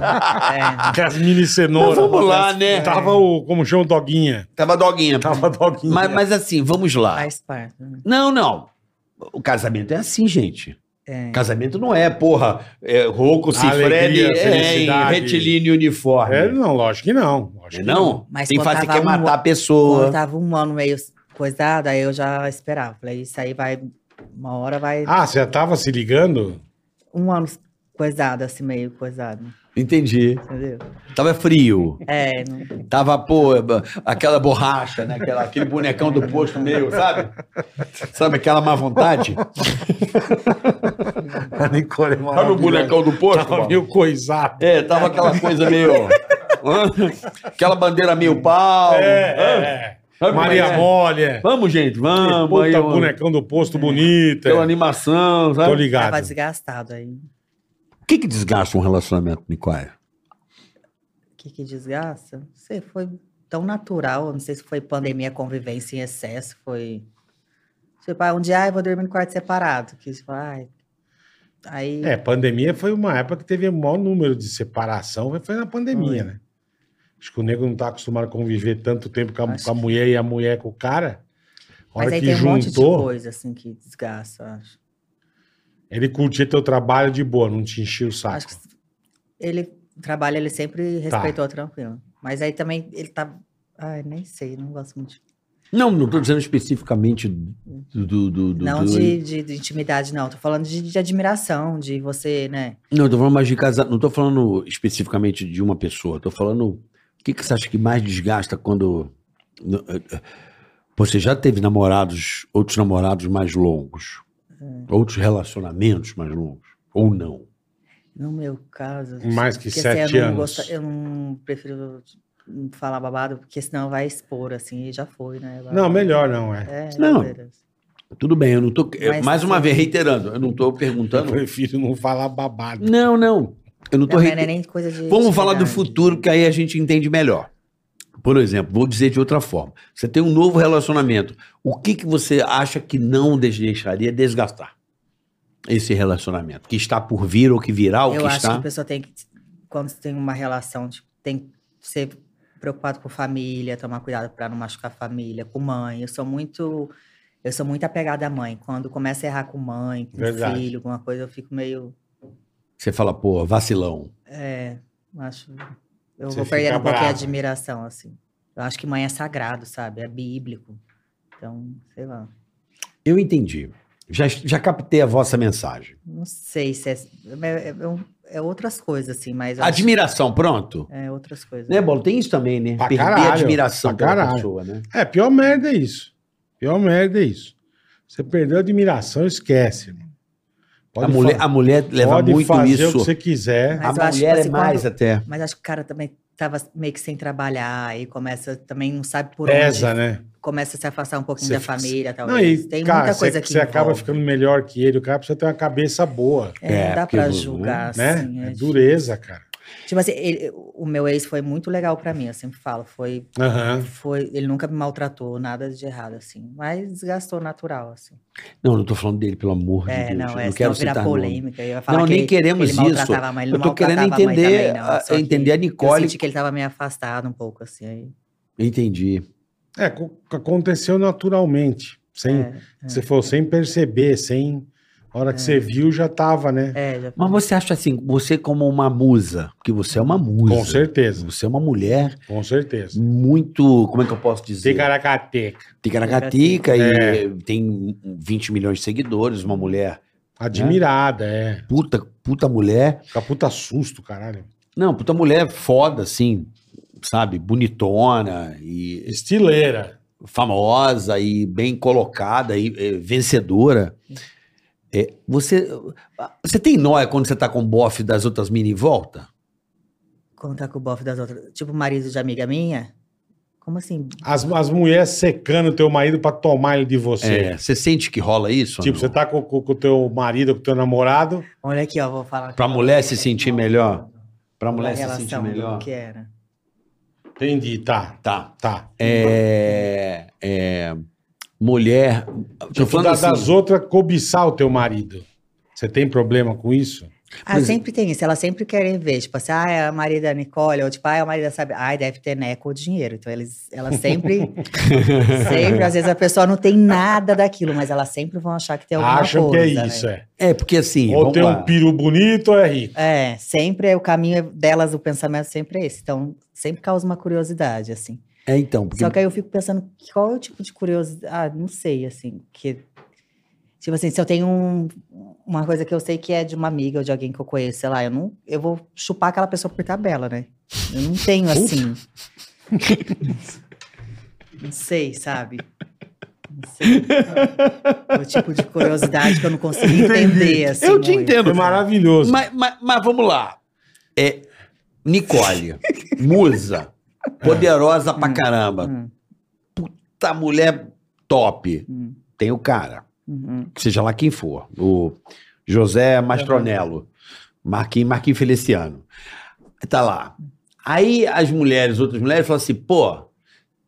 É, Com as mini Mas cenouras. vamos lá, né? Tava o, como chama, o doguinha. Tava doguinha. Tava doguinha. Mas, mas assim, vamos lá. faz parte. né? Não, não. O casamento é assim, gente. É. Casamento não é, porra, é, Rocco, Cifredi, Alegria, é, em felicidade. retilíneo uniforme. É, não, lógico que não. Lógico que É, não? Mas Tem fase que quer botava um- matar a Quando pessoa. tava um ano meio coisado, aí eu já esperava. Falei, isso aí vai. Uma hora vai. Ah, você já tava se ligando? Um ano coisado, assim, meio coisado. Entendi. Entendeu? Tava frio. É, não- Tava, pô, aquela borracha, né? Aquela- aquele bonecão do posto meio, sabe? Sabe aquela má vontade? A Nicole é Sabe o bonecão do posto? Tava Bob? meio coisado. É, tava aquela coisa meio. Hã? aquela bandeira meio pau. É, Hã? é. Maria Sabe como é? Mole. é. Vamos, gente, vamos. aí, É. Puta, mano. bonecão do posto bonita. Aquela animação, Tô sabe? tava ligado. desgastado aí. O que, que desgasta um relacionamento, Nicole? O que, que desgasta? Não sei, foi tão natural. eu Não sei se foi pandemia, convivência em excesso, foi. Tipo, ah, um dia ah, eu vou dormir no quarto separado. Que, tipo, ai. Aí. É, pandemia foi uma época que teve o maior número de separação, foi na Foi. pandemia, né? Acho que o nego não tá acostumado a conviver tanto tempo com a, Acho com a mulher e a mulher com o cara. A hora mas aí que tem um monte de juntou, coisa, assim, que desgasta, eu acho. ele curtia teu trabalho de boa, não te enchia o saco. Acho que Tá. ele o trabalho, ele sempre respeitou tranquilo. Mas aí também ele tá Ai, nem sei, não gosto muito. Não, não estou dizendo especificamente do. do, do, do- não do- de, de- de intimidade, não. Tô falando de, de admiração, de você, né? Não, eu tô falando mais de casa. Não tô falando especificamente de uma pessoa. Tô falando. O que, que você acha que mais desgasta quando. no- eh, eh, Você já teve namorados, outros namorados mais longos? É. Outros relacionamentos mais longos? Ou não? No meu caso. assim, Mais que porque, sete eu não anos. gosto- eu não prefiro falar babado, porque senão vai expor, assim, e já foi, né? Não, melhor não, é. É, Não. ladeira. Tudo bem, eu não tô. eu- Mas mais uma sim. vez, reiterando, eu não tô É. Eu perguntando. prefiro não falar babado. Não, não. Eu não tô. Não, reite- não é nem coisa de Vamos falar do intimidade. futuro, porque aí a gente entende melhor. Por exemplo, vou dizer de outra forma. Você tem um novo relacionamento. O que, que você acha que não des- deixaria desgastar esse relacionamento? Que está por vir ou que virá, ou Eu é que acho que está. a pessoa tem que, quando tem uma relação, tipo, tem que ser preocupado com família, tomar cuidado para não machucar a família, com mãe. Eu sou muito, eu sou muito apegada à mãe. Quando começa a errar com mãe, com Verdade. filho, alguma coisa, eu fico meio, Você fala, pô, vacilão. é, acho, eu Você vou fica perdendo qualquer brava. admiração assim. Eu acho que mãe é sagrado, sabe? É bíblico. Então, sei lá. Eu entendi. Já, já captei a vossa mensagem. Não sei se é, é, é um- é outras coisas assim, mas eu acho que Admiração, pronto? é outras coisas. Né, Bola? Tem isso também, né? Pra Perder caralho, a admiração pra pela caralho. pessoa, né? É, pior merda é isso. Pior merda é isso. Você perdeu a admiração, esquece. irmão. A mulher, fa- a mulher leva pode muito fazer o isso. que você quiser. Mas eu A acho que mulher é você mais quando- até. Mas acho que o cara também tava meio que sem trabalhar e começa também não sabe por Pesa, onde. né? Começa a se afastar um pouquinho Você da fica- assim família, Não, talvez. e, Tem cara, muita coisa você, aqui. você acaba ficando melhor que ele. O cara precisa ter uma cabeça boa, É, É, não dá porque pra não- julgar, assim. né? é É dureza, cara. difícil. Tipo assim, ele- o meu ex foi muito legal pra mim, eu sempre falo. Foi, Aham. foi, ele nunca me maltratou, nada de errado, assim. Mas desgastou natural, assim. Não, não tô falando dele, pelo amor de É, não, Deus. eu é, não senão quero virar citar nome. polêmica. Eu ia falar Não, que nem ele- que queremos ele isso. maltratava a mãe, ele Eu não tô querendo maltratava a mãe também, entender, não, a- só que entender a Eu Nicole. senti que ele tava meio afastado um pouco, assim. Aí, Entendi. É, co- aconteceu naturalmente. Sem, é, Você falou sem perceber, sem. A hora que você viu, já tava, né? é, já Mas você acha assim, você como uma musa, porque você é uma musa. Com certeza, Você é uma mulher com certeza. muito, como é que eu posso dizer? Ticaracateca. Ticaracatica assim. e tem 20 milhões de seguidores, uma mulher, Admirada, é. puta, puta mulher. Fica puta susto, caralho. Não, puta mulher foda, assim, sabe? Bonitona e Estileira. famosa e bem colocada e eh, vencedora. É, você, você tem nóia quando você tá com o bofe das outras mini em volta? Contar com o bofe das outras. Tipo, o marido de amiga minha? Como assim? As, as mulheres secando teu marido pra tomar ele de você. É, você sente que rola isso? ou Tipo, não? você tá com com- com o teu marido, com o teu namorado. Olha aqui, ó, vou falar. Pra mulher se sentir melhor? Pra Pra mulher se sentir melhor. Que era. Entendi, tá. Tá. Tá. É, é, mulher. Tô Tipo, falando da- assim, das outras cobiçar o teu marido. Você tem problema com isso? Ah, é. sempre tem isso. Elas sempre querem ver. Tipo assim, ah, é a marida da Nicole. Ou tipo, ah, é a marida sabe. Ai, deve ter neco ou dinheiro. Então, eles, elas sempre. sempre. Às vezes a pessoa não tem nada daquilo, mas elas sempre vão achar que tem alguma Acham que coisa. é isso, né? é. é, porque assim. Ou vamos tem lá. um piru bonito ou é rico. É, sempre é o caminho delas, o pensamento sempre é esse. Então, sempre causa uma curiosidade, assim. É, então. Porque Só que aí eu fico pensando, qual é o tipo de curiosidade? Ah, não sei, assim, que... Tipo assim, se eu tenho um- uma coisa que eu sei que é de uma amiga ou de alguém que eu conheço, sei lá, eu não... Eu vou chupar aquela pessoa por tabela, né? Eu não tenho, assim... não sei, sabe? Não sei. o tipo de curiosidade que eu não consigo entender, assim. eu te muito. entendo. É maravilhoso. Mas, mas- mas vamos lá. É, Nicole, musa, poderosa pra É. Hum, caramba. Hum, Puta mulher top. hum, Tem o cara. hum, seja lá quem for, o José Mastronello, Marquinhos, Marquinhos Feliciano. Tá lá. Aí as mulheres, outras mulheres, falam assim, pô,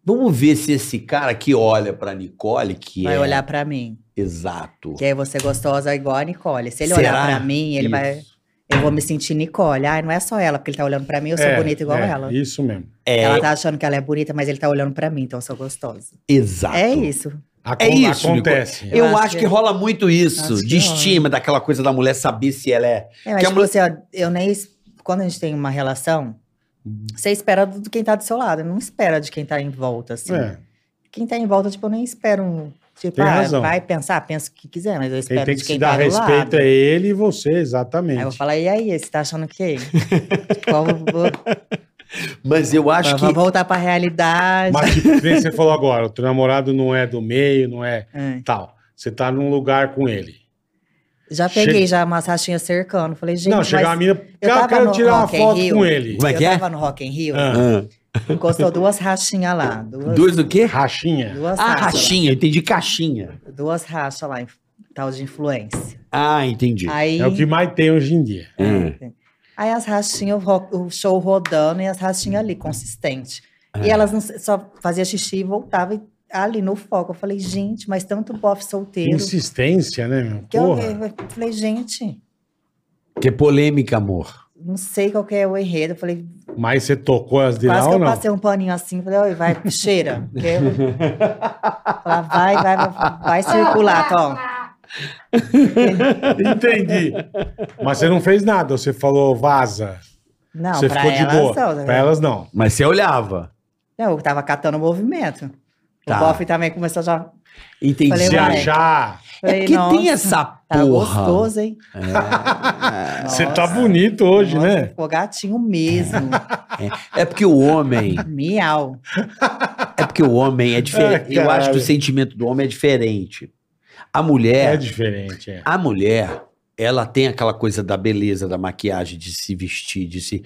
vamos ver se esse cara que olha pra Nicole, que Vai é olhar pra mim. exato. Que aí você é gostosa igual a Nicole. Se ele Será? olhar pra mim, ele Isso. vai. Eu vou me sentir Nicole. Ai, não é só ela, porque ele tá olhando pra mim, eu sou É, bonita igual é, ela. Isso mesmo. Ela tá achando que ela é bonita, mas ele tá olhando pra mim, então eu sou gostosa. Exato. Tá É isso. Acon- É isso, Acontece. Eu, acho, que, rola muito isso, acho que de estima, daquela coisa da mulher saber se ela é. É, mas Que a tipo mulher- assim, ó, eu nem. es- Quando a gente tem uma relação, Uhum. Você espera do do quem tá do seu lado, não espera de quem tá em volta, assim. É. Quem tá em volta, tipo, eu nem espero um. Tipo, Tem ah, razão. vai pensar, pensa o que quiser, mas eu Quem espero tem de que quem se tá dar do respeito lado. É é ele e você, Aí eu vou exatamente. falar, e aí, você tá achando Tipo, que Qual vou, Mas eu acho que. vou voltar pra realidade. Mas tipo, que nem você falou agora, o teu namorado não é do meio, não é É. tal. Você tá num lugar com ele. Já Chega- peguei já umas rachinhas cercando. Falei, gente, não, chegar a mas mina, cara, eu tava quero no tirar uma Rock in foto Rio. com ele. Como é que eu é? tava no Rock in Rio, Ah, Ah, encostou duas rachinhas lá. Duas, dois do quê? Rachinha. duas Ah, rachas. rachinha, eu entendi caixinha. lá, Duas rachas lá, em tal de influência. Ah, entendi. Aí, É o que mais tem hoje em dia. Hum. aí as rachinhas, o ro- o show rodando e as rachinhas ali, consistente. É. E elas não, só fazia xixi e voltava e- ali no foco. Eu falei, gente, mas tanto bofe solteiro. Insistência, né, meu? Que eu, Porra. eu falei, gente, Que é polêmica, amor. não sei qual que é o enredo. Eu falei, Mas você tocou as de lá Quase que ou eu não? passei um paninho assim, falei, "Oi, vai, cheira. porque eu- Falar, vai, vai, vai, vai circular, Tom. Entendi. Mas você não fez nada, você falou vaza. Não, você pra ficou de elas boa. não. né? pra elas não. Mas você olhava. Não, eu tava catando o movimento. Tá. O bofe também começou já. Entendi. Falei, Se vai. achar. É Falei, que "Nossa, tem essa porra. Tá gostoso, hein? Você Nossa, tá bonito hoje, nossa, né? Ficou gatinho mesmo. É porque o homem. Miau. É porque o homem é Ai, diferente. eu acho que caralho. o sentimento do homem é diferente. A É, mulher. diferente, é. A mulher, ela tem aquela coisa da beleza, da maquiagem, de se vestir, de se.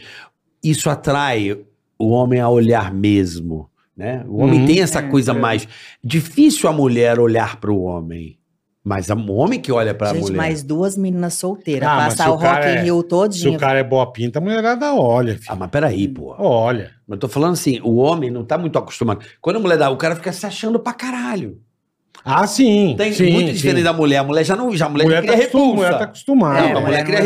Isso atrai o homem a olhar mesmo, né? O homem Uhum. tem essa É, coisa é. mais difícil a mulher olhar para o homem, mas a- o homem que olha para a Gente, mulher. mais duas meninas solteiras. Ah, mas passar se o o Rock cara in é- Rio Se o todinho. cara é boa pinta, a mulherada olha, Ah, filho. mas peraí, Hum. pô. Olha. Mas eu tô falando assim, o homem não tá muito acostumado. Quando a mulher dá, o cara fica se achando pra caralho. Ah, sim. Tem sim, muito sim. diferente da mulher. A mulher já não, já a mulher, Mulher, já tá cria acostum- mulher tá repulsa. acostumada. É, Não, a mulher mulher cria não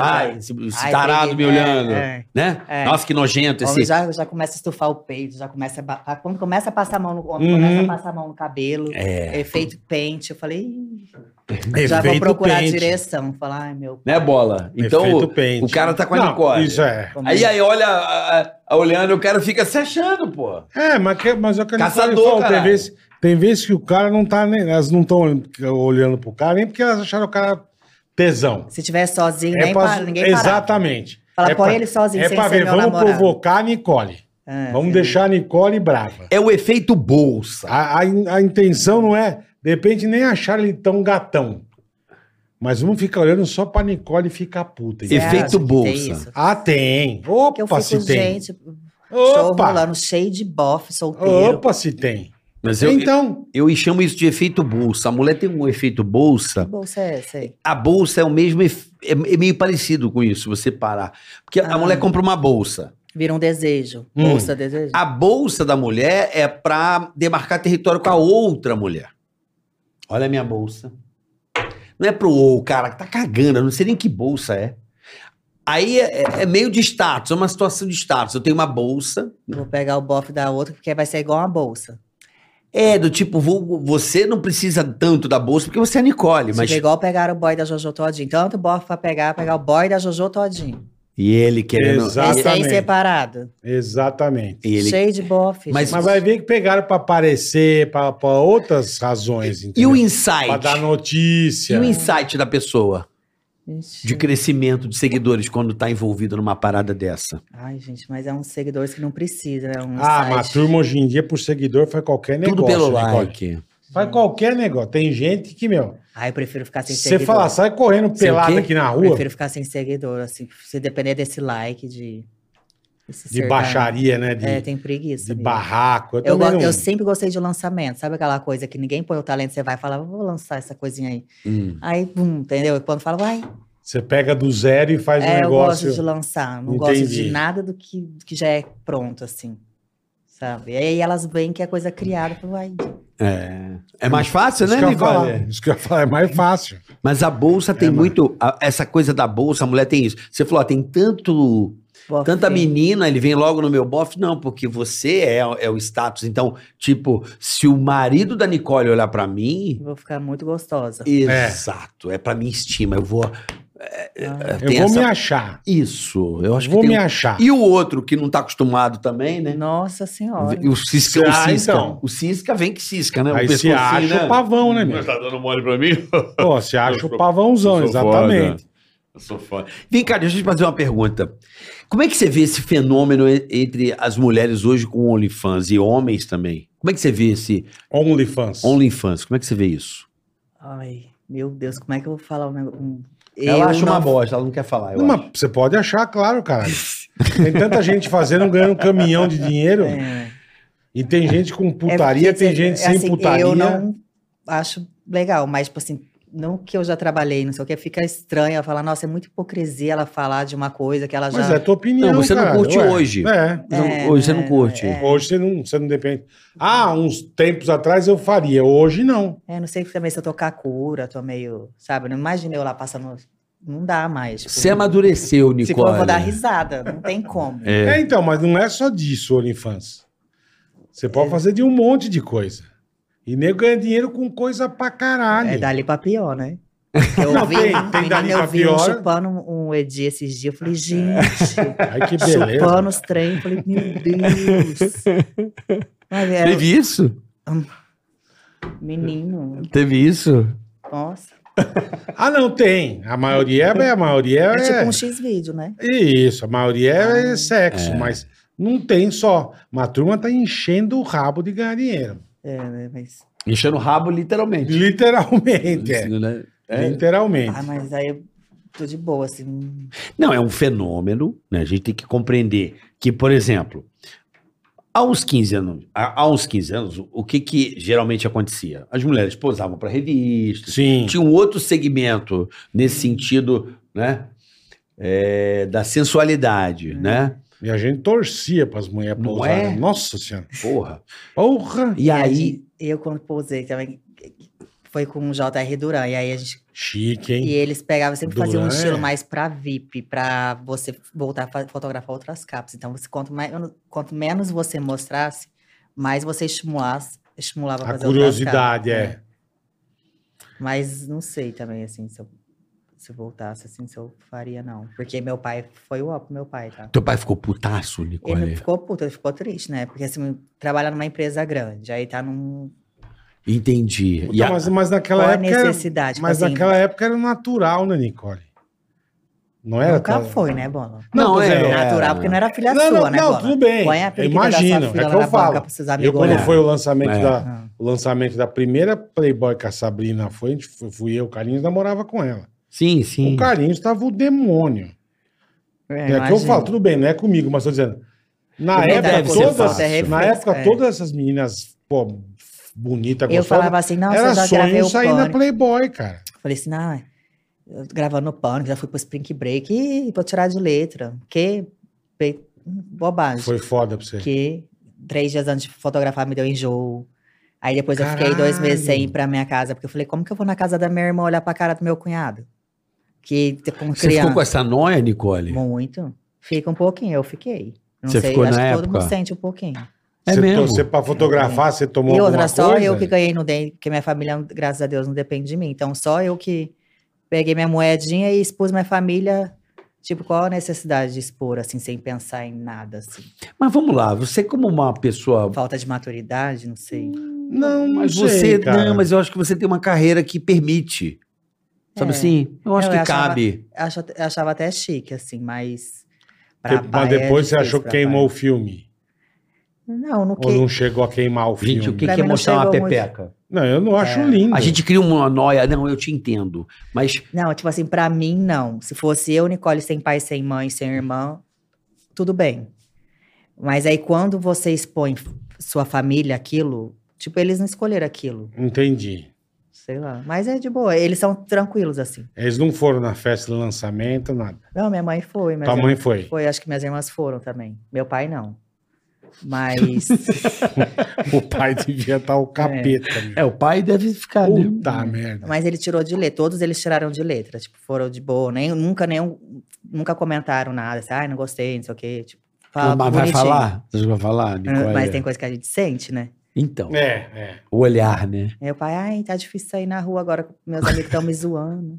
gosta, Ai, é. esse, esse Ai, tarado peguei, me é, olhando. é. Né? É. Nossa, que nojento Homem esse. já, já começa a estufar o peito, já começa a ba- Quando começa a passar a mão no homem, Uhum. começa a passar a mão no cabelo. É. Efeito pente. Eu falei, "Ih, já vou Efeito procurar pente. a direção. Falar, ai meu. Né, bola? Então, Efeito pente. o cara tá com a Não, Nicole. Isso é. como Aí, é?" aí, olha, a- a- a- olhando, o cara fica se achando, pô. É, mas, que, mas é o que a Nicole Caçador, falou, Tem caralho. vezes, tem vezes que o cara não tá nem. Elas não estão olhando pro cara, nem porque elas acharam o cara tesão. Se tiver sozinho, É nem pra- para, ninguém para. Exatamente. Fala, é põe pra- ele sozinho, É sem pra ser ver, meu vamos namorado. provocar a Nicole. É, vamos sim. deixar a Nicole brava. É o efeito bolsa. A, a in- a intenção não é, de repente, nem achar ele tão gatão. Mas vamos ficar olhando só pra Nicole ficar puta. Você entendeu? Efeito acha que tem bolsa. isso? Ah, tem. Que eu Opa, fico, se tem. gente, show Opa, rolando cheio de bofe solteiro. opa, se tem. Mas eu, Então, eu chamo isso de efeito bolsa. A mulher tem um efeito Que bolsa. bolsa é essa aí? A bolsa é o mesmo. ef- É é meio parecido com isso, você parar. Porque a Ah. mulher compra uma bolsa. Vira um desejo. Hum. Bolsa desejo. A bolsa da mulher é pra demarcar território com a outra mulher. Olha a minha bolsa. Não é pro o cara que tá cagando, eu não sei nem que bolsa é. Aí é, é- é meio de status, é uma situação de status. Eu tenho uma bolsa. Vou pegar o bofe da outra, porque vai ser igual uma bolsa. É, do tipo, vou- você não precisa tanto da bolsa, porque você é a Nicole, Mas... mas. Igual pegar o boy da Jojo Todinho. Tanto bofe pra pegar, pegar o boy da Jojo Todinho. E ele querendo. Exato. É sem Exatamente. separado. exatamente. E, ele- Cheio de bofe. Mas- Mas vai ver que pegaram pra aparecer, pra pra outras razões, e entendeu? o Pra insight? dar notícia. E o insight da pessoa Gente. de crescimento de seguidores quando tá envolvida numa parada dessa? Ai, gente, mas é uns seguidores que não precisa, né? Um Ah, site. mas a turma hoje em dia, por seguidor, faz qualquer negócio. né, Tudo pelo Nicole. like. Faz qualquer negócio. Tem gente que, meu, Ah, eu prefiro ficar sem você seguidor. fala, sai correndo Sem o pelado quê? aqui na Eu rua, prefiro ficar sem seguidor, assim, se depender desse like, de... esse de cercado. baixaria, né? De, É, tem preguiça. de mesmo. barraco. Eu, Eu, também gosto- não- eu sempre gostei de lançamento, sabe aquela coisa que ninguém põe o talento, você vai falar, vou lançar essa coisinha aí. Hum. Aí, bum, entendeu? E quando fala, vai, Você pega do zero e faz um é, eu negócio. gosto de lançar, não gosto Entendi. de nada do que, do que já é pronto, assim, sabe? E aí elas veem que é coisa criada, eu falo, ai, É mais fácil, Isso né, que eu ia Nicole? falar, Isso que eu ia falar, é mais fácil. Mas a bolsa tem mano. muito. a- essa coisa da bolsa, a mulher tem isso. Você falou, ó, tem tanto, boa tanta feia. menina, ele vem logo no meu bofe. Não, porque você é, é o status. Então, tipo, se o marido da Nicole olhar pra mim. Vou ficar muito gostosa. Exato, é pra minha estima. Eu vou. Eu vou me achar. Isso, eu acho Vou que me tem... um achar. E o outro que não tá acostumado também, né? Nossa senhora. O Cisca, Ah, o Cisca. então. O Cisca vem que Cisca, né? Aí o se pescocinho, acha né? o pavão, né, meu? tá dando mole pra mim? Pô, se acha Eu o sou- pavãozão, eu sou exatamente. Eu sou foda. Vem cá, deixa eu te fazer uma pergunta. Como é que você vê esse fenômeno e- entre as mulheres hoje com OnlyFans e homens também? Como é que você vê esse OnlyFans. OnlyFans? Como é que você vê isso? Ai, meu Deus, como é que eu vou falar um negócio? um- Ela Eu acha não- uma bosta, ela não quer falar. Eu Não, acho. mas você pode achar, claro, caralho. Tem tanta gente fazendo, ganhando um caminhão de dinheiro. É. E tem gente com É, putaria, porque, tem gente assim, sem putaria. Eu não acho legal, mas, tipo assim, não que eu já trabalhei, não sei o que, fica estranho falar, nossa, é muita hipocrisia ela falar de uma coisa que ela já. Mas é a tua opinião. Não, você não caralho, curte ué. hoje. É. Não, É, hoje você né, não curte. é. Hoje você não, você não depende. Ah, uns tempos atrás eu faria, hoje não. É, não sei também se eu tô com a cura, tô meio, sabe? Não imagina eu lá passando. Não dá mais. tipo, Você é amadureceu, se Nicole. for, eu vou dar risada, não tem como. É. É. então, mas não é só disso, OnlyFans. Você É. pode fazer de um monte de coisa. E nego ganha dinheiro com coisa pra caralho. É dali pra pior, né? Eu Não, vi, tem- um- tem menino, dali eu pra vi um pior. chupando um Edi esses dias. Eu falei, gente, Ai, que beleza. chupando os trem. Eu falei, meu Deus. Mas é era Teve isso? menino, Teve isso? nossa. Ah, não, tem. A maioria é. A É, maioria é. tipo um X-vídeo, né? Isso, a maioria Ah, é sexo, mas não tem só. Uma turma tá enchendo o rabo de ganhar dinheiro. É, né? Mas, Enchendo o rabo, literalmente. Literalmente, é. Né? É. Literalmente. ah, mas aí eu tô de boa, assim. não- Não, é um fenômeno, né? A gente tem que compreender que, por exemplo, há uns 15 anos, há há uns 15 anos, o que que geralmente acontecia? As mulheres posavam para revistas, Sim. tinha um outro segmento nesse sentido, né? É, da sensualidade, né? E a gente torcia pras mulheres Não pousarem. é? Nossa senhora. Porra. Porra. E a aí, gente- Eu, quando posei também, foi com o JR Duran. E aí a gente Chique, E hein? eles pegavam, sempre faziam um Duran, estilo é. mais pra VIP, pra você voltar a fa- fotografar outras capas. Então, você, quanto, mais, quanto menos você mostrasse, mais você estimulasse, estimulava a A fazer outras curiosidade, capas, é. Mas não sei também, assim, se eu, se eu voltasse, assim, se eu faria, não. Porque meu pai foi o ó pro meu pai, tá? teu pai ficou putaço, Ele tá Nicole. ficou puto, ele ficou triste, né? Porque, assim, trabalha numa empresa grande, aí tá num... Entendi. E Então, a- mas, mas naquela Qual a época. Era, necessidade? Tipo mas assim, naquela época era natural, né, Nicole? Não era? Nunca tão- foi, né, Bono? Não, Não, mas é- é. Natural, porque não era filha Não, sua, não, né, não, Bono? tudo bem. Põe a Eu película imagino, da é sua filha que lá eu na banca falo. pros seus Eu, amigos quando olhar. foi o lançamento, É. da, Ah, o lançamento da primeira Playboy que a Sabrina foi, a gente foi- fui eu, o Carlinhos namorava com ela. Sim, sim. O Carlinhos tava o demônio. é, É, que eu imagino. falo, tudo bem, não é comigo, mas tô dizendo. Na Também época, deve ser todas, fácil, é na refresco, época é. todas essas meninas, pô, bonitas, Eu gostosas, falava assim, nossa, eu é era já gravei sonho o sair na pânico. Playboy, cara. Falei assim, ah, eu tô gravando o pânico, já fui pro Spring Break, e vou tirar de letra. Que pe- bobagem. Foi foda pra É. você. Que três dias antes de fotografar me deu enjoo. Aí depois eu fiquei dois meses sem ir pra minha casa, porque eu falei, como que eu vou na casa da minha irmã olhar pra cara do meu cunhado? Que t- com Você ficou com criança. essa noia, Nicole? Muito. Fica um pouquinho, eu fiquei. Não Você sei, ficou acho na que todo época? mundo sente um pouquinho. É você, mesmo. você pra fotografar, você tomou E outra, alguma só coisa? eu que ganhei no DEM, porque minha família, graças a Deus, não depende de mim. Então, só eu que peguei minha moedinha e expus minha família. Tipo, qual a necessidade de expor, assim, sem pensar em nada, assim? Mas vamos lá, você como uma pessoa Falta de maturidade, não sei. Não, não Mas sei, você. cara. Não, mas eu acho que você tem uma carreira que permite. Sabe É. assim? Eu acho Eu que achava- cabe. Acho, eu achava até chique, assim, mas... pra Porque- pai Mas é depois você difícil, achou que pra queimou o pai. filme. Não, no Ou que... não chegou a queimar o filme. Gente, o que, Pra que é mim não mostrar uma chegou muito. pepeca? Não, eu não acho É. lindo. A gente cria uma noia. Não, eu te entendo. Mas Não, tipo assim, pra mim, não. Se fosse eu, Nicole, sem pai, sem mãe, sem irmã, tudo bem. Mas aí, quando você expõe f- sua família aquilo, tipo, eles não escolheram aquilo, Entendi. sei lá. Mas é de boa, eles são tranquilos, assim. Eles não foram na festa do lançamento, nada. Não, minha mãe foi, mas... é Tua mãe foi. Foi, acho que minhas irmãs foram também. Meu pai, não. Mas... O pai devia estar o capeta. é, o pai deve ficar. meu. né? Puta merda. É. Mas ele tirou de letra, todos eles tiraram de letra, tipo, foram de boa, nem, nunca, nem, nunca comentaram nada, assim, ai, não gostei, não sei o quê, tipo, fala mas vai bonitinho. Ah, falar? é? Você vai falar, Nicole? Mas tem coisa que a gente sente, né? Então, É, é. o olhar, né? Meu pai, ai, tá difícil sair na rua agora, meus amigos estão me zoando.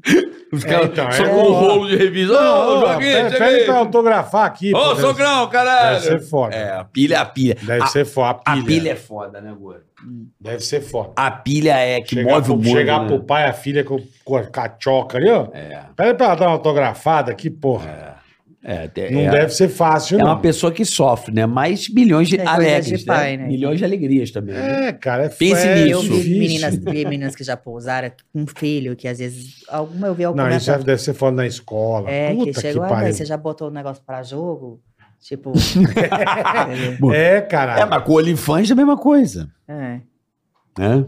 Os caras então, só é. com um rolo de revista. Não, pede pede pra autografar aqui. pô, deve- Deve ser foda. É, a pilha, a pilha. Deve a, ser foda. a A pilha. pilha. é foda, né, Goro? Deve ser foda. A pilha é que chegar move pro, o mundo. chegar né? pro pai e a filha com, com a cachoca ali, ó. É, Pede pra ela dar uma autografada aqui, porra. é, te- Não é, deve ser fácil, é não. uma pessoa que sofre, né? Mas milhões de É coisa de alegres, pai, né? né? Milhões de alegrias também. né? É, cara, é Pense é nisso. eu vi difícil. meninas, vi meninas que já pousaram com um filho, que às vezes, alguma eu vi alguma. Não, isso deve ser foda na escola. É, Puta que chegou, ah, mãe, pariu. você já botou o negócio pra jogo? Tipo. entendeu? É, É, caralho. mas com o OnlyFans é a mesma coisa, É. né?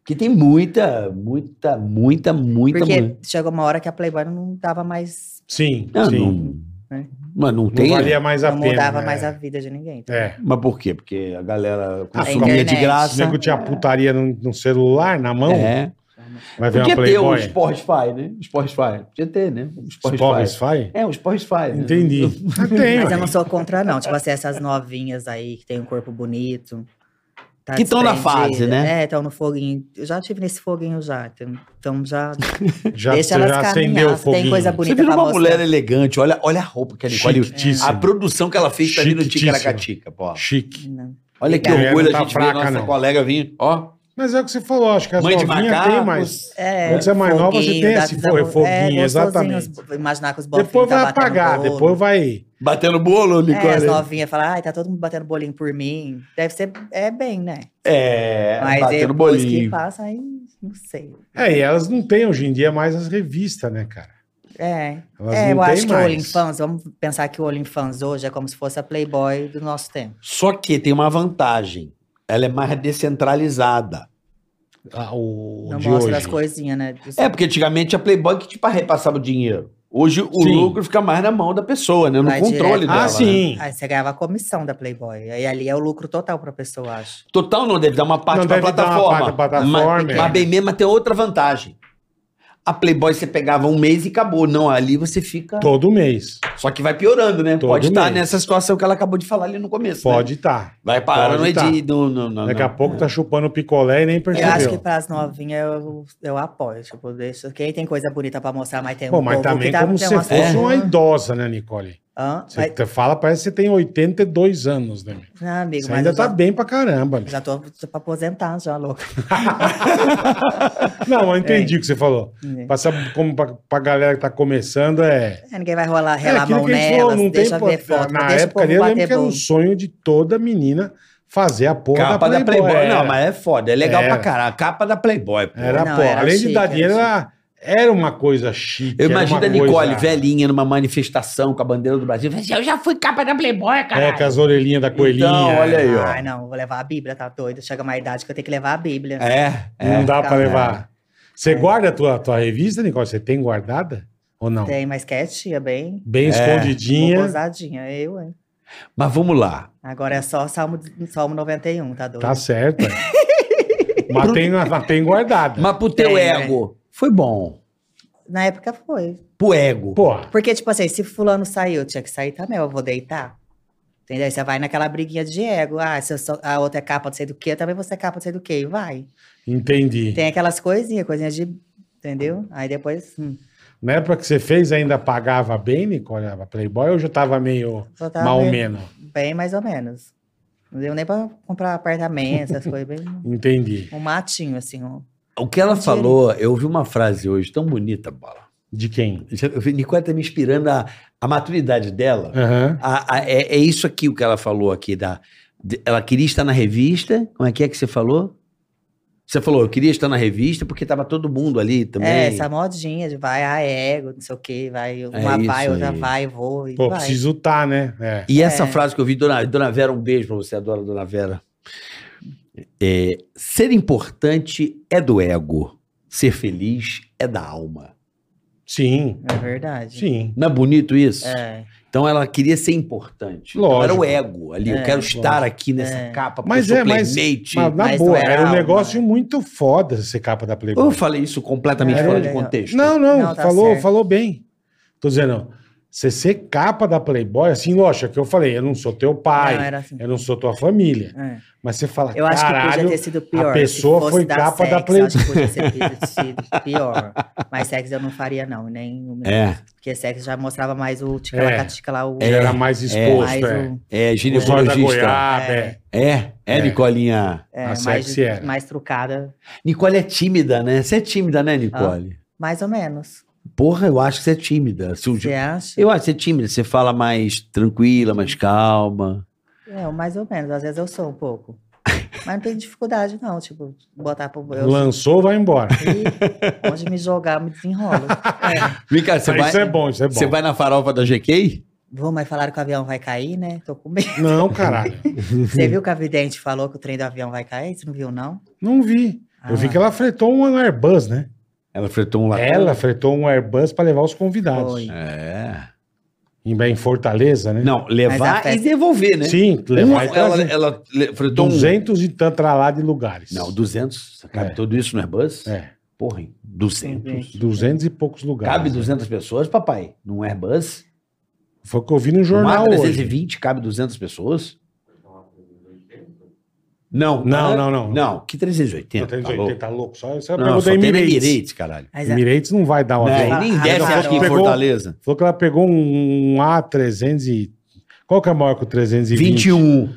Porque tem muita, muita, muita, muita... Porque mulher- chegou uma hora que a Playboy não dava mais. Sim, Não, sim. Não, não, É. mas não tem... né? valia mais a Não pena. mudava né? mais a vida de ninguém. tá? É. Mas por quê? Porque a galera A consumia de internet. O graça. nego tinha putaria no, no celular, na mão, É. vai ver uma Podia ter um o Playboy. Spotify, né? O Spotify. Podia ter, né? O Spotify. Spotify? É, o Spotify. né? Entendi. Ah, tem, Mas eu ué. não sou contra, não. Tipo assim, essas novinhas aí que tem um corpo bonito. tá Que tão na desprendida. fase, né? É, estão no foguinho. Eu já tive nesse foguinho já. então- Então já. já, deixa você elas já acendeu o caminhar. Se foguinho. tem coisa Você bonita vira pra uma mostrar. mulher elegante, olha, olha a roupa que ela olha Chiquitíssima. A produção que ela fez tá ali no Chiquitíssima. Ticaracatica, pô. Chique. Não. Olha que A mulher orgulho não a tá gente vê a fraca, nossa não. colega vir. Ó, Mas é o que você falou, acho que as mãe de novinhas macaco. tem mais. É, Quando você é mais nova, você foguinho, tem dá- esse dá- fo- é, foguinho, gostosinho, exatamente. os- Imaginar que os bofinhos Depois tá vai batendo apagar, bolo. depois vai. Batendo bolo, É, as Nicole. novinhas falam, ai, tá todo mundo batendo bolinho por mim. Deve ser, é bem, né? É, Mas batendo depois que bolinho. passa, aí não sei. É, e elas não têm hoje em dia mais as revistas, né, cara? É, Elas é eu não acho têm que o mais. OnlyFans, vamos pensar que o OnlyFans hoje é como se fosse a Playboy do nosso tempo. Só que tem uma vantagem. Ela é mais descentralizada. Ah, o Não de mostra hoje. as coisinhas, né? Dos- É, porque antigamente a Playboy que te repassava o dinheiro. Hoje o Sim. lucro fica mais na mão da pessoa, né? No Vai controle direto. dela. Ah, né? sim. Aí você ganhava a comissão da Playboy. Aí ali é o lucro total pra pessoa, eu acho. Total não, deve dar uma parte Não, pra deve dar uma plataforma. parte pra plataforma, Mas, é. mas bem mesmo, mas tem outra vantagem. A Playboy você pegava um mês e acabou. Não, ali você fica. Todo mês. Só que vai piorando, né? Todo Pode estar mês. nessa situação que ela acabou de falar ali no começo. né? Pode estar. Vai parar pode no tá. edit. No, no, no, Daqui a no- pouco tá chupando picolé e nem Eu percebeu. acho que tá. pras novinhas eu, eu apoio. Tipo, deixa. Quem tem coisa bonita pra mostrar, mas tem Pô, um mas povo também que tá, como tem se umas fosse pessoas- uma idosa, né, Nicole? Hã? Você Mas- te fala, parece que você tem 82 anos, né? meu? Não, amigo, Você mas ainda eu tá já, bem pra caramba. meu. já tô, tô pra aposentar, já, louco. É. Não, eu entendi o que você falou. Passa como pra, pra galera que tá começando, é. É, ninguém vai rolar, É relar a mão aquilo que a gente falou, nelas, não tem deixa po- ver foto, Na deixa época o ali, eu povo lembro bater que era bolo. um sonho de toda menina fazer a porra Capa da Playboy. era. Não, mas é foda. É legal Era. pra caralho. Capa da Playboy, pô. Era, Não, porra. era Além de chique, dar era dinheiro, era, era uma coisa chique. Eu era imagino uma a Nicole coisa- velhinha numa manifestação com a bandeira do Brasil. Eu já fui capa da Playboy, cara. É, com as orelhinhas da coelhinha. Então, olha aí, ó. Ai, não, vou levar a Bíblia, tá doido? Chega uma idade que eu tenho que levar a Bíblia. É, é. Não dá pra Tá, levar. Você É. guarda a tua, tua revista, Nicole? Você tem guardada? Ou não? Tem, mas quietinha, bem É. Bem escondidinha. gozadinha. Eu, hein? Mas vamos lá. Agora é só Salmo, Salmo 91, tá doido? Tá certo. é. mas, tem, mas tem guardada. Mas pro teu Tem, né? ego, foi bom. Na época foi. Pro ego. Porra. Porque, tipo assim, se fulano saiu, tinha que sair também, eu vou deitar. Entendeu? Aí Você vai naquela briguinha de ego. Ah, se eu sou- a outra é capa de sei do quê, eu também vou ser capa de sei do quê. E vai. Entendi. Tem aquelas coisinhas, coisinhas de. Entendeu? Aí depois. hum, Na época que você fez, ainda pagava bem, Nicole? A Playboy ou já tava meio só tava mal Tá meio- menos? Bem, mais ou menos. Não deu nem pra comprar apartamento, essas coisas. Bem, Entendi. um matinho, assim. Um... O que ela Mentira. falou, eu ouvi uma frase hoje tão bonita, Bola. De quem? Eu vi- Nicole tá me inspirando a, a maturidade dela. Aham. A- a- é, é isso aqui o que ela falou aqui. Da, de- ela queria estar na revista. Como é que é que você falou? Você falou, eu queria estar na revista porque tava todo mundo ali também. É, essa modinha de vai, a ego, não sei o quê, vai, uma isso vai, outra aí. vai, vou e É Pô, vai. preciso estar, né? É. E essa É. frase que eu vi, Dona, Dona Vera, um beijo pra você, adoro Dona Vera. É, ser importante é do ego, ser feliz é da alma. Sim, É verdade. sim. Não é bonito isso? É, Então ela queria ser importante. Então Lógico. era o ego ali. eu É, quero estar aqui nessa É. capa, porque Mas eu é, sou mas- playmate. Mas, na Mas não boa, era era um alma, negócio né? muito foda esse capa da Playboy. Eu falei isso completamente É, fora de é. contexto. Não, não, Não, tá falou, certo. falou bem. Tô dizendo, Você ser capa da Playboy, assim, lógico, é que eu falei, eu não sou teu pai, Não, era assim. eu não sou tua família. É. Mas você fala, Eu acho que caralho, podia ter sido pior. pessoa Se fosse foi dar capa da sexo, Play- Acho que podia ter sido pior. Mas sexo eu não faria, não, nem um minuto. É. Porque sexo já mostrava mais o tica-lacatica É. lá, o. já era mais exposto, mais um é. o- É O zóio da ginecologista. goiaba, é. É, é, É. Nicolinha. é, A mais, sexy era. mais trucada. Nicole é tímida, né? Você é tímida, né, Nicole? Mais ou menos. Porra, eu acho que você é tímida. Se um Você dia- acha? Eu acho que você é tímida, você fala mais tranquila, mais calma. É, mais ou menos. Às vezes eu sou um pouco. Mas não tem dificuldade, não. Tipo, botar pro. Eu... Lançou, vai embora. Ih, onde me jogar, eu me desenrolo. É. Vem cá, você Mas vai, Isso é bom, isso é bom. você vai na farofa da GK? Vou, mas falaram que o avião vai cair, né? Tô com medo. Não, caralho. Você viu que a vidente falou que o trem do avião vai cair? Você não viu, não? Não vi. Eu vi Ah. que ela fretou um Airbus, né? Ela fretou um lá. Ela fretou um Airbus pra levar os convidados. Foi. É. Em, em Fortaleza, né? Não, Mas a levar e festa- devolver, né? Sim, Um, levar e ela, trazer. ela le- fretou um. 200 e tantralá de lugares. Não, 200. Cabe É. tudo isso no Airbus? É, Porra, hein? 200. 200 e poucos lugares. Cabe né? 200 pessoas, papai? Num Airbus? Foi o que eu vi no Jornal jornal hoje. 320, cabe 200 pessoas? Não, Não, ah, não, não. Não, que 380. Não, tá 380, louco? tá louco. Só, só Não, pegou só da tem na Emirates. Ah, é. Emirates, caralho. Mas a- Emirates não vai dar Não, uma e avião. nem Ah, desce não, aqui em pegou- Fortaleza. Falou que ela pegou um A300 e... Qual que é a maior que o 320? 21.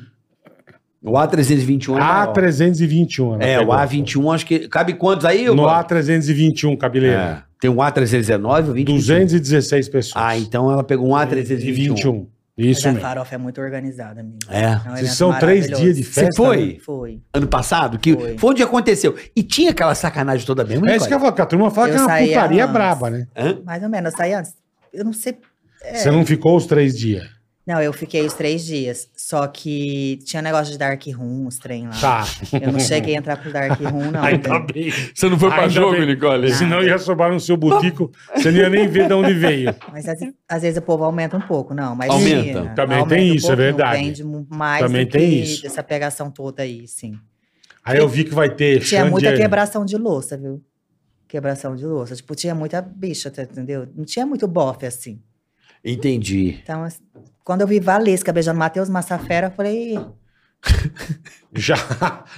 O A321 é maior. A321. ela É, o pegou. A21, acho que. Cabe quantos aí, No mano? A321, cabeleiro. É. Tem um A319, o 20. 216 pessoas. É. um. Ah, então ela pegou um E A321. 21. Isso mas a mesmo. farofa é muito organizada, amigo. É. É um Vocês evento são três maravilhoso. dias de Você festa. foi? né? Foi. Ano passado, que foi. Foi. onde aconteceu. E tinha aquela sacanagem toda mesmo. É isso que eu falo, que a turma fala Eu que é uma saía putaria antes. braba, né? Hã? Mais ou menos. Eu saí antes. Eu não sei. é. Você não ficou os três dias. Não, eu fiquei os três dias. Só que tinha negócio de Dark Room, os trem Ah, lá. Tá. Eu não cheguei a entrar pro Dark Room, então não. tá Ainda bem. Você não foi pra jogo, Nicole? Senão ia sobrar no seu botico, você não ia nem ver de onde veio. Mas às, às vezes o povo aumenta um pouco, não. Mas Aumenta. tinha. Também Aumenta tem um isso, é pouquinho, verdade. Vende mu- mais Também do tem que isso. Essa pegação toda aí, sim. Aí eu vi que vai ter. Tinha Xande- muita quebração de louça, viu? Quebração de louça. Tipo, tinha muita bicha, tá- entendeu? Não tinha muito bofe assim. Entendi. Então, assim, quando eu vi Valesca beijando Matheus Massafera, eu falei, "Ih, Já,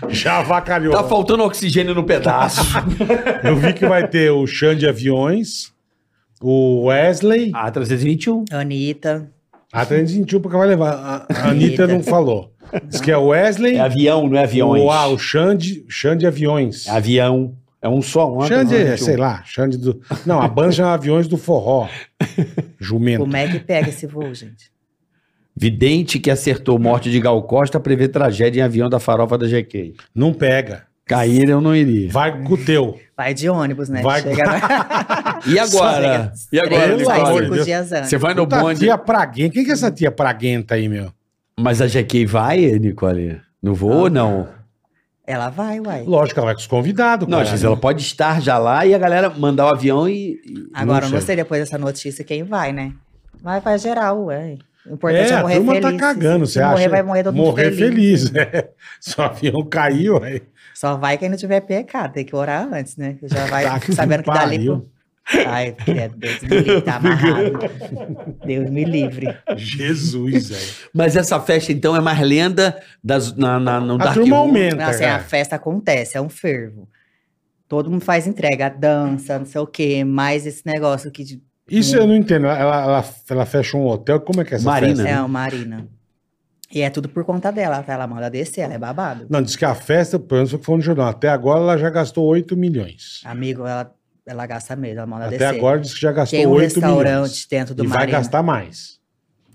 já avacalhou. Tá faltando oxigênio no pedaço. Eu vi que vai ter o Xande Aviões, o Wesley. A321. Anitta, A 321 porque vai levar. A- A Anitta Anitta. não falou. Diz que é o Wesley, É avião, não é aviões. o, ah, o Xande, Xande Aviões. É avião. É um só, um Xande, é, A321. sei lá, Xande do. Não, a banda chama Aviões do Forró. Jumento. como é que pega esse voo, gente? Vidente que acertou morte de Gal Costa prevê tragédia em avião da farofa da GK. Não pega. Cair eu não iria. Vai com o teu. Vai de ônibus, né? Vai- Chega E agora? E agora, três, sai amor de Nicole? cinco Deus. dias antes. Você vai no Puta, bonde. tia Praguenta. Quem que é essa tia Praguenta aí, meu? Mas a GK vai, Nicole? No voo ou não? Ela vai, uai. Lógico, ela vai com os convidados. Não, caralho. Gisele, ela pode estar já lá e a galera mandar o avião e. e- Agora, eu não sei. sei depois dessa notícia quem vai, né? Mas vai geral, ué. O importante É, é, a morrer turma feliz. tá cagando, Se você morrer, acha? vai morrer todo mundo Morrer feliz. feliz, é. Se o avião caiu, aí. Só vai quem não tiver pecado, tem que orar antes, né? Que Já vai Tá que sabendo que dali... pariu. pro- Ai, credo, Deus me livre, tá amarrado. Deus me livre. Jesus, velho. Mas essa festa, então, é mais lenda das, na, na, no A Dark turma Room. aumenta, Assim, a cara. festa acontece, é um fervo. Todo mundo faz entrega, dança, não sei o quê, mais esse negócio aqui de... Isso eu não entendo. Ela, ela, ela fecha um hotel. Como é que é essa Marina. festa? É, a Marina. E é tudo por conta dela, tá? Ela manda descer, ela é babado. Não, diz que a festa, pelo menos foi o que foi no jornal. Até agora ela já gastou 8 milhões. Amigo, ela, ela gasta mesmo, ela manda Até descer. agora diz que já gastou Tem um 8 restaurante milhões. dentro do e vai Marina. gastar mais.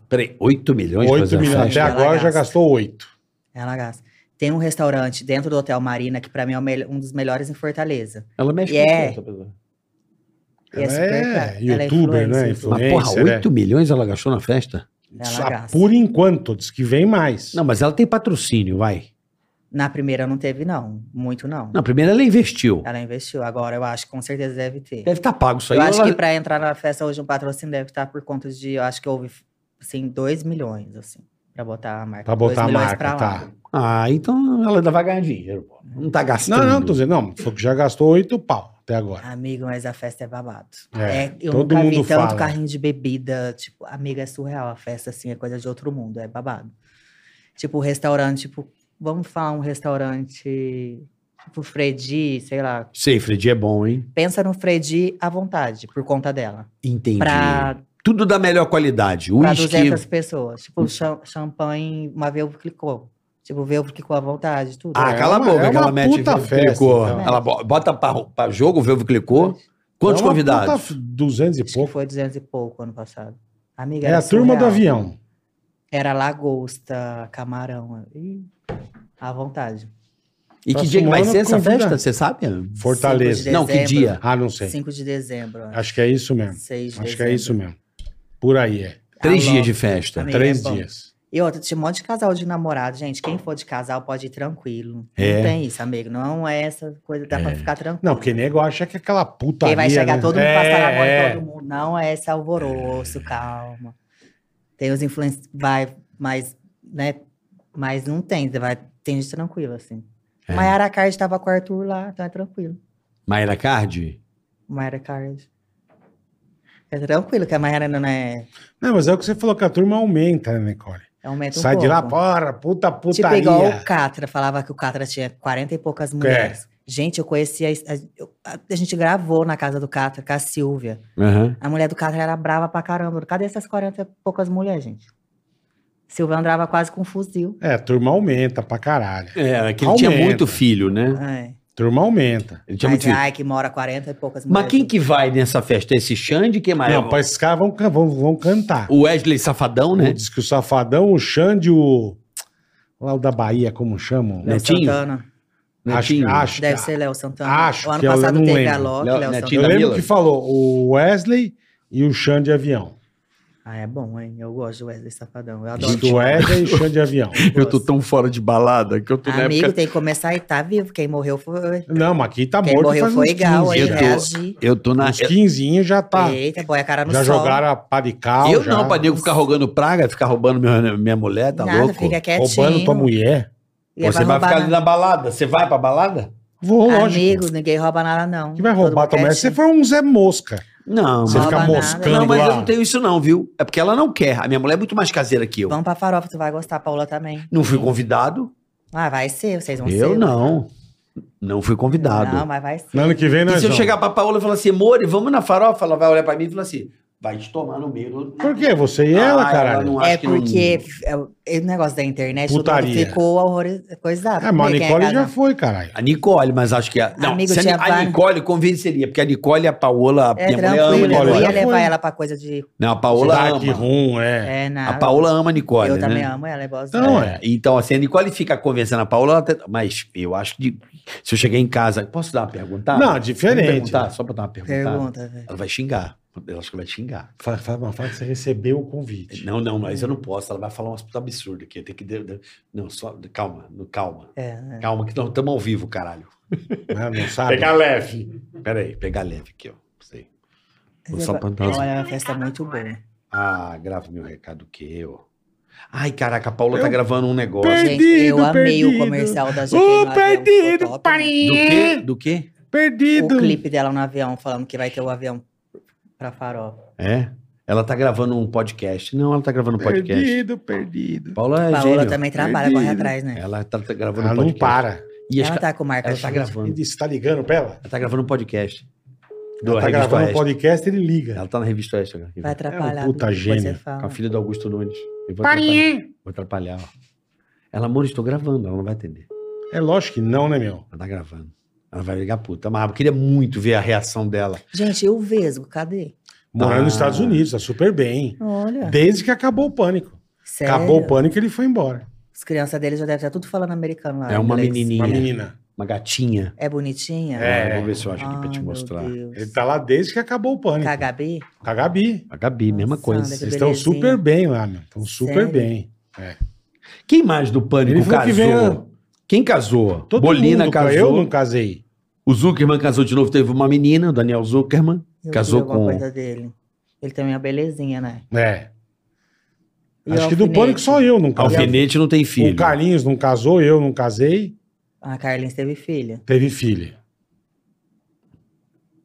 Peraí, 8 milhões pra 8 fazer a milhões. Até festa? Ela agora já gasta. gastou 8. Ela gasta. Tem um restaurante dentro do Hotel Marina, que pra mim é o mel- um dos melhores em Fortaleza. Ela mexe É. com tudo. E Ela super é caro. Ela é youtuber, né? influencer, Mas, porra, Influencer. é. 8 milhões ela gastou na festa? Ela Ah, gasta. Por enquanto, diz que vem mais. Não, mas ela tem patrocínio, vai. Na primeira não teve, não. Muito não. Na primeira ela investiu. Ela investiu. Agora eu acho que com certeza deve ter. É, Deve estar pago isso aí. eu acho ela- que pra entrar na festa hoje um patrocínio deve estar por conta de. Eu acho que houve, assim, 2 milhões, assim. Pra botar a marca. Pra botar Dois a milhões marca, pra lá. tá. Ah, então ela ainda vai ganhar dinheiro, pô. Não tá gastando. Não, não, tô dizendo, não, foi que já gastou oito pau até agora. Amigo, mas a festa é babado. É, É, eu todo nunca vi mundo tanto fala. carrinho de bebida. Tipo, amiga, é surreal. A festa, assim, é coisa de outro mundo. É babado. Tipo, restaurante, tipo... Vamos falar um restaurante... Tipo, Fredi, sei lá. Sei, Fred, é bom, hein? Pensa no Fredi à vontade, por conta dela. Entendi. Pra, Tudo da melhor qualidade. pra Whisky. 200 pessoas. Tipo, cha- champanhe, uma Velvo clicou. Tipo, Velvo clicou à vontade, tudo. Ah, É cala a uma- boca, é que ela uma mete puta Velvo festa, clicô. então. Ela bo- bota pra, pra jogo, o Velvo clicou. Quantos É uma convidados? puta f- 200 e Acho que pouco. foi 200 e pouco ano passado. Amiga, É era a turma do surreal. avião. Era lagosta, camarão. Ih, à vontade. E que Próximo dia que vai ano, ser essa convida. festa? Você sabe? Fortaleza. Cinco de Não, que dezembro. dia? Ah, não sei. 5 de dezembro. acho. Acho que é isso mesmo. 6 de Acho que dezembro. é isso mesmo. Por aí é. Três Alô. dias de festa. Amigo, Três é bom. dias. E outra, tinha um monte de casal de namorado. Gente, quem for de casal pode ir tranquilo. É. Não tem isso, amigo. Não é essa coisa, dá pra ficar tranquilo. Não, porque nego acha que é aquela Quem putaria. vai chegar né? todo mundo, é, passar na mão é. em todo mundo. Não é esse alvoroço, calma. Tem os influencers, vai, mas, né? Mas não tem, vai, tem gente tranquila, assim. É. Mayara Card tava com o Arthur lá, então é tranquilo. Mayra Cardi? Mayara Card. É tranquilo, que a Mayara não é. Não, mas é o que você falou, que a turma aumenta, né, Nicole? é aumenta um Sai de lá, pouco. porra, puta Tipo, putaria. igual o Catra, falava que o Catra tinha 40 e poucas É. mulheres. Gente, eu conhecia. A, eu- a- a gente gravou na casa do Catra, com a Silvia. Aham. A mulher do Catra era brava pra caramba. Cadê essas 40 e poucas mulheres, gente? Silvia andava quase com um fuzil. É, a turma aumenta pra caralho. É, que ele tinha Aumenta. muito filho, né? É. Turma aumenta. Ele tinha muito Mas filho. ai, que mora 40 e poucas mulheres. Mas quem que vai nessa festa? Esse Xande, que mais? Não, pá, esses caras vão, can- vão, vão cantar. O Wesley Safadão, né? Diz que o Safadão, o Xande, o. Lá o da Bahia, como chamam? Léo Netinho? Santana. Netinho. acho, Deve acho. ser Léo Santana. Ah, Acho o ano que é o- passado eu não teve a lembro. Loki, Léo- Léo Netinho Eu Santana. da lembro Mila. que falou o Wesley e o Xande Avião. Ah, é bom, hein? Eu gosto do Wesley Safadão. Eu adoro. Diz que o Wesley e o Xande Avião. Eu tô tão fora de balada que eu né, tô na Amigo, época. tem que começar e tá vivo. Quem morreu foi. Não, mas aqui tá Quem morto morreu faz foi uns igual, 15 aí né? hein, já. tô- reagir. Eu tô na. Uns 15 já tá. Eita, boia a cara no Já sol. jogaram a pá de cal, Eu já, não, pra nego ficar rogando praga, ficar roubando minha, minha mulher, tá Nada, louco? fica quietinho. roubando tua mulher. E Pô, você vai roubar ficar ali nada. na balada? Você vai pra balada? Vou, lógico. Amigo, ninguém rouba nada, não. que vai Todo roubar mundo também. quietinho. Você foi um Zé Mosca. Não, Você Rouba mas... fica nada. moscando Não, mas eu lá. não tenho isso não, viu? É porque ela não quer. A minha mulher é muito mais caseira que eu. Vamos pra farofa, tu vai gostar, Paula também. Não fui convidado. Ah, vai ser, vocês vão ser. Eu não. Não fui convidado. Não, mas vai ser. No ano que vem e nós se eu vamos. chegar pra Paola e falar assim, Mori, vamos na farofa? Ela vai olhar pra mim e falar assim, vai te tomar no meio. do- Por quê? Você e ela, Ah, caralho. não É acha que não- porque é o- é o negócio da internet, todo mundo Putaria. ficou horrorizado. Coisado. É, mas a Quem Nicole já casado. foi, caralho. A Nicole, mas acho que... A... Não, Amigo, se a, Ni- tinha a várias- Nicole convenceria, porque a Nicole e a Paola... É minha mulher ama a tranquilo, Nicole, eu Nicole. ia já levar foi. ela pra coisa de. Não, a Paola Dark ama. Room, é. É, nada. A Paola ama a Nicole, Eu né? também amo ela, é boazinha. Então, é. É, Então, assim, a Nicole fica convencendo a Paola, ela até- mas eu acho que se eu chegar em casa, posso dar uma perguntada? Não, tá. Vamos diferente. perguntar, só pra dar uma perguntada. Pergunta, velho. Ela vai xingar. Eu acho que vai te xingar. Fala, fala, mas fala que você recebeu o convite. Não, não, mas eu não posso. Ela vai falar umas puta absurdo aqui. Tem que. de- de- Não, só. Calma, no- calma. É, é. Calma, que não estamos ao vivo, caralho. Não, né? não sabe. leve. Peraí, pegar leve aqui, ó. Sei. Vou só pra- pra- Olha, é uma festa muito boa. Ah, grava meu recado que eu. Ai, caraca, a Paula tá gravando um negócio. perdi. Gente, eu Perdido, amei o perdido. comercial da GQ Ô, no avião. ficou perdido, top, né? Do quê? Do quê? Perdido. O clipe dela no avião, falando que vai ter o avião pra farol. É? Ela tá gravando um podcast. Não, ela tá gravando um podcast. Perdido, perdido. Paula é Paola gênio. também trabalha, corre Perdido. atrás, né? Ela tá, tá gravando Ela um Ah, não podcast. para. E as ela ca- tá com marca ela tá gente. gravando. Ele está ligando pra ela? Ela tá gravando um podcast. Do Ela tá Revista gravando um Oeste. podcast, ele liga. Ela tá na revista Oeste agora. Vai tá. atrapalhar. É um puta depois gênio. você Com a fala. filha do Augusto Nunes. Eu vou atrapalhar. Vou atrapalhar, ó. Ela, amor, estou gravando. Ela não vai atender. É lógico que não, né, meu? Ela tá gravando. Ela vai ligar puta. Mas eu queria muito ver a reação dela. Gente, eu Vesgo, cadê? Morando Ah. nos Estados Unidos, tá super bem. Olha. Desde que acabou o pânico. Sério? Acabou o pânico, ele foi embora. As crianças dele já devem estar tudo falando americano lá. É uma inglês. menininha. Uma Minha. menina. Uma gatinha. É bonitinha? É. Ah, vou ver se eu acho aqui pra te Ai, meu mostrar. Deus. Ele tá lá desde que acabou o pânico. KHB? Com a Gabi. A Gabi, mesma Nossa, é- coisa. André, Eles estão belezinha. super bem lá, meu. Estão super Sério? bem. Quem mais do Pânico Ele falou que casou? veio- Quem casou? Todo Bolina mundo, casou. Eu não casei. O Zuckerman casou de novo. Teve uma menina, o Daniel Zuckerman. Eu vi Casou alguma com- coisa dele. Ele também é uma belezinha, né? É. E Acho que do alfinete. pânico só eu não casei. Alfinete não tem filho. O Carlinhos não casou, eu não casei. A Carlinhos teve filha. Teve filho.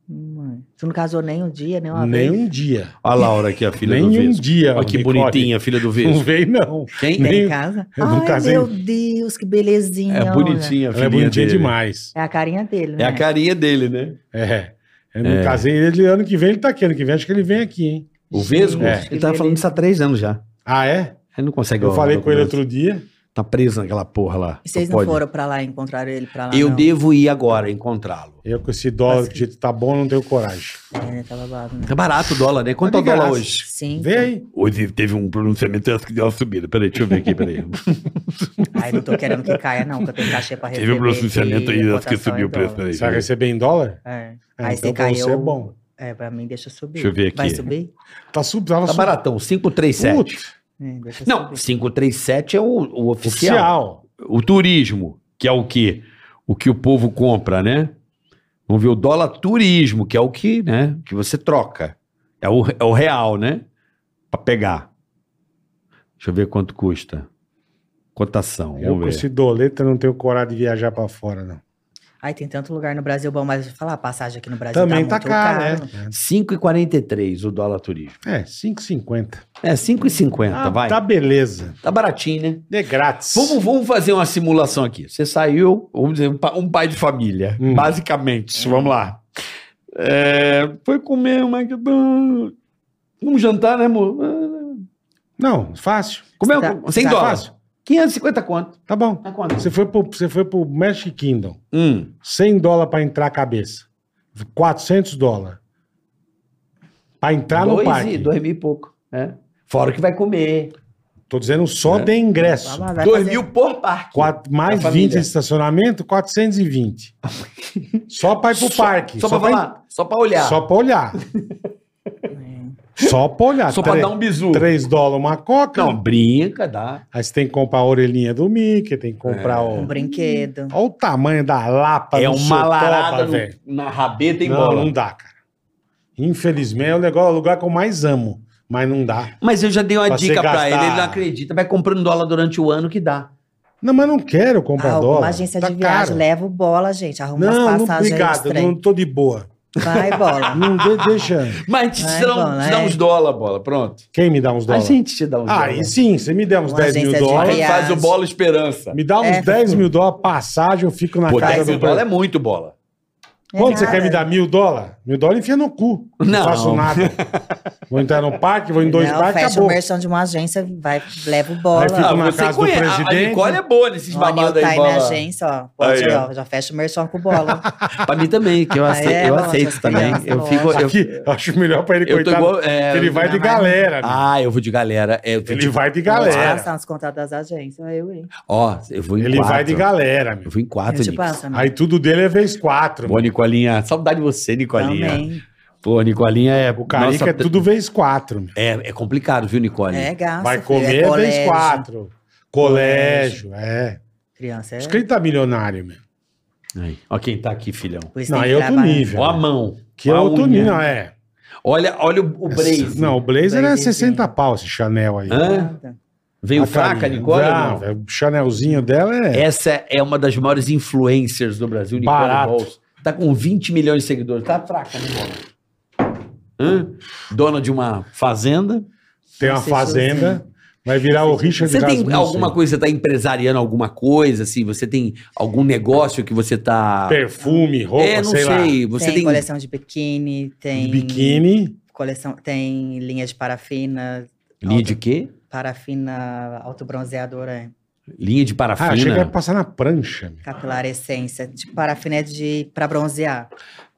Mãe. Hum, Tu não casou nem um dia, nem uma Nem vez? um dia. Olha a Laura aqui, a filha Nem do um Vesgo. dia. Olha que Nicole. bonitinha, a filha do Não Vesgo. veio, não. Quem? Nem nem- em casa? eu não Ai, casei. meu Deus, que belezinha. É olha. bonitinha a Ela é filha bonitinha dele. demais. É a carinha dele, né? É a carinha dele, né? É. Eu não casei ele ano que vem, ele tá aqui. Ano que vem, acho que ele vem aqui, hein? O Vesgo? É. Ele tava falando isso há três anos já. Ah, é? Ele não consegue... Eu arrumar falei com ele documento. outro dia. Tá preso naquela porra lá. E vocês não pode. foram pra lá, encontraram ele pra lá, Eu não? devo ir agora encontrá-lo. Eu com esse dólar Mas- do jeito que tá bom, não tenho coragem. É, né? Tava babado, né? É barato o dólar, né? Quanto é o Mas de dólar graça. hoje? Sim. Vê aí. Hoje teve um pronunciamento acho que deu uma subida. Peraí, deixa eu ver aqui, peraí. Ai, não tô querendo que caia, não, que eu tenho cachê pra receber. teve um pronunciamento e aí a acho que cotação subiu é o preço. dólar. Peraí. Você vai receber em dólar? É. É, Aí então você pra caiu. você é bom. É, pra mim, deixa eu subir. Deixa eu ver aqui. Vai subir? Tá sub, tava Tá sub- baratão, 537. Putz, É, deixa eu Não, subir. 537 é o, o oficial. oficial. O turismo, que é o que? O que o povo compra, né? Vamos ver o dólar turismo, que é o que, né? Que você troca. É o, é o real, né? Pra pegar. Deixa eu ver quanto custa. Cotação. Eu Vamos com ver. esse doleta não tenho coragem de viajar pra fora, não. Ai, tem tanto lugar no Brasil bom, mas eu vou falar, a passagem aqui no Brasil Também tá tá muito caro, cara. né? 5,43 o dólar turismo. É, 5,50. É, 5,50, Ah, vai. Tá Tá... beleza. baratinho, né? É grátis. Vamos, vamos fazer uma simulação aqui. Você saiu, vamos dizer, um, pa- um pai de família, Hum. basicamente. Vamos lá. É, foi comer um McDonald's. Vamos jantar, né, amor? Ah, Não, fácil. Comer Tá- um, 100 tá dólares. Fácil. 550 quanto? Tá bom. É quanto? Você foi, pro, você foi pro Magic Kingdom. Hum, 100 dólares pra entrar a cabeça. 400 dólares. Pra entrar no dois parque. e dois mil e pouco. né? Fora o que vai comer. Tô dizendo só É. de ingresso. Vai lá, vai dois fazer- mil por parque. Quatro, mais Da 20 família. de estacionamento, 420. só pra ir pro Só- parque. Só, pra pra falar, só pra olhar. Só pra olhar. Só pra olhar. Só pra dar um bisu. 3 dólares uma coca. Não, brinca, dá. Aí você tem que comprar a orelhinha do Mickey, tem que comprar Um o. brinquedo. Olha o tamanho da lapa é do uma Sotoba, larada no- um velho. na rabeta e Não, bola. não dá, cara. Infelizmente é o negócio, é o lugar que eu mais amo. Mas não dá. Mas eu já dei uma Pra dica você pra gastar. ele, ele não acredita. Vai comprando dólar durante o ano que dá. Não, mas não quero comprar Ah, dólar. alguma agência tá de viagem, caro. leva o bola, gente. Arruma Não, umas não, passagens aí nos obrigado. trem. Não tô de boa. Vai, bola. Não de- deixa. Mas te, Vai, dá, um- bola, te dá é. uns dólar, bola, pronto. Quem me dá uns A dólares? gente te dá uns Ah, e sim, você me der uns Uma 10 mil agência de dólar. A dólares. gente faz o bola esperança. Me dá uns É. 10 mil dólares, passagem, eu fico na Pô, casa 10 mil do dólar é muito bola. Quanto você É quer me nada. dar? Mil dólares? Mil dólares enfia no cu. Não. faço nada. vou entrar no parque, vou em dois não, parques, fecha o acabou. merchan de uma agência, vai, leva o bola. Aí fica Ó, Fico na casa do Ah, conhece- a- A presidente. Nicole é boa nesses Ó, Nil babados tá aí, aí na bola. agência, ó. Pode, Aí, ó. ó. Já fecha o merchan com bola. pra mim também, que eu Ah, aceito, é? eu Nossa, aceito também. criança, Eu fico... Eu, Aqui, acho melhor pra ele, eu tô coitado. igual... é, ele vai de não vai- galera. né? Ah, eu vou de galera. é, eu vou ele de- vai Vou de te galera. passar nos contatos das agências. aí Eu, hein? É tipo Ó, eu vou em Ele quatro. vai de galera, meu. Eu vou em Eu quatro, te Nico. passo, amigo. Aí tudo dele é vez quatro. Boa, Nicolinha. Saudade de você, Nicolinha. Também. Pô, Nicolinha é... O Carica nossa- é tudo vez quatro. meu. É, é complicado, viu, Nicole? É gasto. Vai filho, comer é é vez colégio. quatro. Colégio, é. Criança, é. Por isso que ele tá milionário, meu. Aí. Ó quem tá aqui, filhão. Por isso Não, tem é que outro trabalhar. nível. Ó a mão. Que Ó é a outro unha. nível, é. Olha, olha o, o Braze. Não, o Blazer é Blazer, 60 pau esse Chanel aí. Hã? Nada. Veio A Ah, fraca, carinha. Nicole? ou Não, Não, velho, o Chanelzinho dela é. Essa é uma das maiores influencers do Brasil, Nicole Barato. Bolso. Tá com 20 milhões de seguidores. Tá fraca, Nicole. Hã? Dona de uma fazenda. tem uma Esse fazenda. Vai virar o Richard Você tem Rasmussen. alguma coisa, você tá empresariando alguma coisa, assim? Você tem algum negócio que você tá... Perfume, roupa, é, não sei, lá. sei. Você tem, tem... coleção de biquíni, tem. Biquíni. Coleção, tem linha de parafina, Linha de quê? parafina autobronzeadora, Linha de Ah, achei que parafina. ia passar na prancha. meu. capilar essência. De parafina é de para bronzear.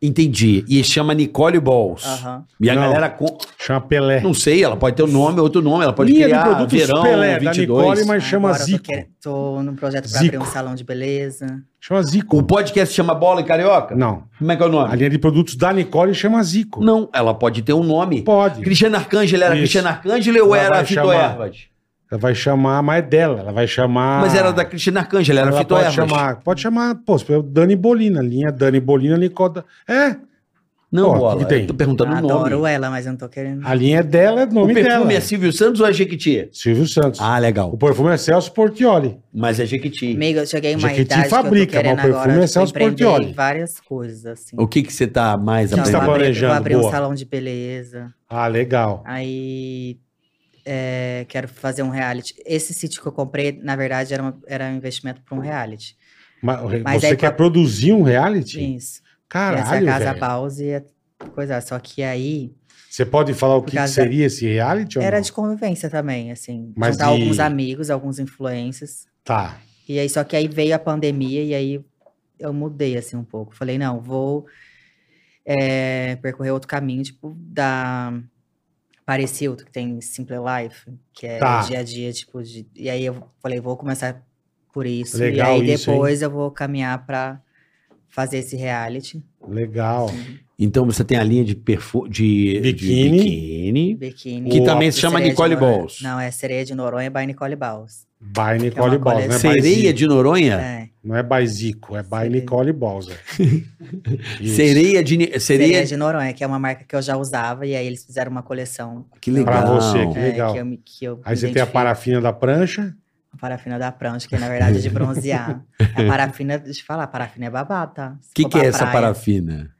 Entendi. E chama Nicole Balls. Aham. E a Não. galera... com- Chama Pelé. Não sei, ela pode ter um nome, outro nome, ela pode Linha de criar produtos verão, Pelé, da 22. Nicole, mas chama Ah, Agora eu Zico. Tô, que- tô num projeto para Zico. abrir um salão de beleza. Chama Zico. O podcast chama Bola e Carioca? Não. Como é que é o nome? A linha de produtos da Nicole chama Zico. Não, ela pode ter um nome. Pode. Cristiano Arcângelo era Isso. Cristiano Arcângelo ou Ela era vai Fito chamar- Ervas? Ela vai chamar, mas é dela. Ela vai chamar. Mas era da Cristiano Arcângelo, Ah. era ela Fito pode Ervas. chamar. Pode chamar, pô, se for Dani Bolina. Linha Dani Bolina, Nicole. da- É. Não, Ó, o que bola. que tem? Eu tô perguntando o Adoro tá nome. ela, mas eu não tô querendo. A linha é dela, é O nome perfume dela. é Silvio Santos ou é Jequiti? Silvio Santos. Ah, O legal. perfume é Celso Portioli. Mas é Jequiti. Amiga, eu cheguei em uma Jequiti idade fabrica, que eu tô querendo mas o perfume agora é Celso tipo, empreender Portiolli. várias coisas, assim. Então, O que que você tá mais que você tá eu vou aprendendo? abrir- planejando? Eu vou abrir Boa. um salão de beleza. Ah, legal. Aí é, quero fazer um reality. Esse sítio que eu comprei, na verdade, era, uma- era um investimento para um reality. Mas, Mas você aí quer com a- produzir um reality? Isso. Essa é Caralho, a casa velho. Bause e a coisa. Só que aí Você pode falar o que, Por que causa da- seria esse reality ou era não? de convivência também, assim. Então. Mas juntar e- alguns amigos, alguns influencers. Tá. E aí, só que aí veio a pandemia e aí eu mudei assim um pouco. Falei, não, vou eh, percorrer outro caminho, tipo, da Parecildo, que tem Simple Life, que é Tá. dia a dia, tipo, de... e aí eu falei, vou começar por isso. Legal e aí isso, hein? depois eu vou caminhar pra fazer esse reality, Legal. Então você tem a linha de perfu... de de Biquíni. biquíni. biquíni. Que Boa. também do se chama Sereia de Nicole Noronha. Balls. Não, é Sereia de Noronha by Nicole Balls. By Nicole É uma Balls, né? coleção. Sereia By Zico. de Noronha? É. Não é by Zico, é by Sereia. Nicole Balls. é. Isso. Sereia de. Ni- Sereia Sereia de Noronha, que é uma marca que eu já usava, e aí eles fizeram uma coleção Que legal. Pra você, que É, legal. que eu, me- que eu Aí me você tem a identifico. parafina da prancha. A parafina da prancha, que na verdade é de bronzear. É a parafina, deixa eu falar, a parafina é babada, tá? O que, que é essa parafina?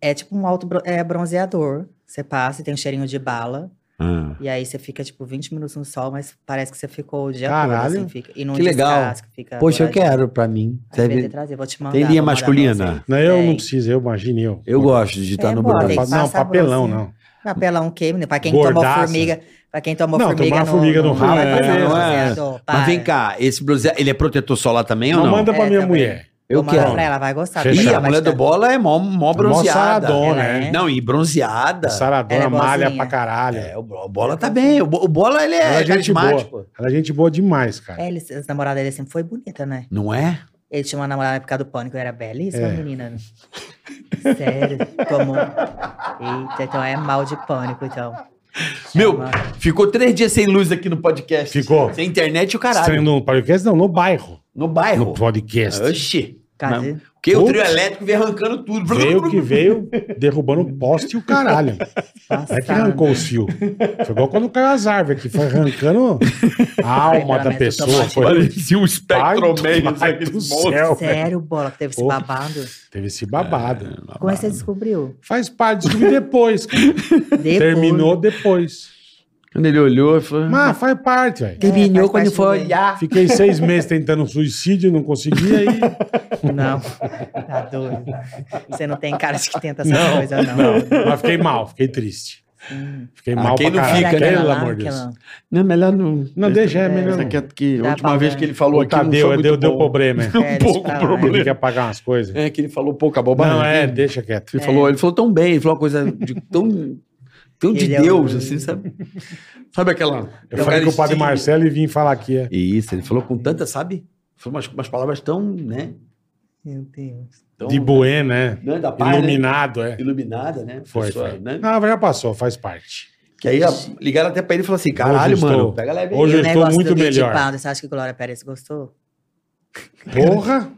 É tipo um alto bro- é bronzeador. Você passa e tem um cheirinho de bala. Ah, E aí você fica, tipo, 20 minutos no sol, mas parece que você ficou o dia Caralho. todo. Assim, fica, e não Que legal. descasca, fica Poxa, eu douradinho. quero pra mim. Aí eu devia Serve- ter trazido, vou te mandar, Tem vou linha mandar pra você. masculina? Não, eu não Tem. preciso, eu imagine eu. Eu gosto de estar É no bom, bronze. tem que Não, passar papelão bronzinho. não. Papelão queima, né? pra quem tomou Gordaça. formiga. Pra quem tomou Não, formiga. tomar formiga no rabo, vai passar é, no não é. bronzeador, para. Mas vem cá, esse bronzeado, ele é protetor solar também Não, ou não? manda pra É, minha também. mulher. Eu Vou mandar quero. pra ela, vai gostar. Fechado. porque Ih, ela a vai mulher te do dar- bola é mó, mó bronzeada. saradona, Ela é. Não, e bronzeada. A Saradona Ela é malha boazinha. pra caralho. É, o Bo- o bola tá bem. O Bo- o bola, ele Ela é, é gente carismático. boa. Ela é gente boa demais, cara. É, ele, as namoradas dele sempre foi bonita, né? Não é? Ele tinha uma namorada na época do pânico, era belíssima É. menina. Sério, tomou. Eita, então é mal de pânico, então. Meu, Chama- ficou três dias sem luz aqui no podcast. Ficou. Sem internet e o caralho. Estranho no podcast, não, no bairro. No bairro. No podcast. Oxi. Cadê? É Porque o Putz. trio elétrico veio arrancando tudo. Veio que veio, derrubando o poste e o caralho. É que Passada. arrancou os fios. Foi igual quando caiu as árvores aqui, foi arrancando a alma Ai, pelo da menos pessoa. automático. Foi... Parecia Pai um do- espectromeio. pai do céu, velho. Sério, bola, que teve esse Pô. babado? Teve esse babado. Como é que você descobriu? Faz parte, descobri depois. cara. Depois- É, Terminou depois. Quando ele olhou, falou... Mas faz parte, velho. É, faz parte do bem. Fiquei seis meses tentando suicídio, não consegui, aí Não, tá doido. Você não tem cara de que tenta essa Não, coisa, não. Não, mas fiquei mal, fiquei triste. Hum. Fiquei Ah, mal quem pra não caralho. fica, né? Pelo lá, amor de Deus. aquela- Não, é melhor não. Não, deixa, é melhor. Essa não. aqui, que Dá a última pra vez ver. que ele O falou aqui não Tadeu, é, foi muito deu, deu bom. Um problema. é. É, deixa pra lá. né? Ele quer pagar umas coisas. É que ele falou pouca bobagem. Não, é, deixa quieto. Ele, falou, ele falou tão bem, ele falou uma coisa de- tão, tão de Ele é um- Deus, assim, sabe? Sabe aquela... Eu falei com o padre Marcelo e vim falar aqui. É. Isso, ele falou com tanta, sabe? Falou umas, umas palavras tão, né? Meu Deus. Tão, De Bué, né? Então, né, da paz, né? Iluminado, é. Iluminada, né? Foi, Pessoa, foi. né? Não, já passou, faz parte. Que aí ó, ligaram até pra ele e falaram assim, caralho, Hoje eu mano, estou- pega leve aí. Hoje E eu o estou negócio muito do Big melhor. Brother, você acha que Glória Pérez gostou? Porra!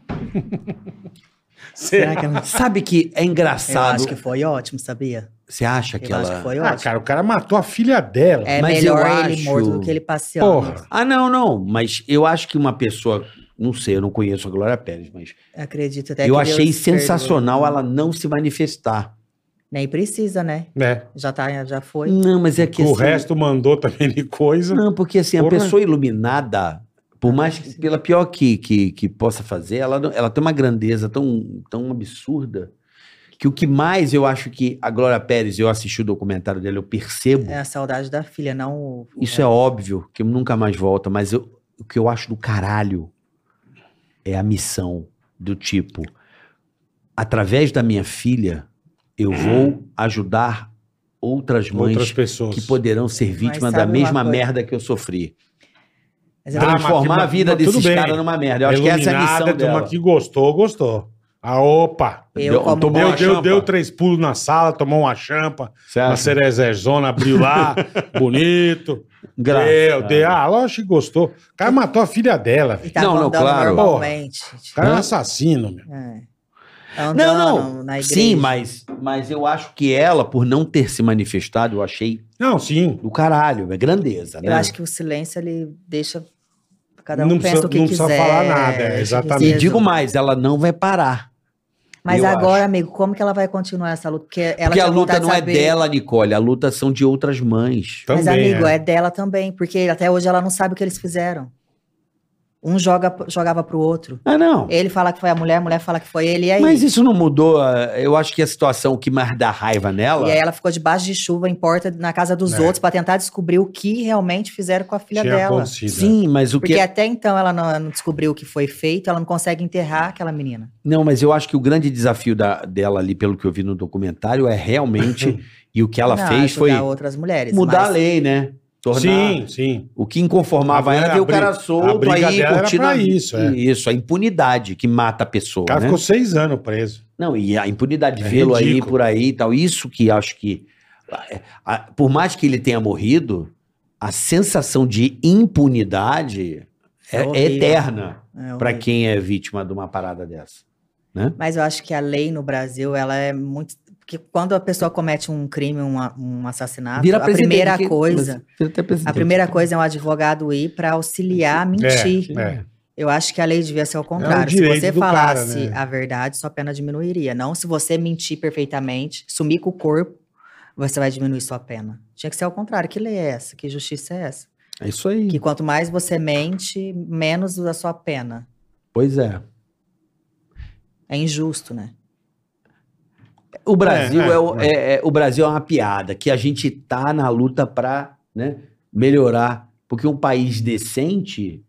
Será que ela... Sabe que é Eu engraçado. acho que foi ótimo, sabia? Você acha que Eu acho que ela. foi Ah, ótimo. cara, o cara matou a filha dela. é mas melhor eu ele acho- morto do que ele passeando. Porra. Ah, não, não. Mas eu acho que uma pessoa. Não sei, eu não conheço a Glória Pérez, mas. Acredito até eu É que achei Deus sensacional perdoe. ela não se manifestar. Nem precisa, né? né? Já, tá, já foi. Hum. Não, mas é que. O assim, resto mandou também de coisa. Não, porque assim, Porra. a pessoa iluminada, Ah, por mais que, pela pior que, que, que possa fazer, ela, não- ela tem uma grandeza tão, tão absurda. Que o que mais eu acho que a Glória Pérez, eu assisti o documentário dela, eu percebo. É a saudade da filha, não o. o Isso é óbvio que nunca mais volta, mas eu- o que eu acho do caralho é a missão do tipo, através da minha filha, eu vou ajudar outras mães Outras pessoas. que poderão ser vítimas Mas da sabe uma mesma coisa? merda que eu sofri. é Mas eu Ah, mas Transformar que- a vida mas tudo desses bem. caras numa merda. Eu acho que essa é a Iluminada, missão turma dela. que gostou, gostou. Ah, opa! Eu Deu- como- tomou Deu, uma deu, champa. É. deu três pulos na sala, tomou uma champa, Você uma acha? cerezezona, abriu lá, bonito. Graça. Deu, deu. Ah, lógico que gostou. O cara matou a filha dela, velho. E tava Não, não, andando claro. normalmente. O cara é um assassino, meu. É. andando Não, não. na igreja. Sim, mas, mas eu acho que ela, por não ter se manifestado, eu achei Não, sim. do caralho. É grandeza, né? Eu acho que o silêncio ele deixa cada um Não pensa precisa- o que não quiser. precisa falar nada, é, deixa que exatamente. E seja. digo mais, ela não vai parar. Mas eu agora, amigo, como que ela vai continuar essa luta? Porque ela tá porque a tinha luta vontade de não é saber. dela, Nicole. A luta são de outras mães. Também, Mas, amigo, é. é. dela também, porque até hoje ela não sabe o que eles fizeram. Um joga, jogava pro outro. Ah, não. Ele fala que foi a mulher, a mulher fala que foi ele, e aí? Mas isso não mudou. ah, Eu acho que a situação que mais dá raiva nela. E é aí ela ficou debaixo de chuva em porta na casa dos É. outros pra tentar descobrir o que realmente fizeram com a filha Tinha dela. acontecido, né? Sim, mas o Porque que. até então ela não, não descobriu o que foi feito, ela não consegue enterrar aquela menina. Não, mas eu acho que o grande desafio da- dela ali, pelo que eu vi no documentário, é realmente. e o que ela Não, fez foi ajudar outras mulheres. mudar mas- a lei, né? Tornar. Sim, sim. O que inconformava A ela é ver o briga- cara a solto briga aí dela era curtindo pra a- isso, é. Isso, a impunidade que mata a pessoa. O cara né? ficou seis anos preso. Não, e a impunidade de É vê-lo aí ridículo. por aí e tal. Isso que acho que. é, a- a- por mais que ele tenha morrido, a sensação de impunidade é, É é horrível. eterna É, pra horrível. quem é vítima de uma parada dessa. Mas eu acho que a lei no Brasil, ela é muito. Porque quando a pessoa comete um crime, um, a- um assassinato, a presidente, primeira que- coisa. Vira até presidente. A primeira coisa é um advogado ir pra auxiliar a mentir. É, é. Eu acho que a lei devia ser ao É um contrário. direito se você do cara, falasse né? a verdade, sua pena diminuiria. Não se você mentir perfeitamente, sumir com o corpo, você vai diminuir sua pena. Tinha que ser ao contrário. Que lei é essa? Que justiça é essa? É isso aí. Que quanto mais você mente, menos a sua pena. Pois é. É injusto, né? O Brasil é, É, é, o, é- é- o Brasil é uma piada que a gente tá na luta pra né, melhorar. Porque um país decente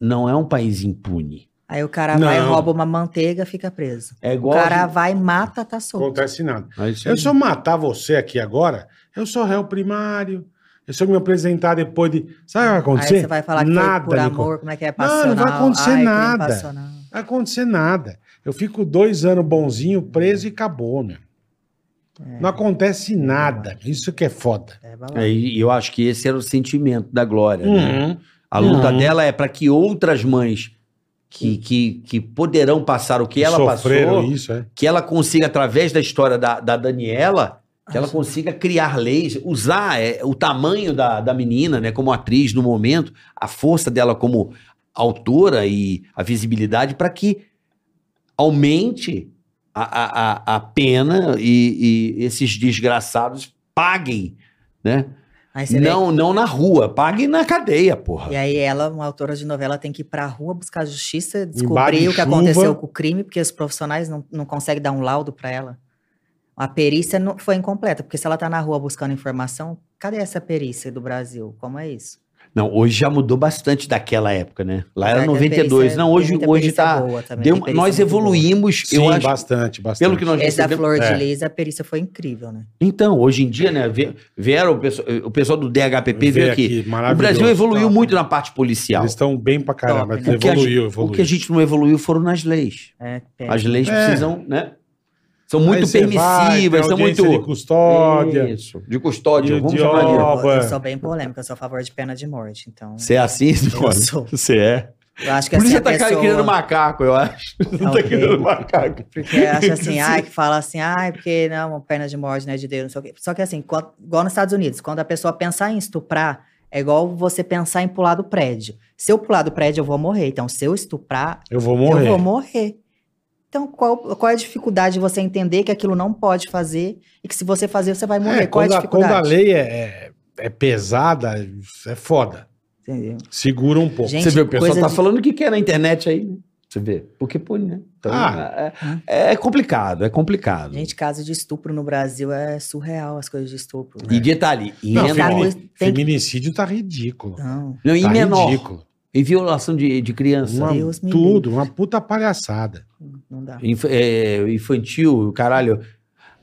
não é um país impune. Aí o cara vai, Não. rouba uma manteiga, fica preso. É O igual. a cara vai, mata, tá Não solto. acontece nada. gente- É isso Eu, aí. se eu matar você aqui agora, eu sou réu primário. Eu sou me apresentar depois de. Sabe o que vai acontecer? Aí você vai falar que nada, foi por amor, Nicole. como é que é Não, não passional. vai acontecer Ai, crime nada. passional. Não vai acontecer nada. Eu fico dois anos bonzinho, preso e acabou, meu. Não acontece nada. Isso que é foda. É, balão. É, e eu acho que esse era o sentimento da Glória. né? Uhum. A luta Uhum. dela é para que outras mães que, que, que poderão passar o que ela Sofreram passou, isso, é. que ela consiga, através da história da, da Daniela, que Ah, ela Acho- consiga criar leis, usar é, o tamanho da, da menina, né, como atriz no momento, a força dela como autora e a visibilidade para que aumente a, a, a, a pena e, e esses desgraçados paguem, né? Aí você vê Não, não na rua, pague na cadeia, porra. E aí ela, uma autora de novela, tem que ir pra rua buscar justiça, Embaixo de descobrir o que chuva. aconteceu com o crime, porque os profissionais não, não conseguem dar um laudo pra ela. A perícia não, foi incompleta, porque se ela tá na rua buscando informação, cadê essa perícia do Brasil? Como é isso? Não, hoje já mudou bastante daquela época, né? Lá era Apesar que a 92. perícia- Não, tem hoje, é. muita hoje perícia tá. boa também, deu- tem perícia nós muito boa. evoluímos, Sim, eu acho. bastante, bastante. Pelo que nós Esse da recebemos. Flor É. de Lis, a perícia foi incrível, né? Então, hoje em dia, né? vie- Vieram o pessoal, o pessoal do DHPP veio Veio aqui. O maravilhoso. Brasil é evoluiu Top. muito na parte policial. Eles estão bem pra caramba. Top, né? O que a Evoluiu, O evoluiu. que a gente não evoluiu foram nas leis. É, pena. As leis É. precisam, né? São Aí muito você vai, tem permissivas, são audiência muito. De custódia. Isso, de custódia, E vamos de chamar eu, de. ó- vou- eu Nova. sou bem polêmica, eu sou a favor de pena de morte, então... Você é assim, Eu sou. Você é. Eu acho que Por isso assim, você a tá pessoa... criando macaco, eu acho. Não tá horrível. criando macaco. Porque acha assim, ai, que fala assim, ai, porque não, pena de morte não é de Deus, não sei o quê. Só que assim, qual- igual nos Estados Unidos, quando a pessoa pensar em estuprar, é igual você pensar em pular do prédio. Se eu pular do prédio, eu vou morrer. Então, se eu estuprar, Eu vou morrer. eu vou morrer. Então, qual, qual é a dificuldade de você entender que aquilo não pode fazer e que se você fazer, você vai morrer? É, qual é quando, a a, quando dificuldade? a lei é, é- é pesada, é foda. Entendeu? Segura um pouco. Gente, Você vê, o pessoal coisa tá de- falando o que quer na internet aí, né? Você vê. Porque pune, né? Então, Ah. é, é complicado, é complicado. Gente, caso de estupro no Brasil é surreal as coisas de estupro. E detalhe, e Não, menor. femini- femini- tem que- Feminicídio tá ridículo. Não, Não, e tá menor. ridículo. E violação de, de criança. Uma- Deus me tudo, uma puta palhaçada. não dá. Inf- é, infantil, caralho.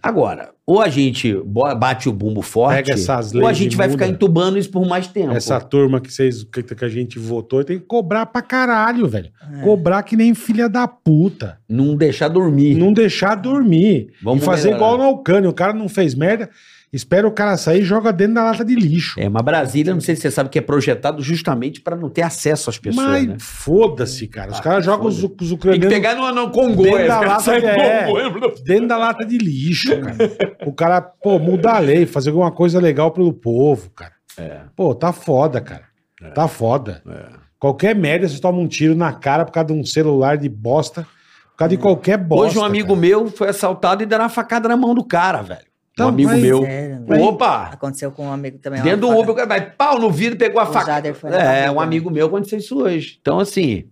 Agora, Ou a gente bo- bate o bumbo forte, Pega essas ou a leis gente e vai muda. ficar entubando isso por mais tempo. Essa turma que, vocês, que, que a gente votou tem que cobrar pra caralho, velho. É. Cobrar que nem filha da puta. Não deixar dormir. Não deixar dormir. Vamos e fazer melhorar. igual na Ucrânia. O cara não fez merda, espera o cara sair e joga dentro da lata de lixo. É, mas Brasília, não sei se você sabe, que é projetado justamente para não ter acesso às pessoas, Mas né? foda-se, cara. Os Ah, caras jogam os, os ucranianos no, no Congo, Dentro da lata sai de- é. Congo. dentro da lata de lixo, cara. o cara, pô, mudar a lei, fazer alguma coisa legal pelo povo, cara. É. Pô, tá foda, cara. Tá foda. Qualquer merda, você toma um tiro na cara por causa de um celular de bosta, por causa de qualquer bosta. Hoje um amigo cara. meu foi assaltado e deram uma facada na mão do cara, velho. Então, um amigo mas- é meu. Sério, né? Opa! Aconteceu com um amigo também. Dentro do uma Uber, o cara vai pau no vidro, pegou a O faca. Jader foi na É, faca um amigo meu aconteceu isso hoje. Então, assim.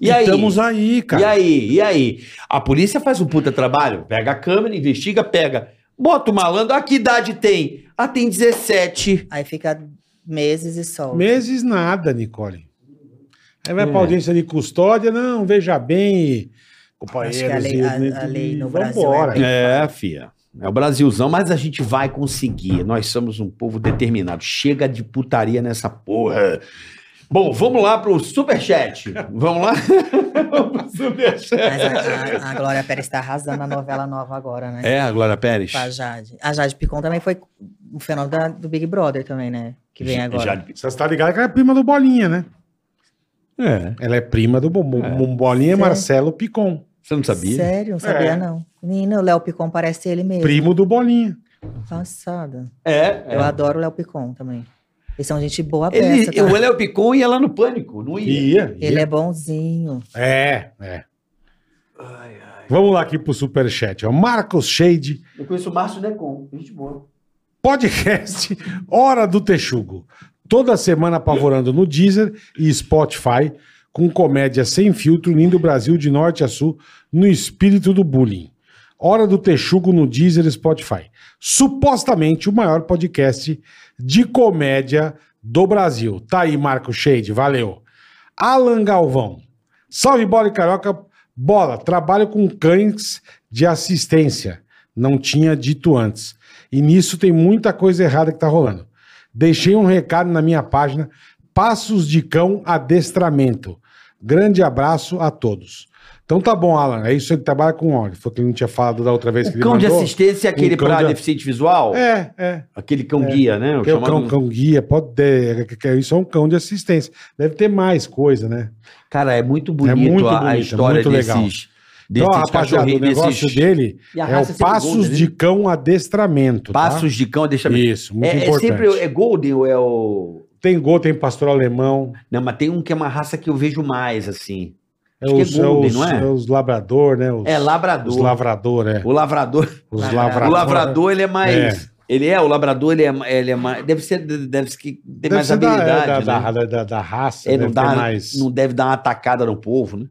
E aí? Estamos aí, cara. E aí? E aí? A polícia faz um puta trabalho. Pega a câmera, investiga, pega. Bota o malandro. Ah, que idade tem? Ah, tem 17. Aí fica meses e sol. Meses nada, Nicole. Aí vai É. pra audiência de custódia, não, veja bem. Companheiros, Acho que a lei- a- e- a lei no e Brasil vambora. bem- É, fia. É o Brasilzão, mas a gente vai conseguir. Nós somos um povo determinado. Chega de putaria nessa porra. Bom, vamos lá pro superchat. Vamos lá? Vamos pro superchat. Mas a, a- a Glória Pérez está arrasando a novela nova agora, né? É, Glória Pérez. Com a Jade. A Jade Picon também foi um fenômeno da- do Big Brother também, né? Que vem agora. Já- Você tá ligado que ela é prima do Bolinha, né? É. Ela é prima do Bo- Bo- Bolinha Sim. Marcelo Picon. Você não sabia? Sério? Não sabia, É. não. Menino, o Léo Picon parece ele mesmo. Primo do Bolinha. Passada. É. Eu adoro o Léo Picon também. Eles são gente boa Ele, peça. Tá? O Léo Picon ia lá no pânico, não ia. Ia. Ele é bonzinho. É, é. Vamos lá aqui pro superchat. ó. Marcos Shade, Eu conheço o Márcio Necon, gente boa. podcast Hora do Texugo. Toda semana apavorando no Deezer e Spotify, com comédia sem filtro, unindo o Brasil de norte a sul, no espírito do bullying. Hora do Texugo no Deezer e Spotify. Supostamente o maior podcast de comédia do Brasil. Tá aí, Marco Shade, valeu. Alan Galvão. Salve, bola e carioca. Bola, trabalho com cães de assistência. Não tinha dito antes. E nisso tem muita coisa errada que tá rolando. Deixei um recado na minha página. Passos de cão adestramento. Grande abraço a todos. Então tá bom, Alan. É isso, ele trabalha com óleo. Foi o que ele não tinha falado da outra vez que O ele cão de mandou. assistência é aquele Um cão pra de- deficiente visual? É, é. Aquele cão guia, né? O Porque o chamado- um cão, cão guia, pode ter, que- que isso é um cão de assistência. Deve ter mais coisa, né? Cara, é muito bonito, muito a, a bonito, é história muito desses, legal. desses então, rapaziada, o cachorrinhos, negócio desses- dele E a é raça o sempre passos golden, né? de cão adestramento. tá? Passos de cão, deixa eu ver. Isso, muito É, é importante. sempre é golden ou é o... Tem gol, tem pastor alemão. Não, mas tem um que é uma raça que eu vejo mais, assim. É Acho que é os, golden, os- não é? os labrador, né? Os, É labrador. Os lavrador, é. O lavrador. Os Lavrador. lavrador. O lavrador, ele é mais... Ele é, o labrador, ele é, ele é mais... Deve ser... Deve ser que tem Deve mais ser da, é, habilidade, da, né? da, da, da- da raça, É, deve não, ter dá, mais... não deve dar uma atacada no povo, né?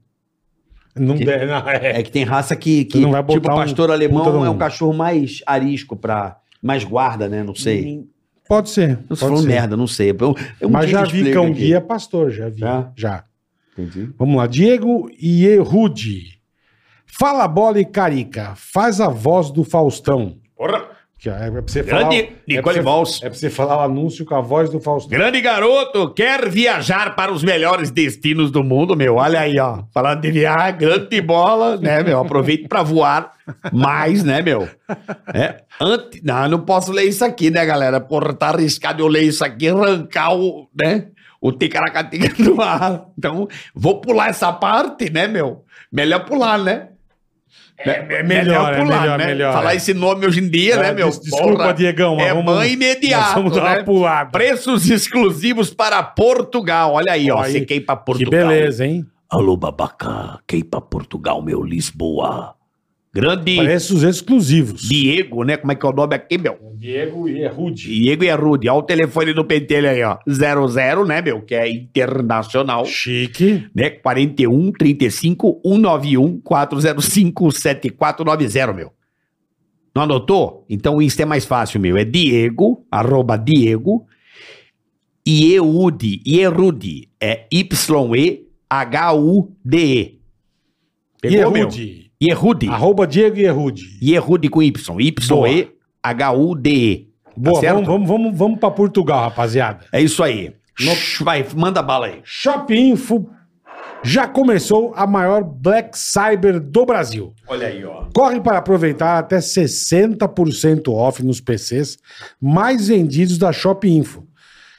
Não deve, não, é. É que tem raça que, que Você não vai tipo, botar um pastor puta alemão num- é um cachorro mais arisco pra... Mais guarda, né? Não sei. Menino- Pode ser. Não pode tô falando ser. merda, não sei. É um, Eu, eu Mas já explico vi cão aqui. guia é pastor, já vi. Já? Já. Entendi. Vamos lá. Diego Ierude. Fala bola e carica. Faz a voz do Faustão. Que é pra você falar, Grande é pra Nicole você- Valls. é pra você falar o anúncio com a voz do Faustão. Grande garoto, quer viajar para os melhores destinos do mundo, meu? Olha aí, ó. Falando de viajar, grande bola, né, meu? Aproveite para voar mais, né, meu? É, ante... Não, eu não posso ler isso aqui, né, galera? Porra, tá arriscado eu ler isso aqui, arrancar o, né? O ticaracatica do ar. Então, vou pular essa parte, né, meu? Melhor pular, né? É, melhor, é melhor, melhor, né? Falar é. esse nome hoje em dia, né, Ah, meu? des- Desculpa, Porra, Diegão, mas é vamos, mãe imediato, nós vamos dar né? uma pulada. Preços exclusivos para Portugal. Olha aí, ó. Olha aí. Você quer ir pra Que Portugal. beleza, hein? Alô, babaca. Quer ir pra Portugal, meu? Lisboa. Grande Preços exclusivos. Diego, né? Como é que é o nome aqui, meu? Diego Ierude. Diego e a Rude. Olha o telefone do pentelho aí, ó. 00, né, meu? Que é internacional. Chique. Né? 41 35 191 405 7490, meu. Não anotou? Então o Insta é mais fácil, meu. É Diego, arroba Diego, Ieude, Ierude, é Y-E-H-U-D-E. Pegou, meu? Ierude. Ierude. Arroba Diego Ierude. Ierude com Y. Boa. Y-E H-U-D-E. Boa, Tá certo? vamos, vamos, vamos, vamos pra Portugal, rapaziada. É isso aí. Shhh, Vai, manda bala aí. Shop Info já começou a maior Black Cyber do Brasil. Olha aí, ó. Corre para aproveitar até 60% off nos PCs mais vendidos da Shop Info.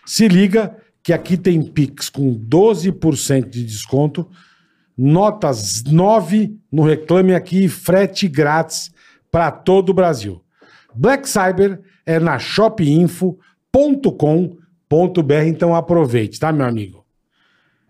Se liga que aqui tem Pix com 12% de desconto, notas 9 no Reclame Aqui e frete grátis para todo o Brasil. Black Cyber é na shopinfo.com.br, então aproveite, tá, meu amigo?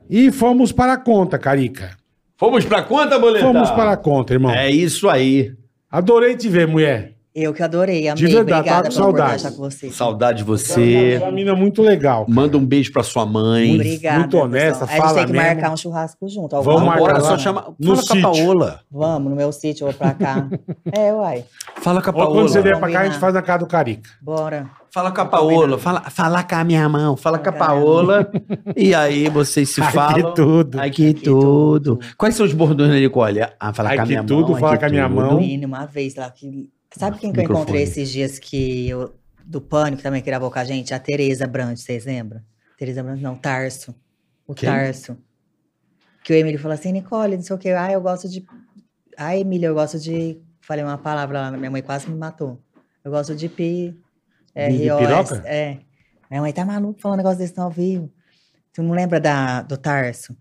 E fomos para a conta, Carica. Fomos pra conta, boleta? Fomos para a conta, irmão. É isso aí. Adorei te ver, mulher. Eu que adorei, amei. De verdade, Obrigada tava com por saudade. conversar com você. Saudade de Você você. é uma mina muito legal. Manda um beijo pra sua mãe. Obrigada. Muito honesta, pessoal. É, A gente fala tem que mesmo. marcar um churrasco junto. alguma Vamos hora. Agora marcar só lá. chama. No Fala com a sítio. Paola. Vamos, no meu sítio ou pra cá. é, uai. Fala com a Ou quando Paola. você vier Vamos pra cá, a gente combinar. faz na casa do Carica. Bora. Fala com a Paola. Fala, fala com a minha mão. Fala com a Paola. e aí vocês se falam. que tudo. Ai, que tudo. Quais são os bordões da Nicole? Ah, fala Ai, com a que minha tudo, mão. fala ai, com a minha tudo. mão. Então- Menino, uma vez lá que. Sabe quem que eu Microfone. encontrei esses dias que eu- do Pânico também que gravou com a gente? A Tereza Brandt, vocês lembram? Tereza Brandt, não, Tarso. O Quem? Tarso. Que o Emílio falou assim, Nicole, não sei o quê. Ah, eu gosto de. Ah, Emílio, eu gosto de. Falei uma palavra lá, minha mãe quase me matou. Eu gosto de pi. É, De- de ROS, piroca? É. Minha mãe tá maluca falando um negócio desse não ao vivo. Tu não lembra da, do Tarso?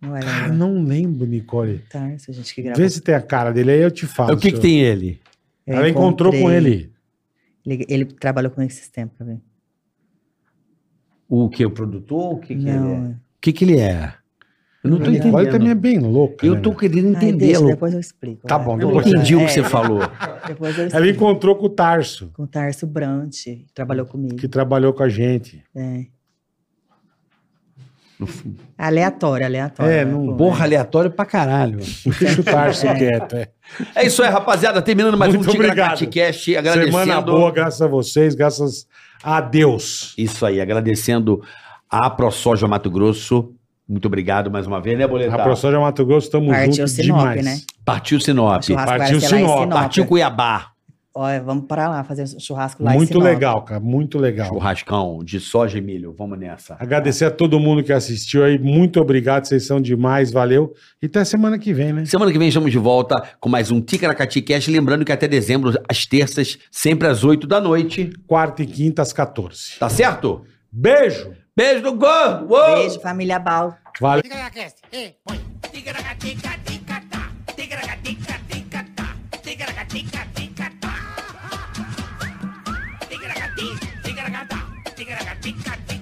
Não vai Cara, lembrar. Ah, não lembro, Nicole. Tarso, gente, que gravou. Vê se tem a cara dele aí, eu te falo. É, O que, que seu- tem ele? Eu Ela encontrou com encontrei- ele. Ele, ele trabalhou comigo esses tempos tá também. O que? O produtor? O que, que ele é? Não. O que, que ele é? Eu não tô A Nicole também é entendendo. bem louca. né, Eu tô velho? querendo Ai, deixa, entendê-lo. depois eu explico. Tá vai. bom, Eu não depois- entendi o que É, você falou. Depois eu Ela explico. encontrou com o Tarso, Com o Tarso Brant, que trabalhou comigo. que trabalhou com a gente. É. Aleatório, aleatório. É, né, não- pô? Porra, aleatório pra caralho. Deixa o Tarso quieto. é. É isso aí, rapaziada. Terminando mais Muito um obrigado. Cast, agradecendo. Semana boa, graças a vocês, graças a Deus. Isso aí, agradecendo a ProSoja Mato Grosso. Muito obrigado mais uma vez, né, A Boletar? professora Mato Grosso, tamo Partiu junto Sinop, demais. né? Partiu Sinop. O churrasco Partiu vai ser lá em Sinop, Sinop. Partiu Cuiabá. Olha, vamos para lá fazer um churrasco lá em Muito Sinop. legal, cara, muito legal. Churrascão de soja e milho. Vamos nessa. Agradecer a todo mundo que assistiu aí. Muito obrigado, vocês são demais, valeu. E até semana que vem, né? Semana que vem estamos de volta com mais um Ticaracati Cast. Lembrando que até dezembro, às terças, sempre às 8 da noite. Quarta e quinta às 14. Tá certo? Beijo! Beijo do gordo! Uou! Beijo, família Bal. Valeu! Tigaracast, ei, oi. Ticaracatica, ticatá. Ticaracatica, ticatá. Ticaracatica, ticatá. Ticaracati, ticaracatá. Ticaracatica, ticatá.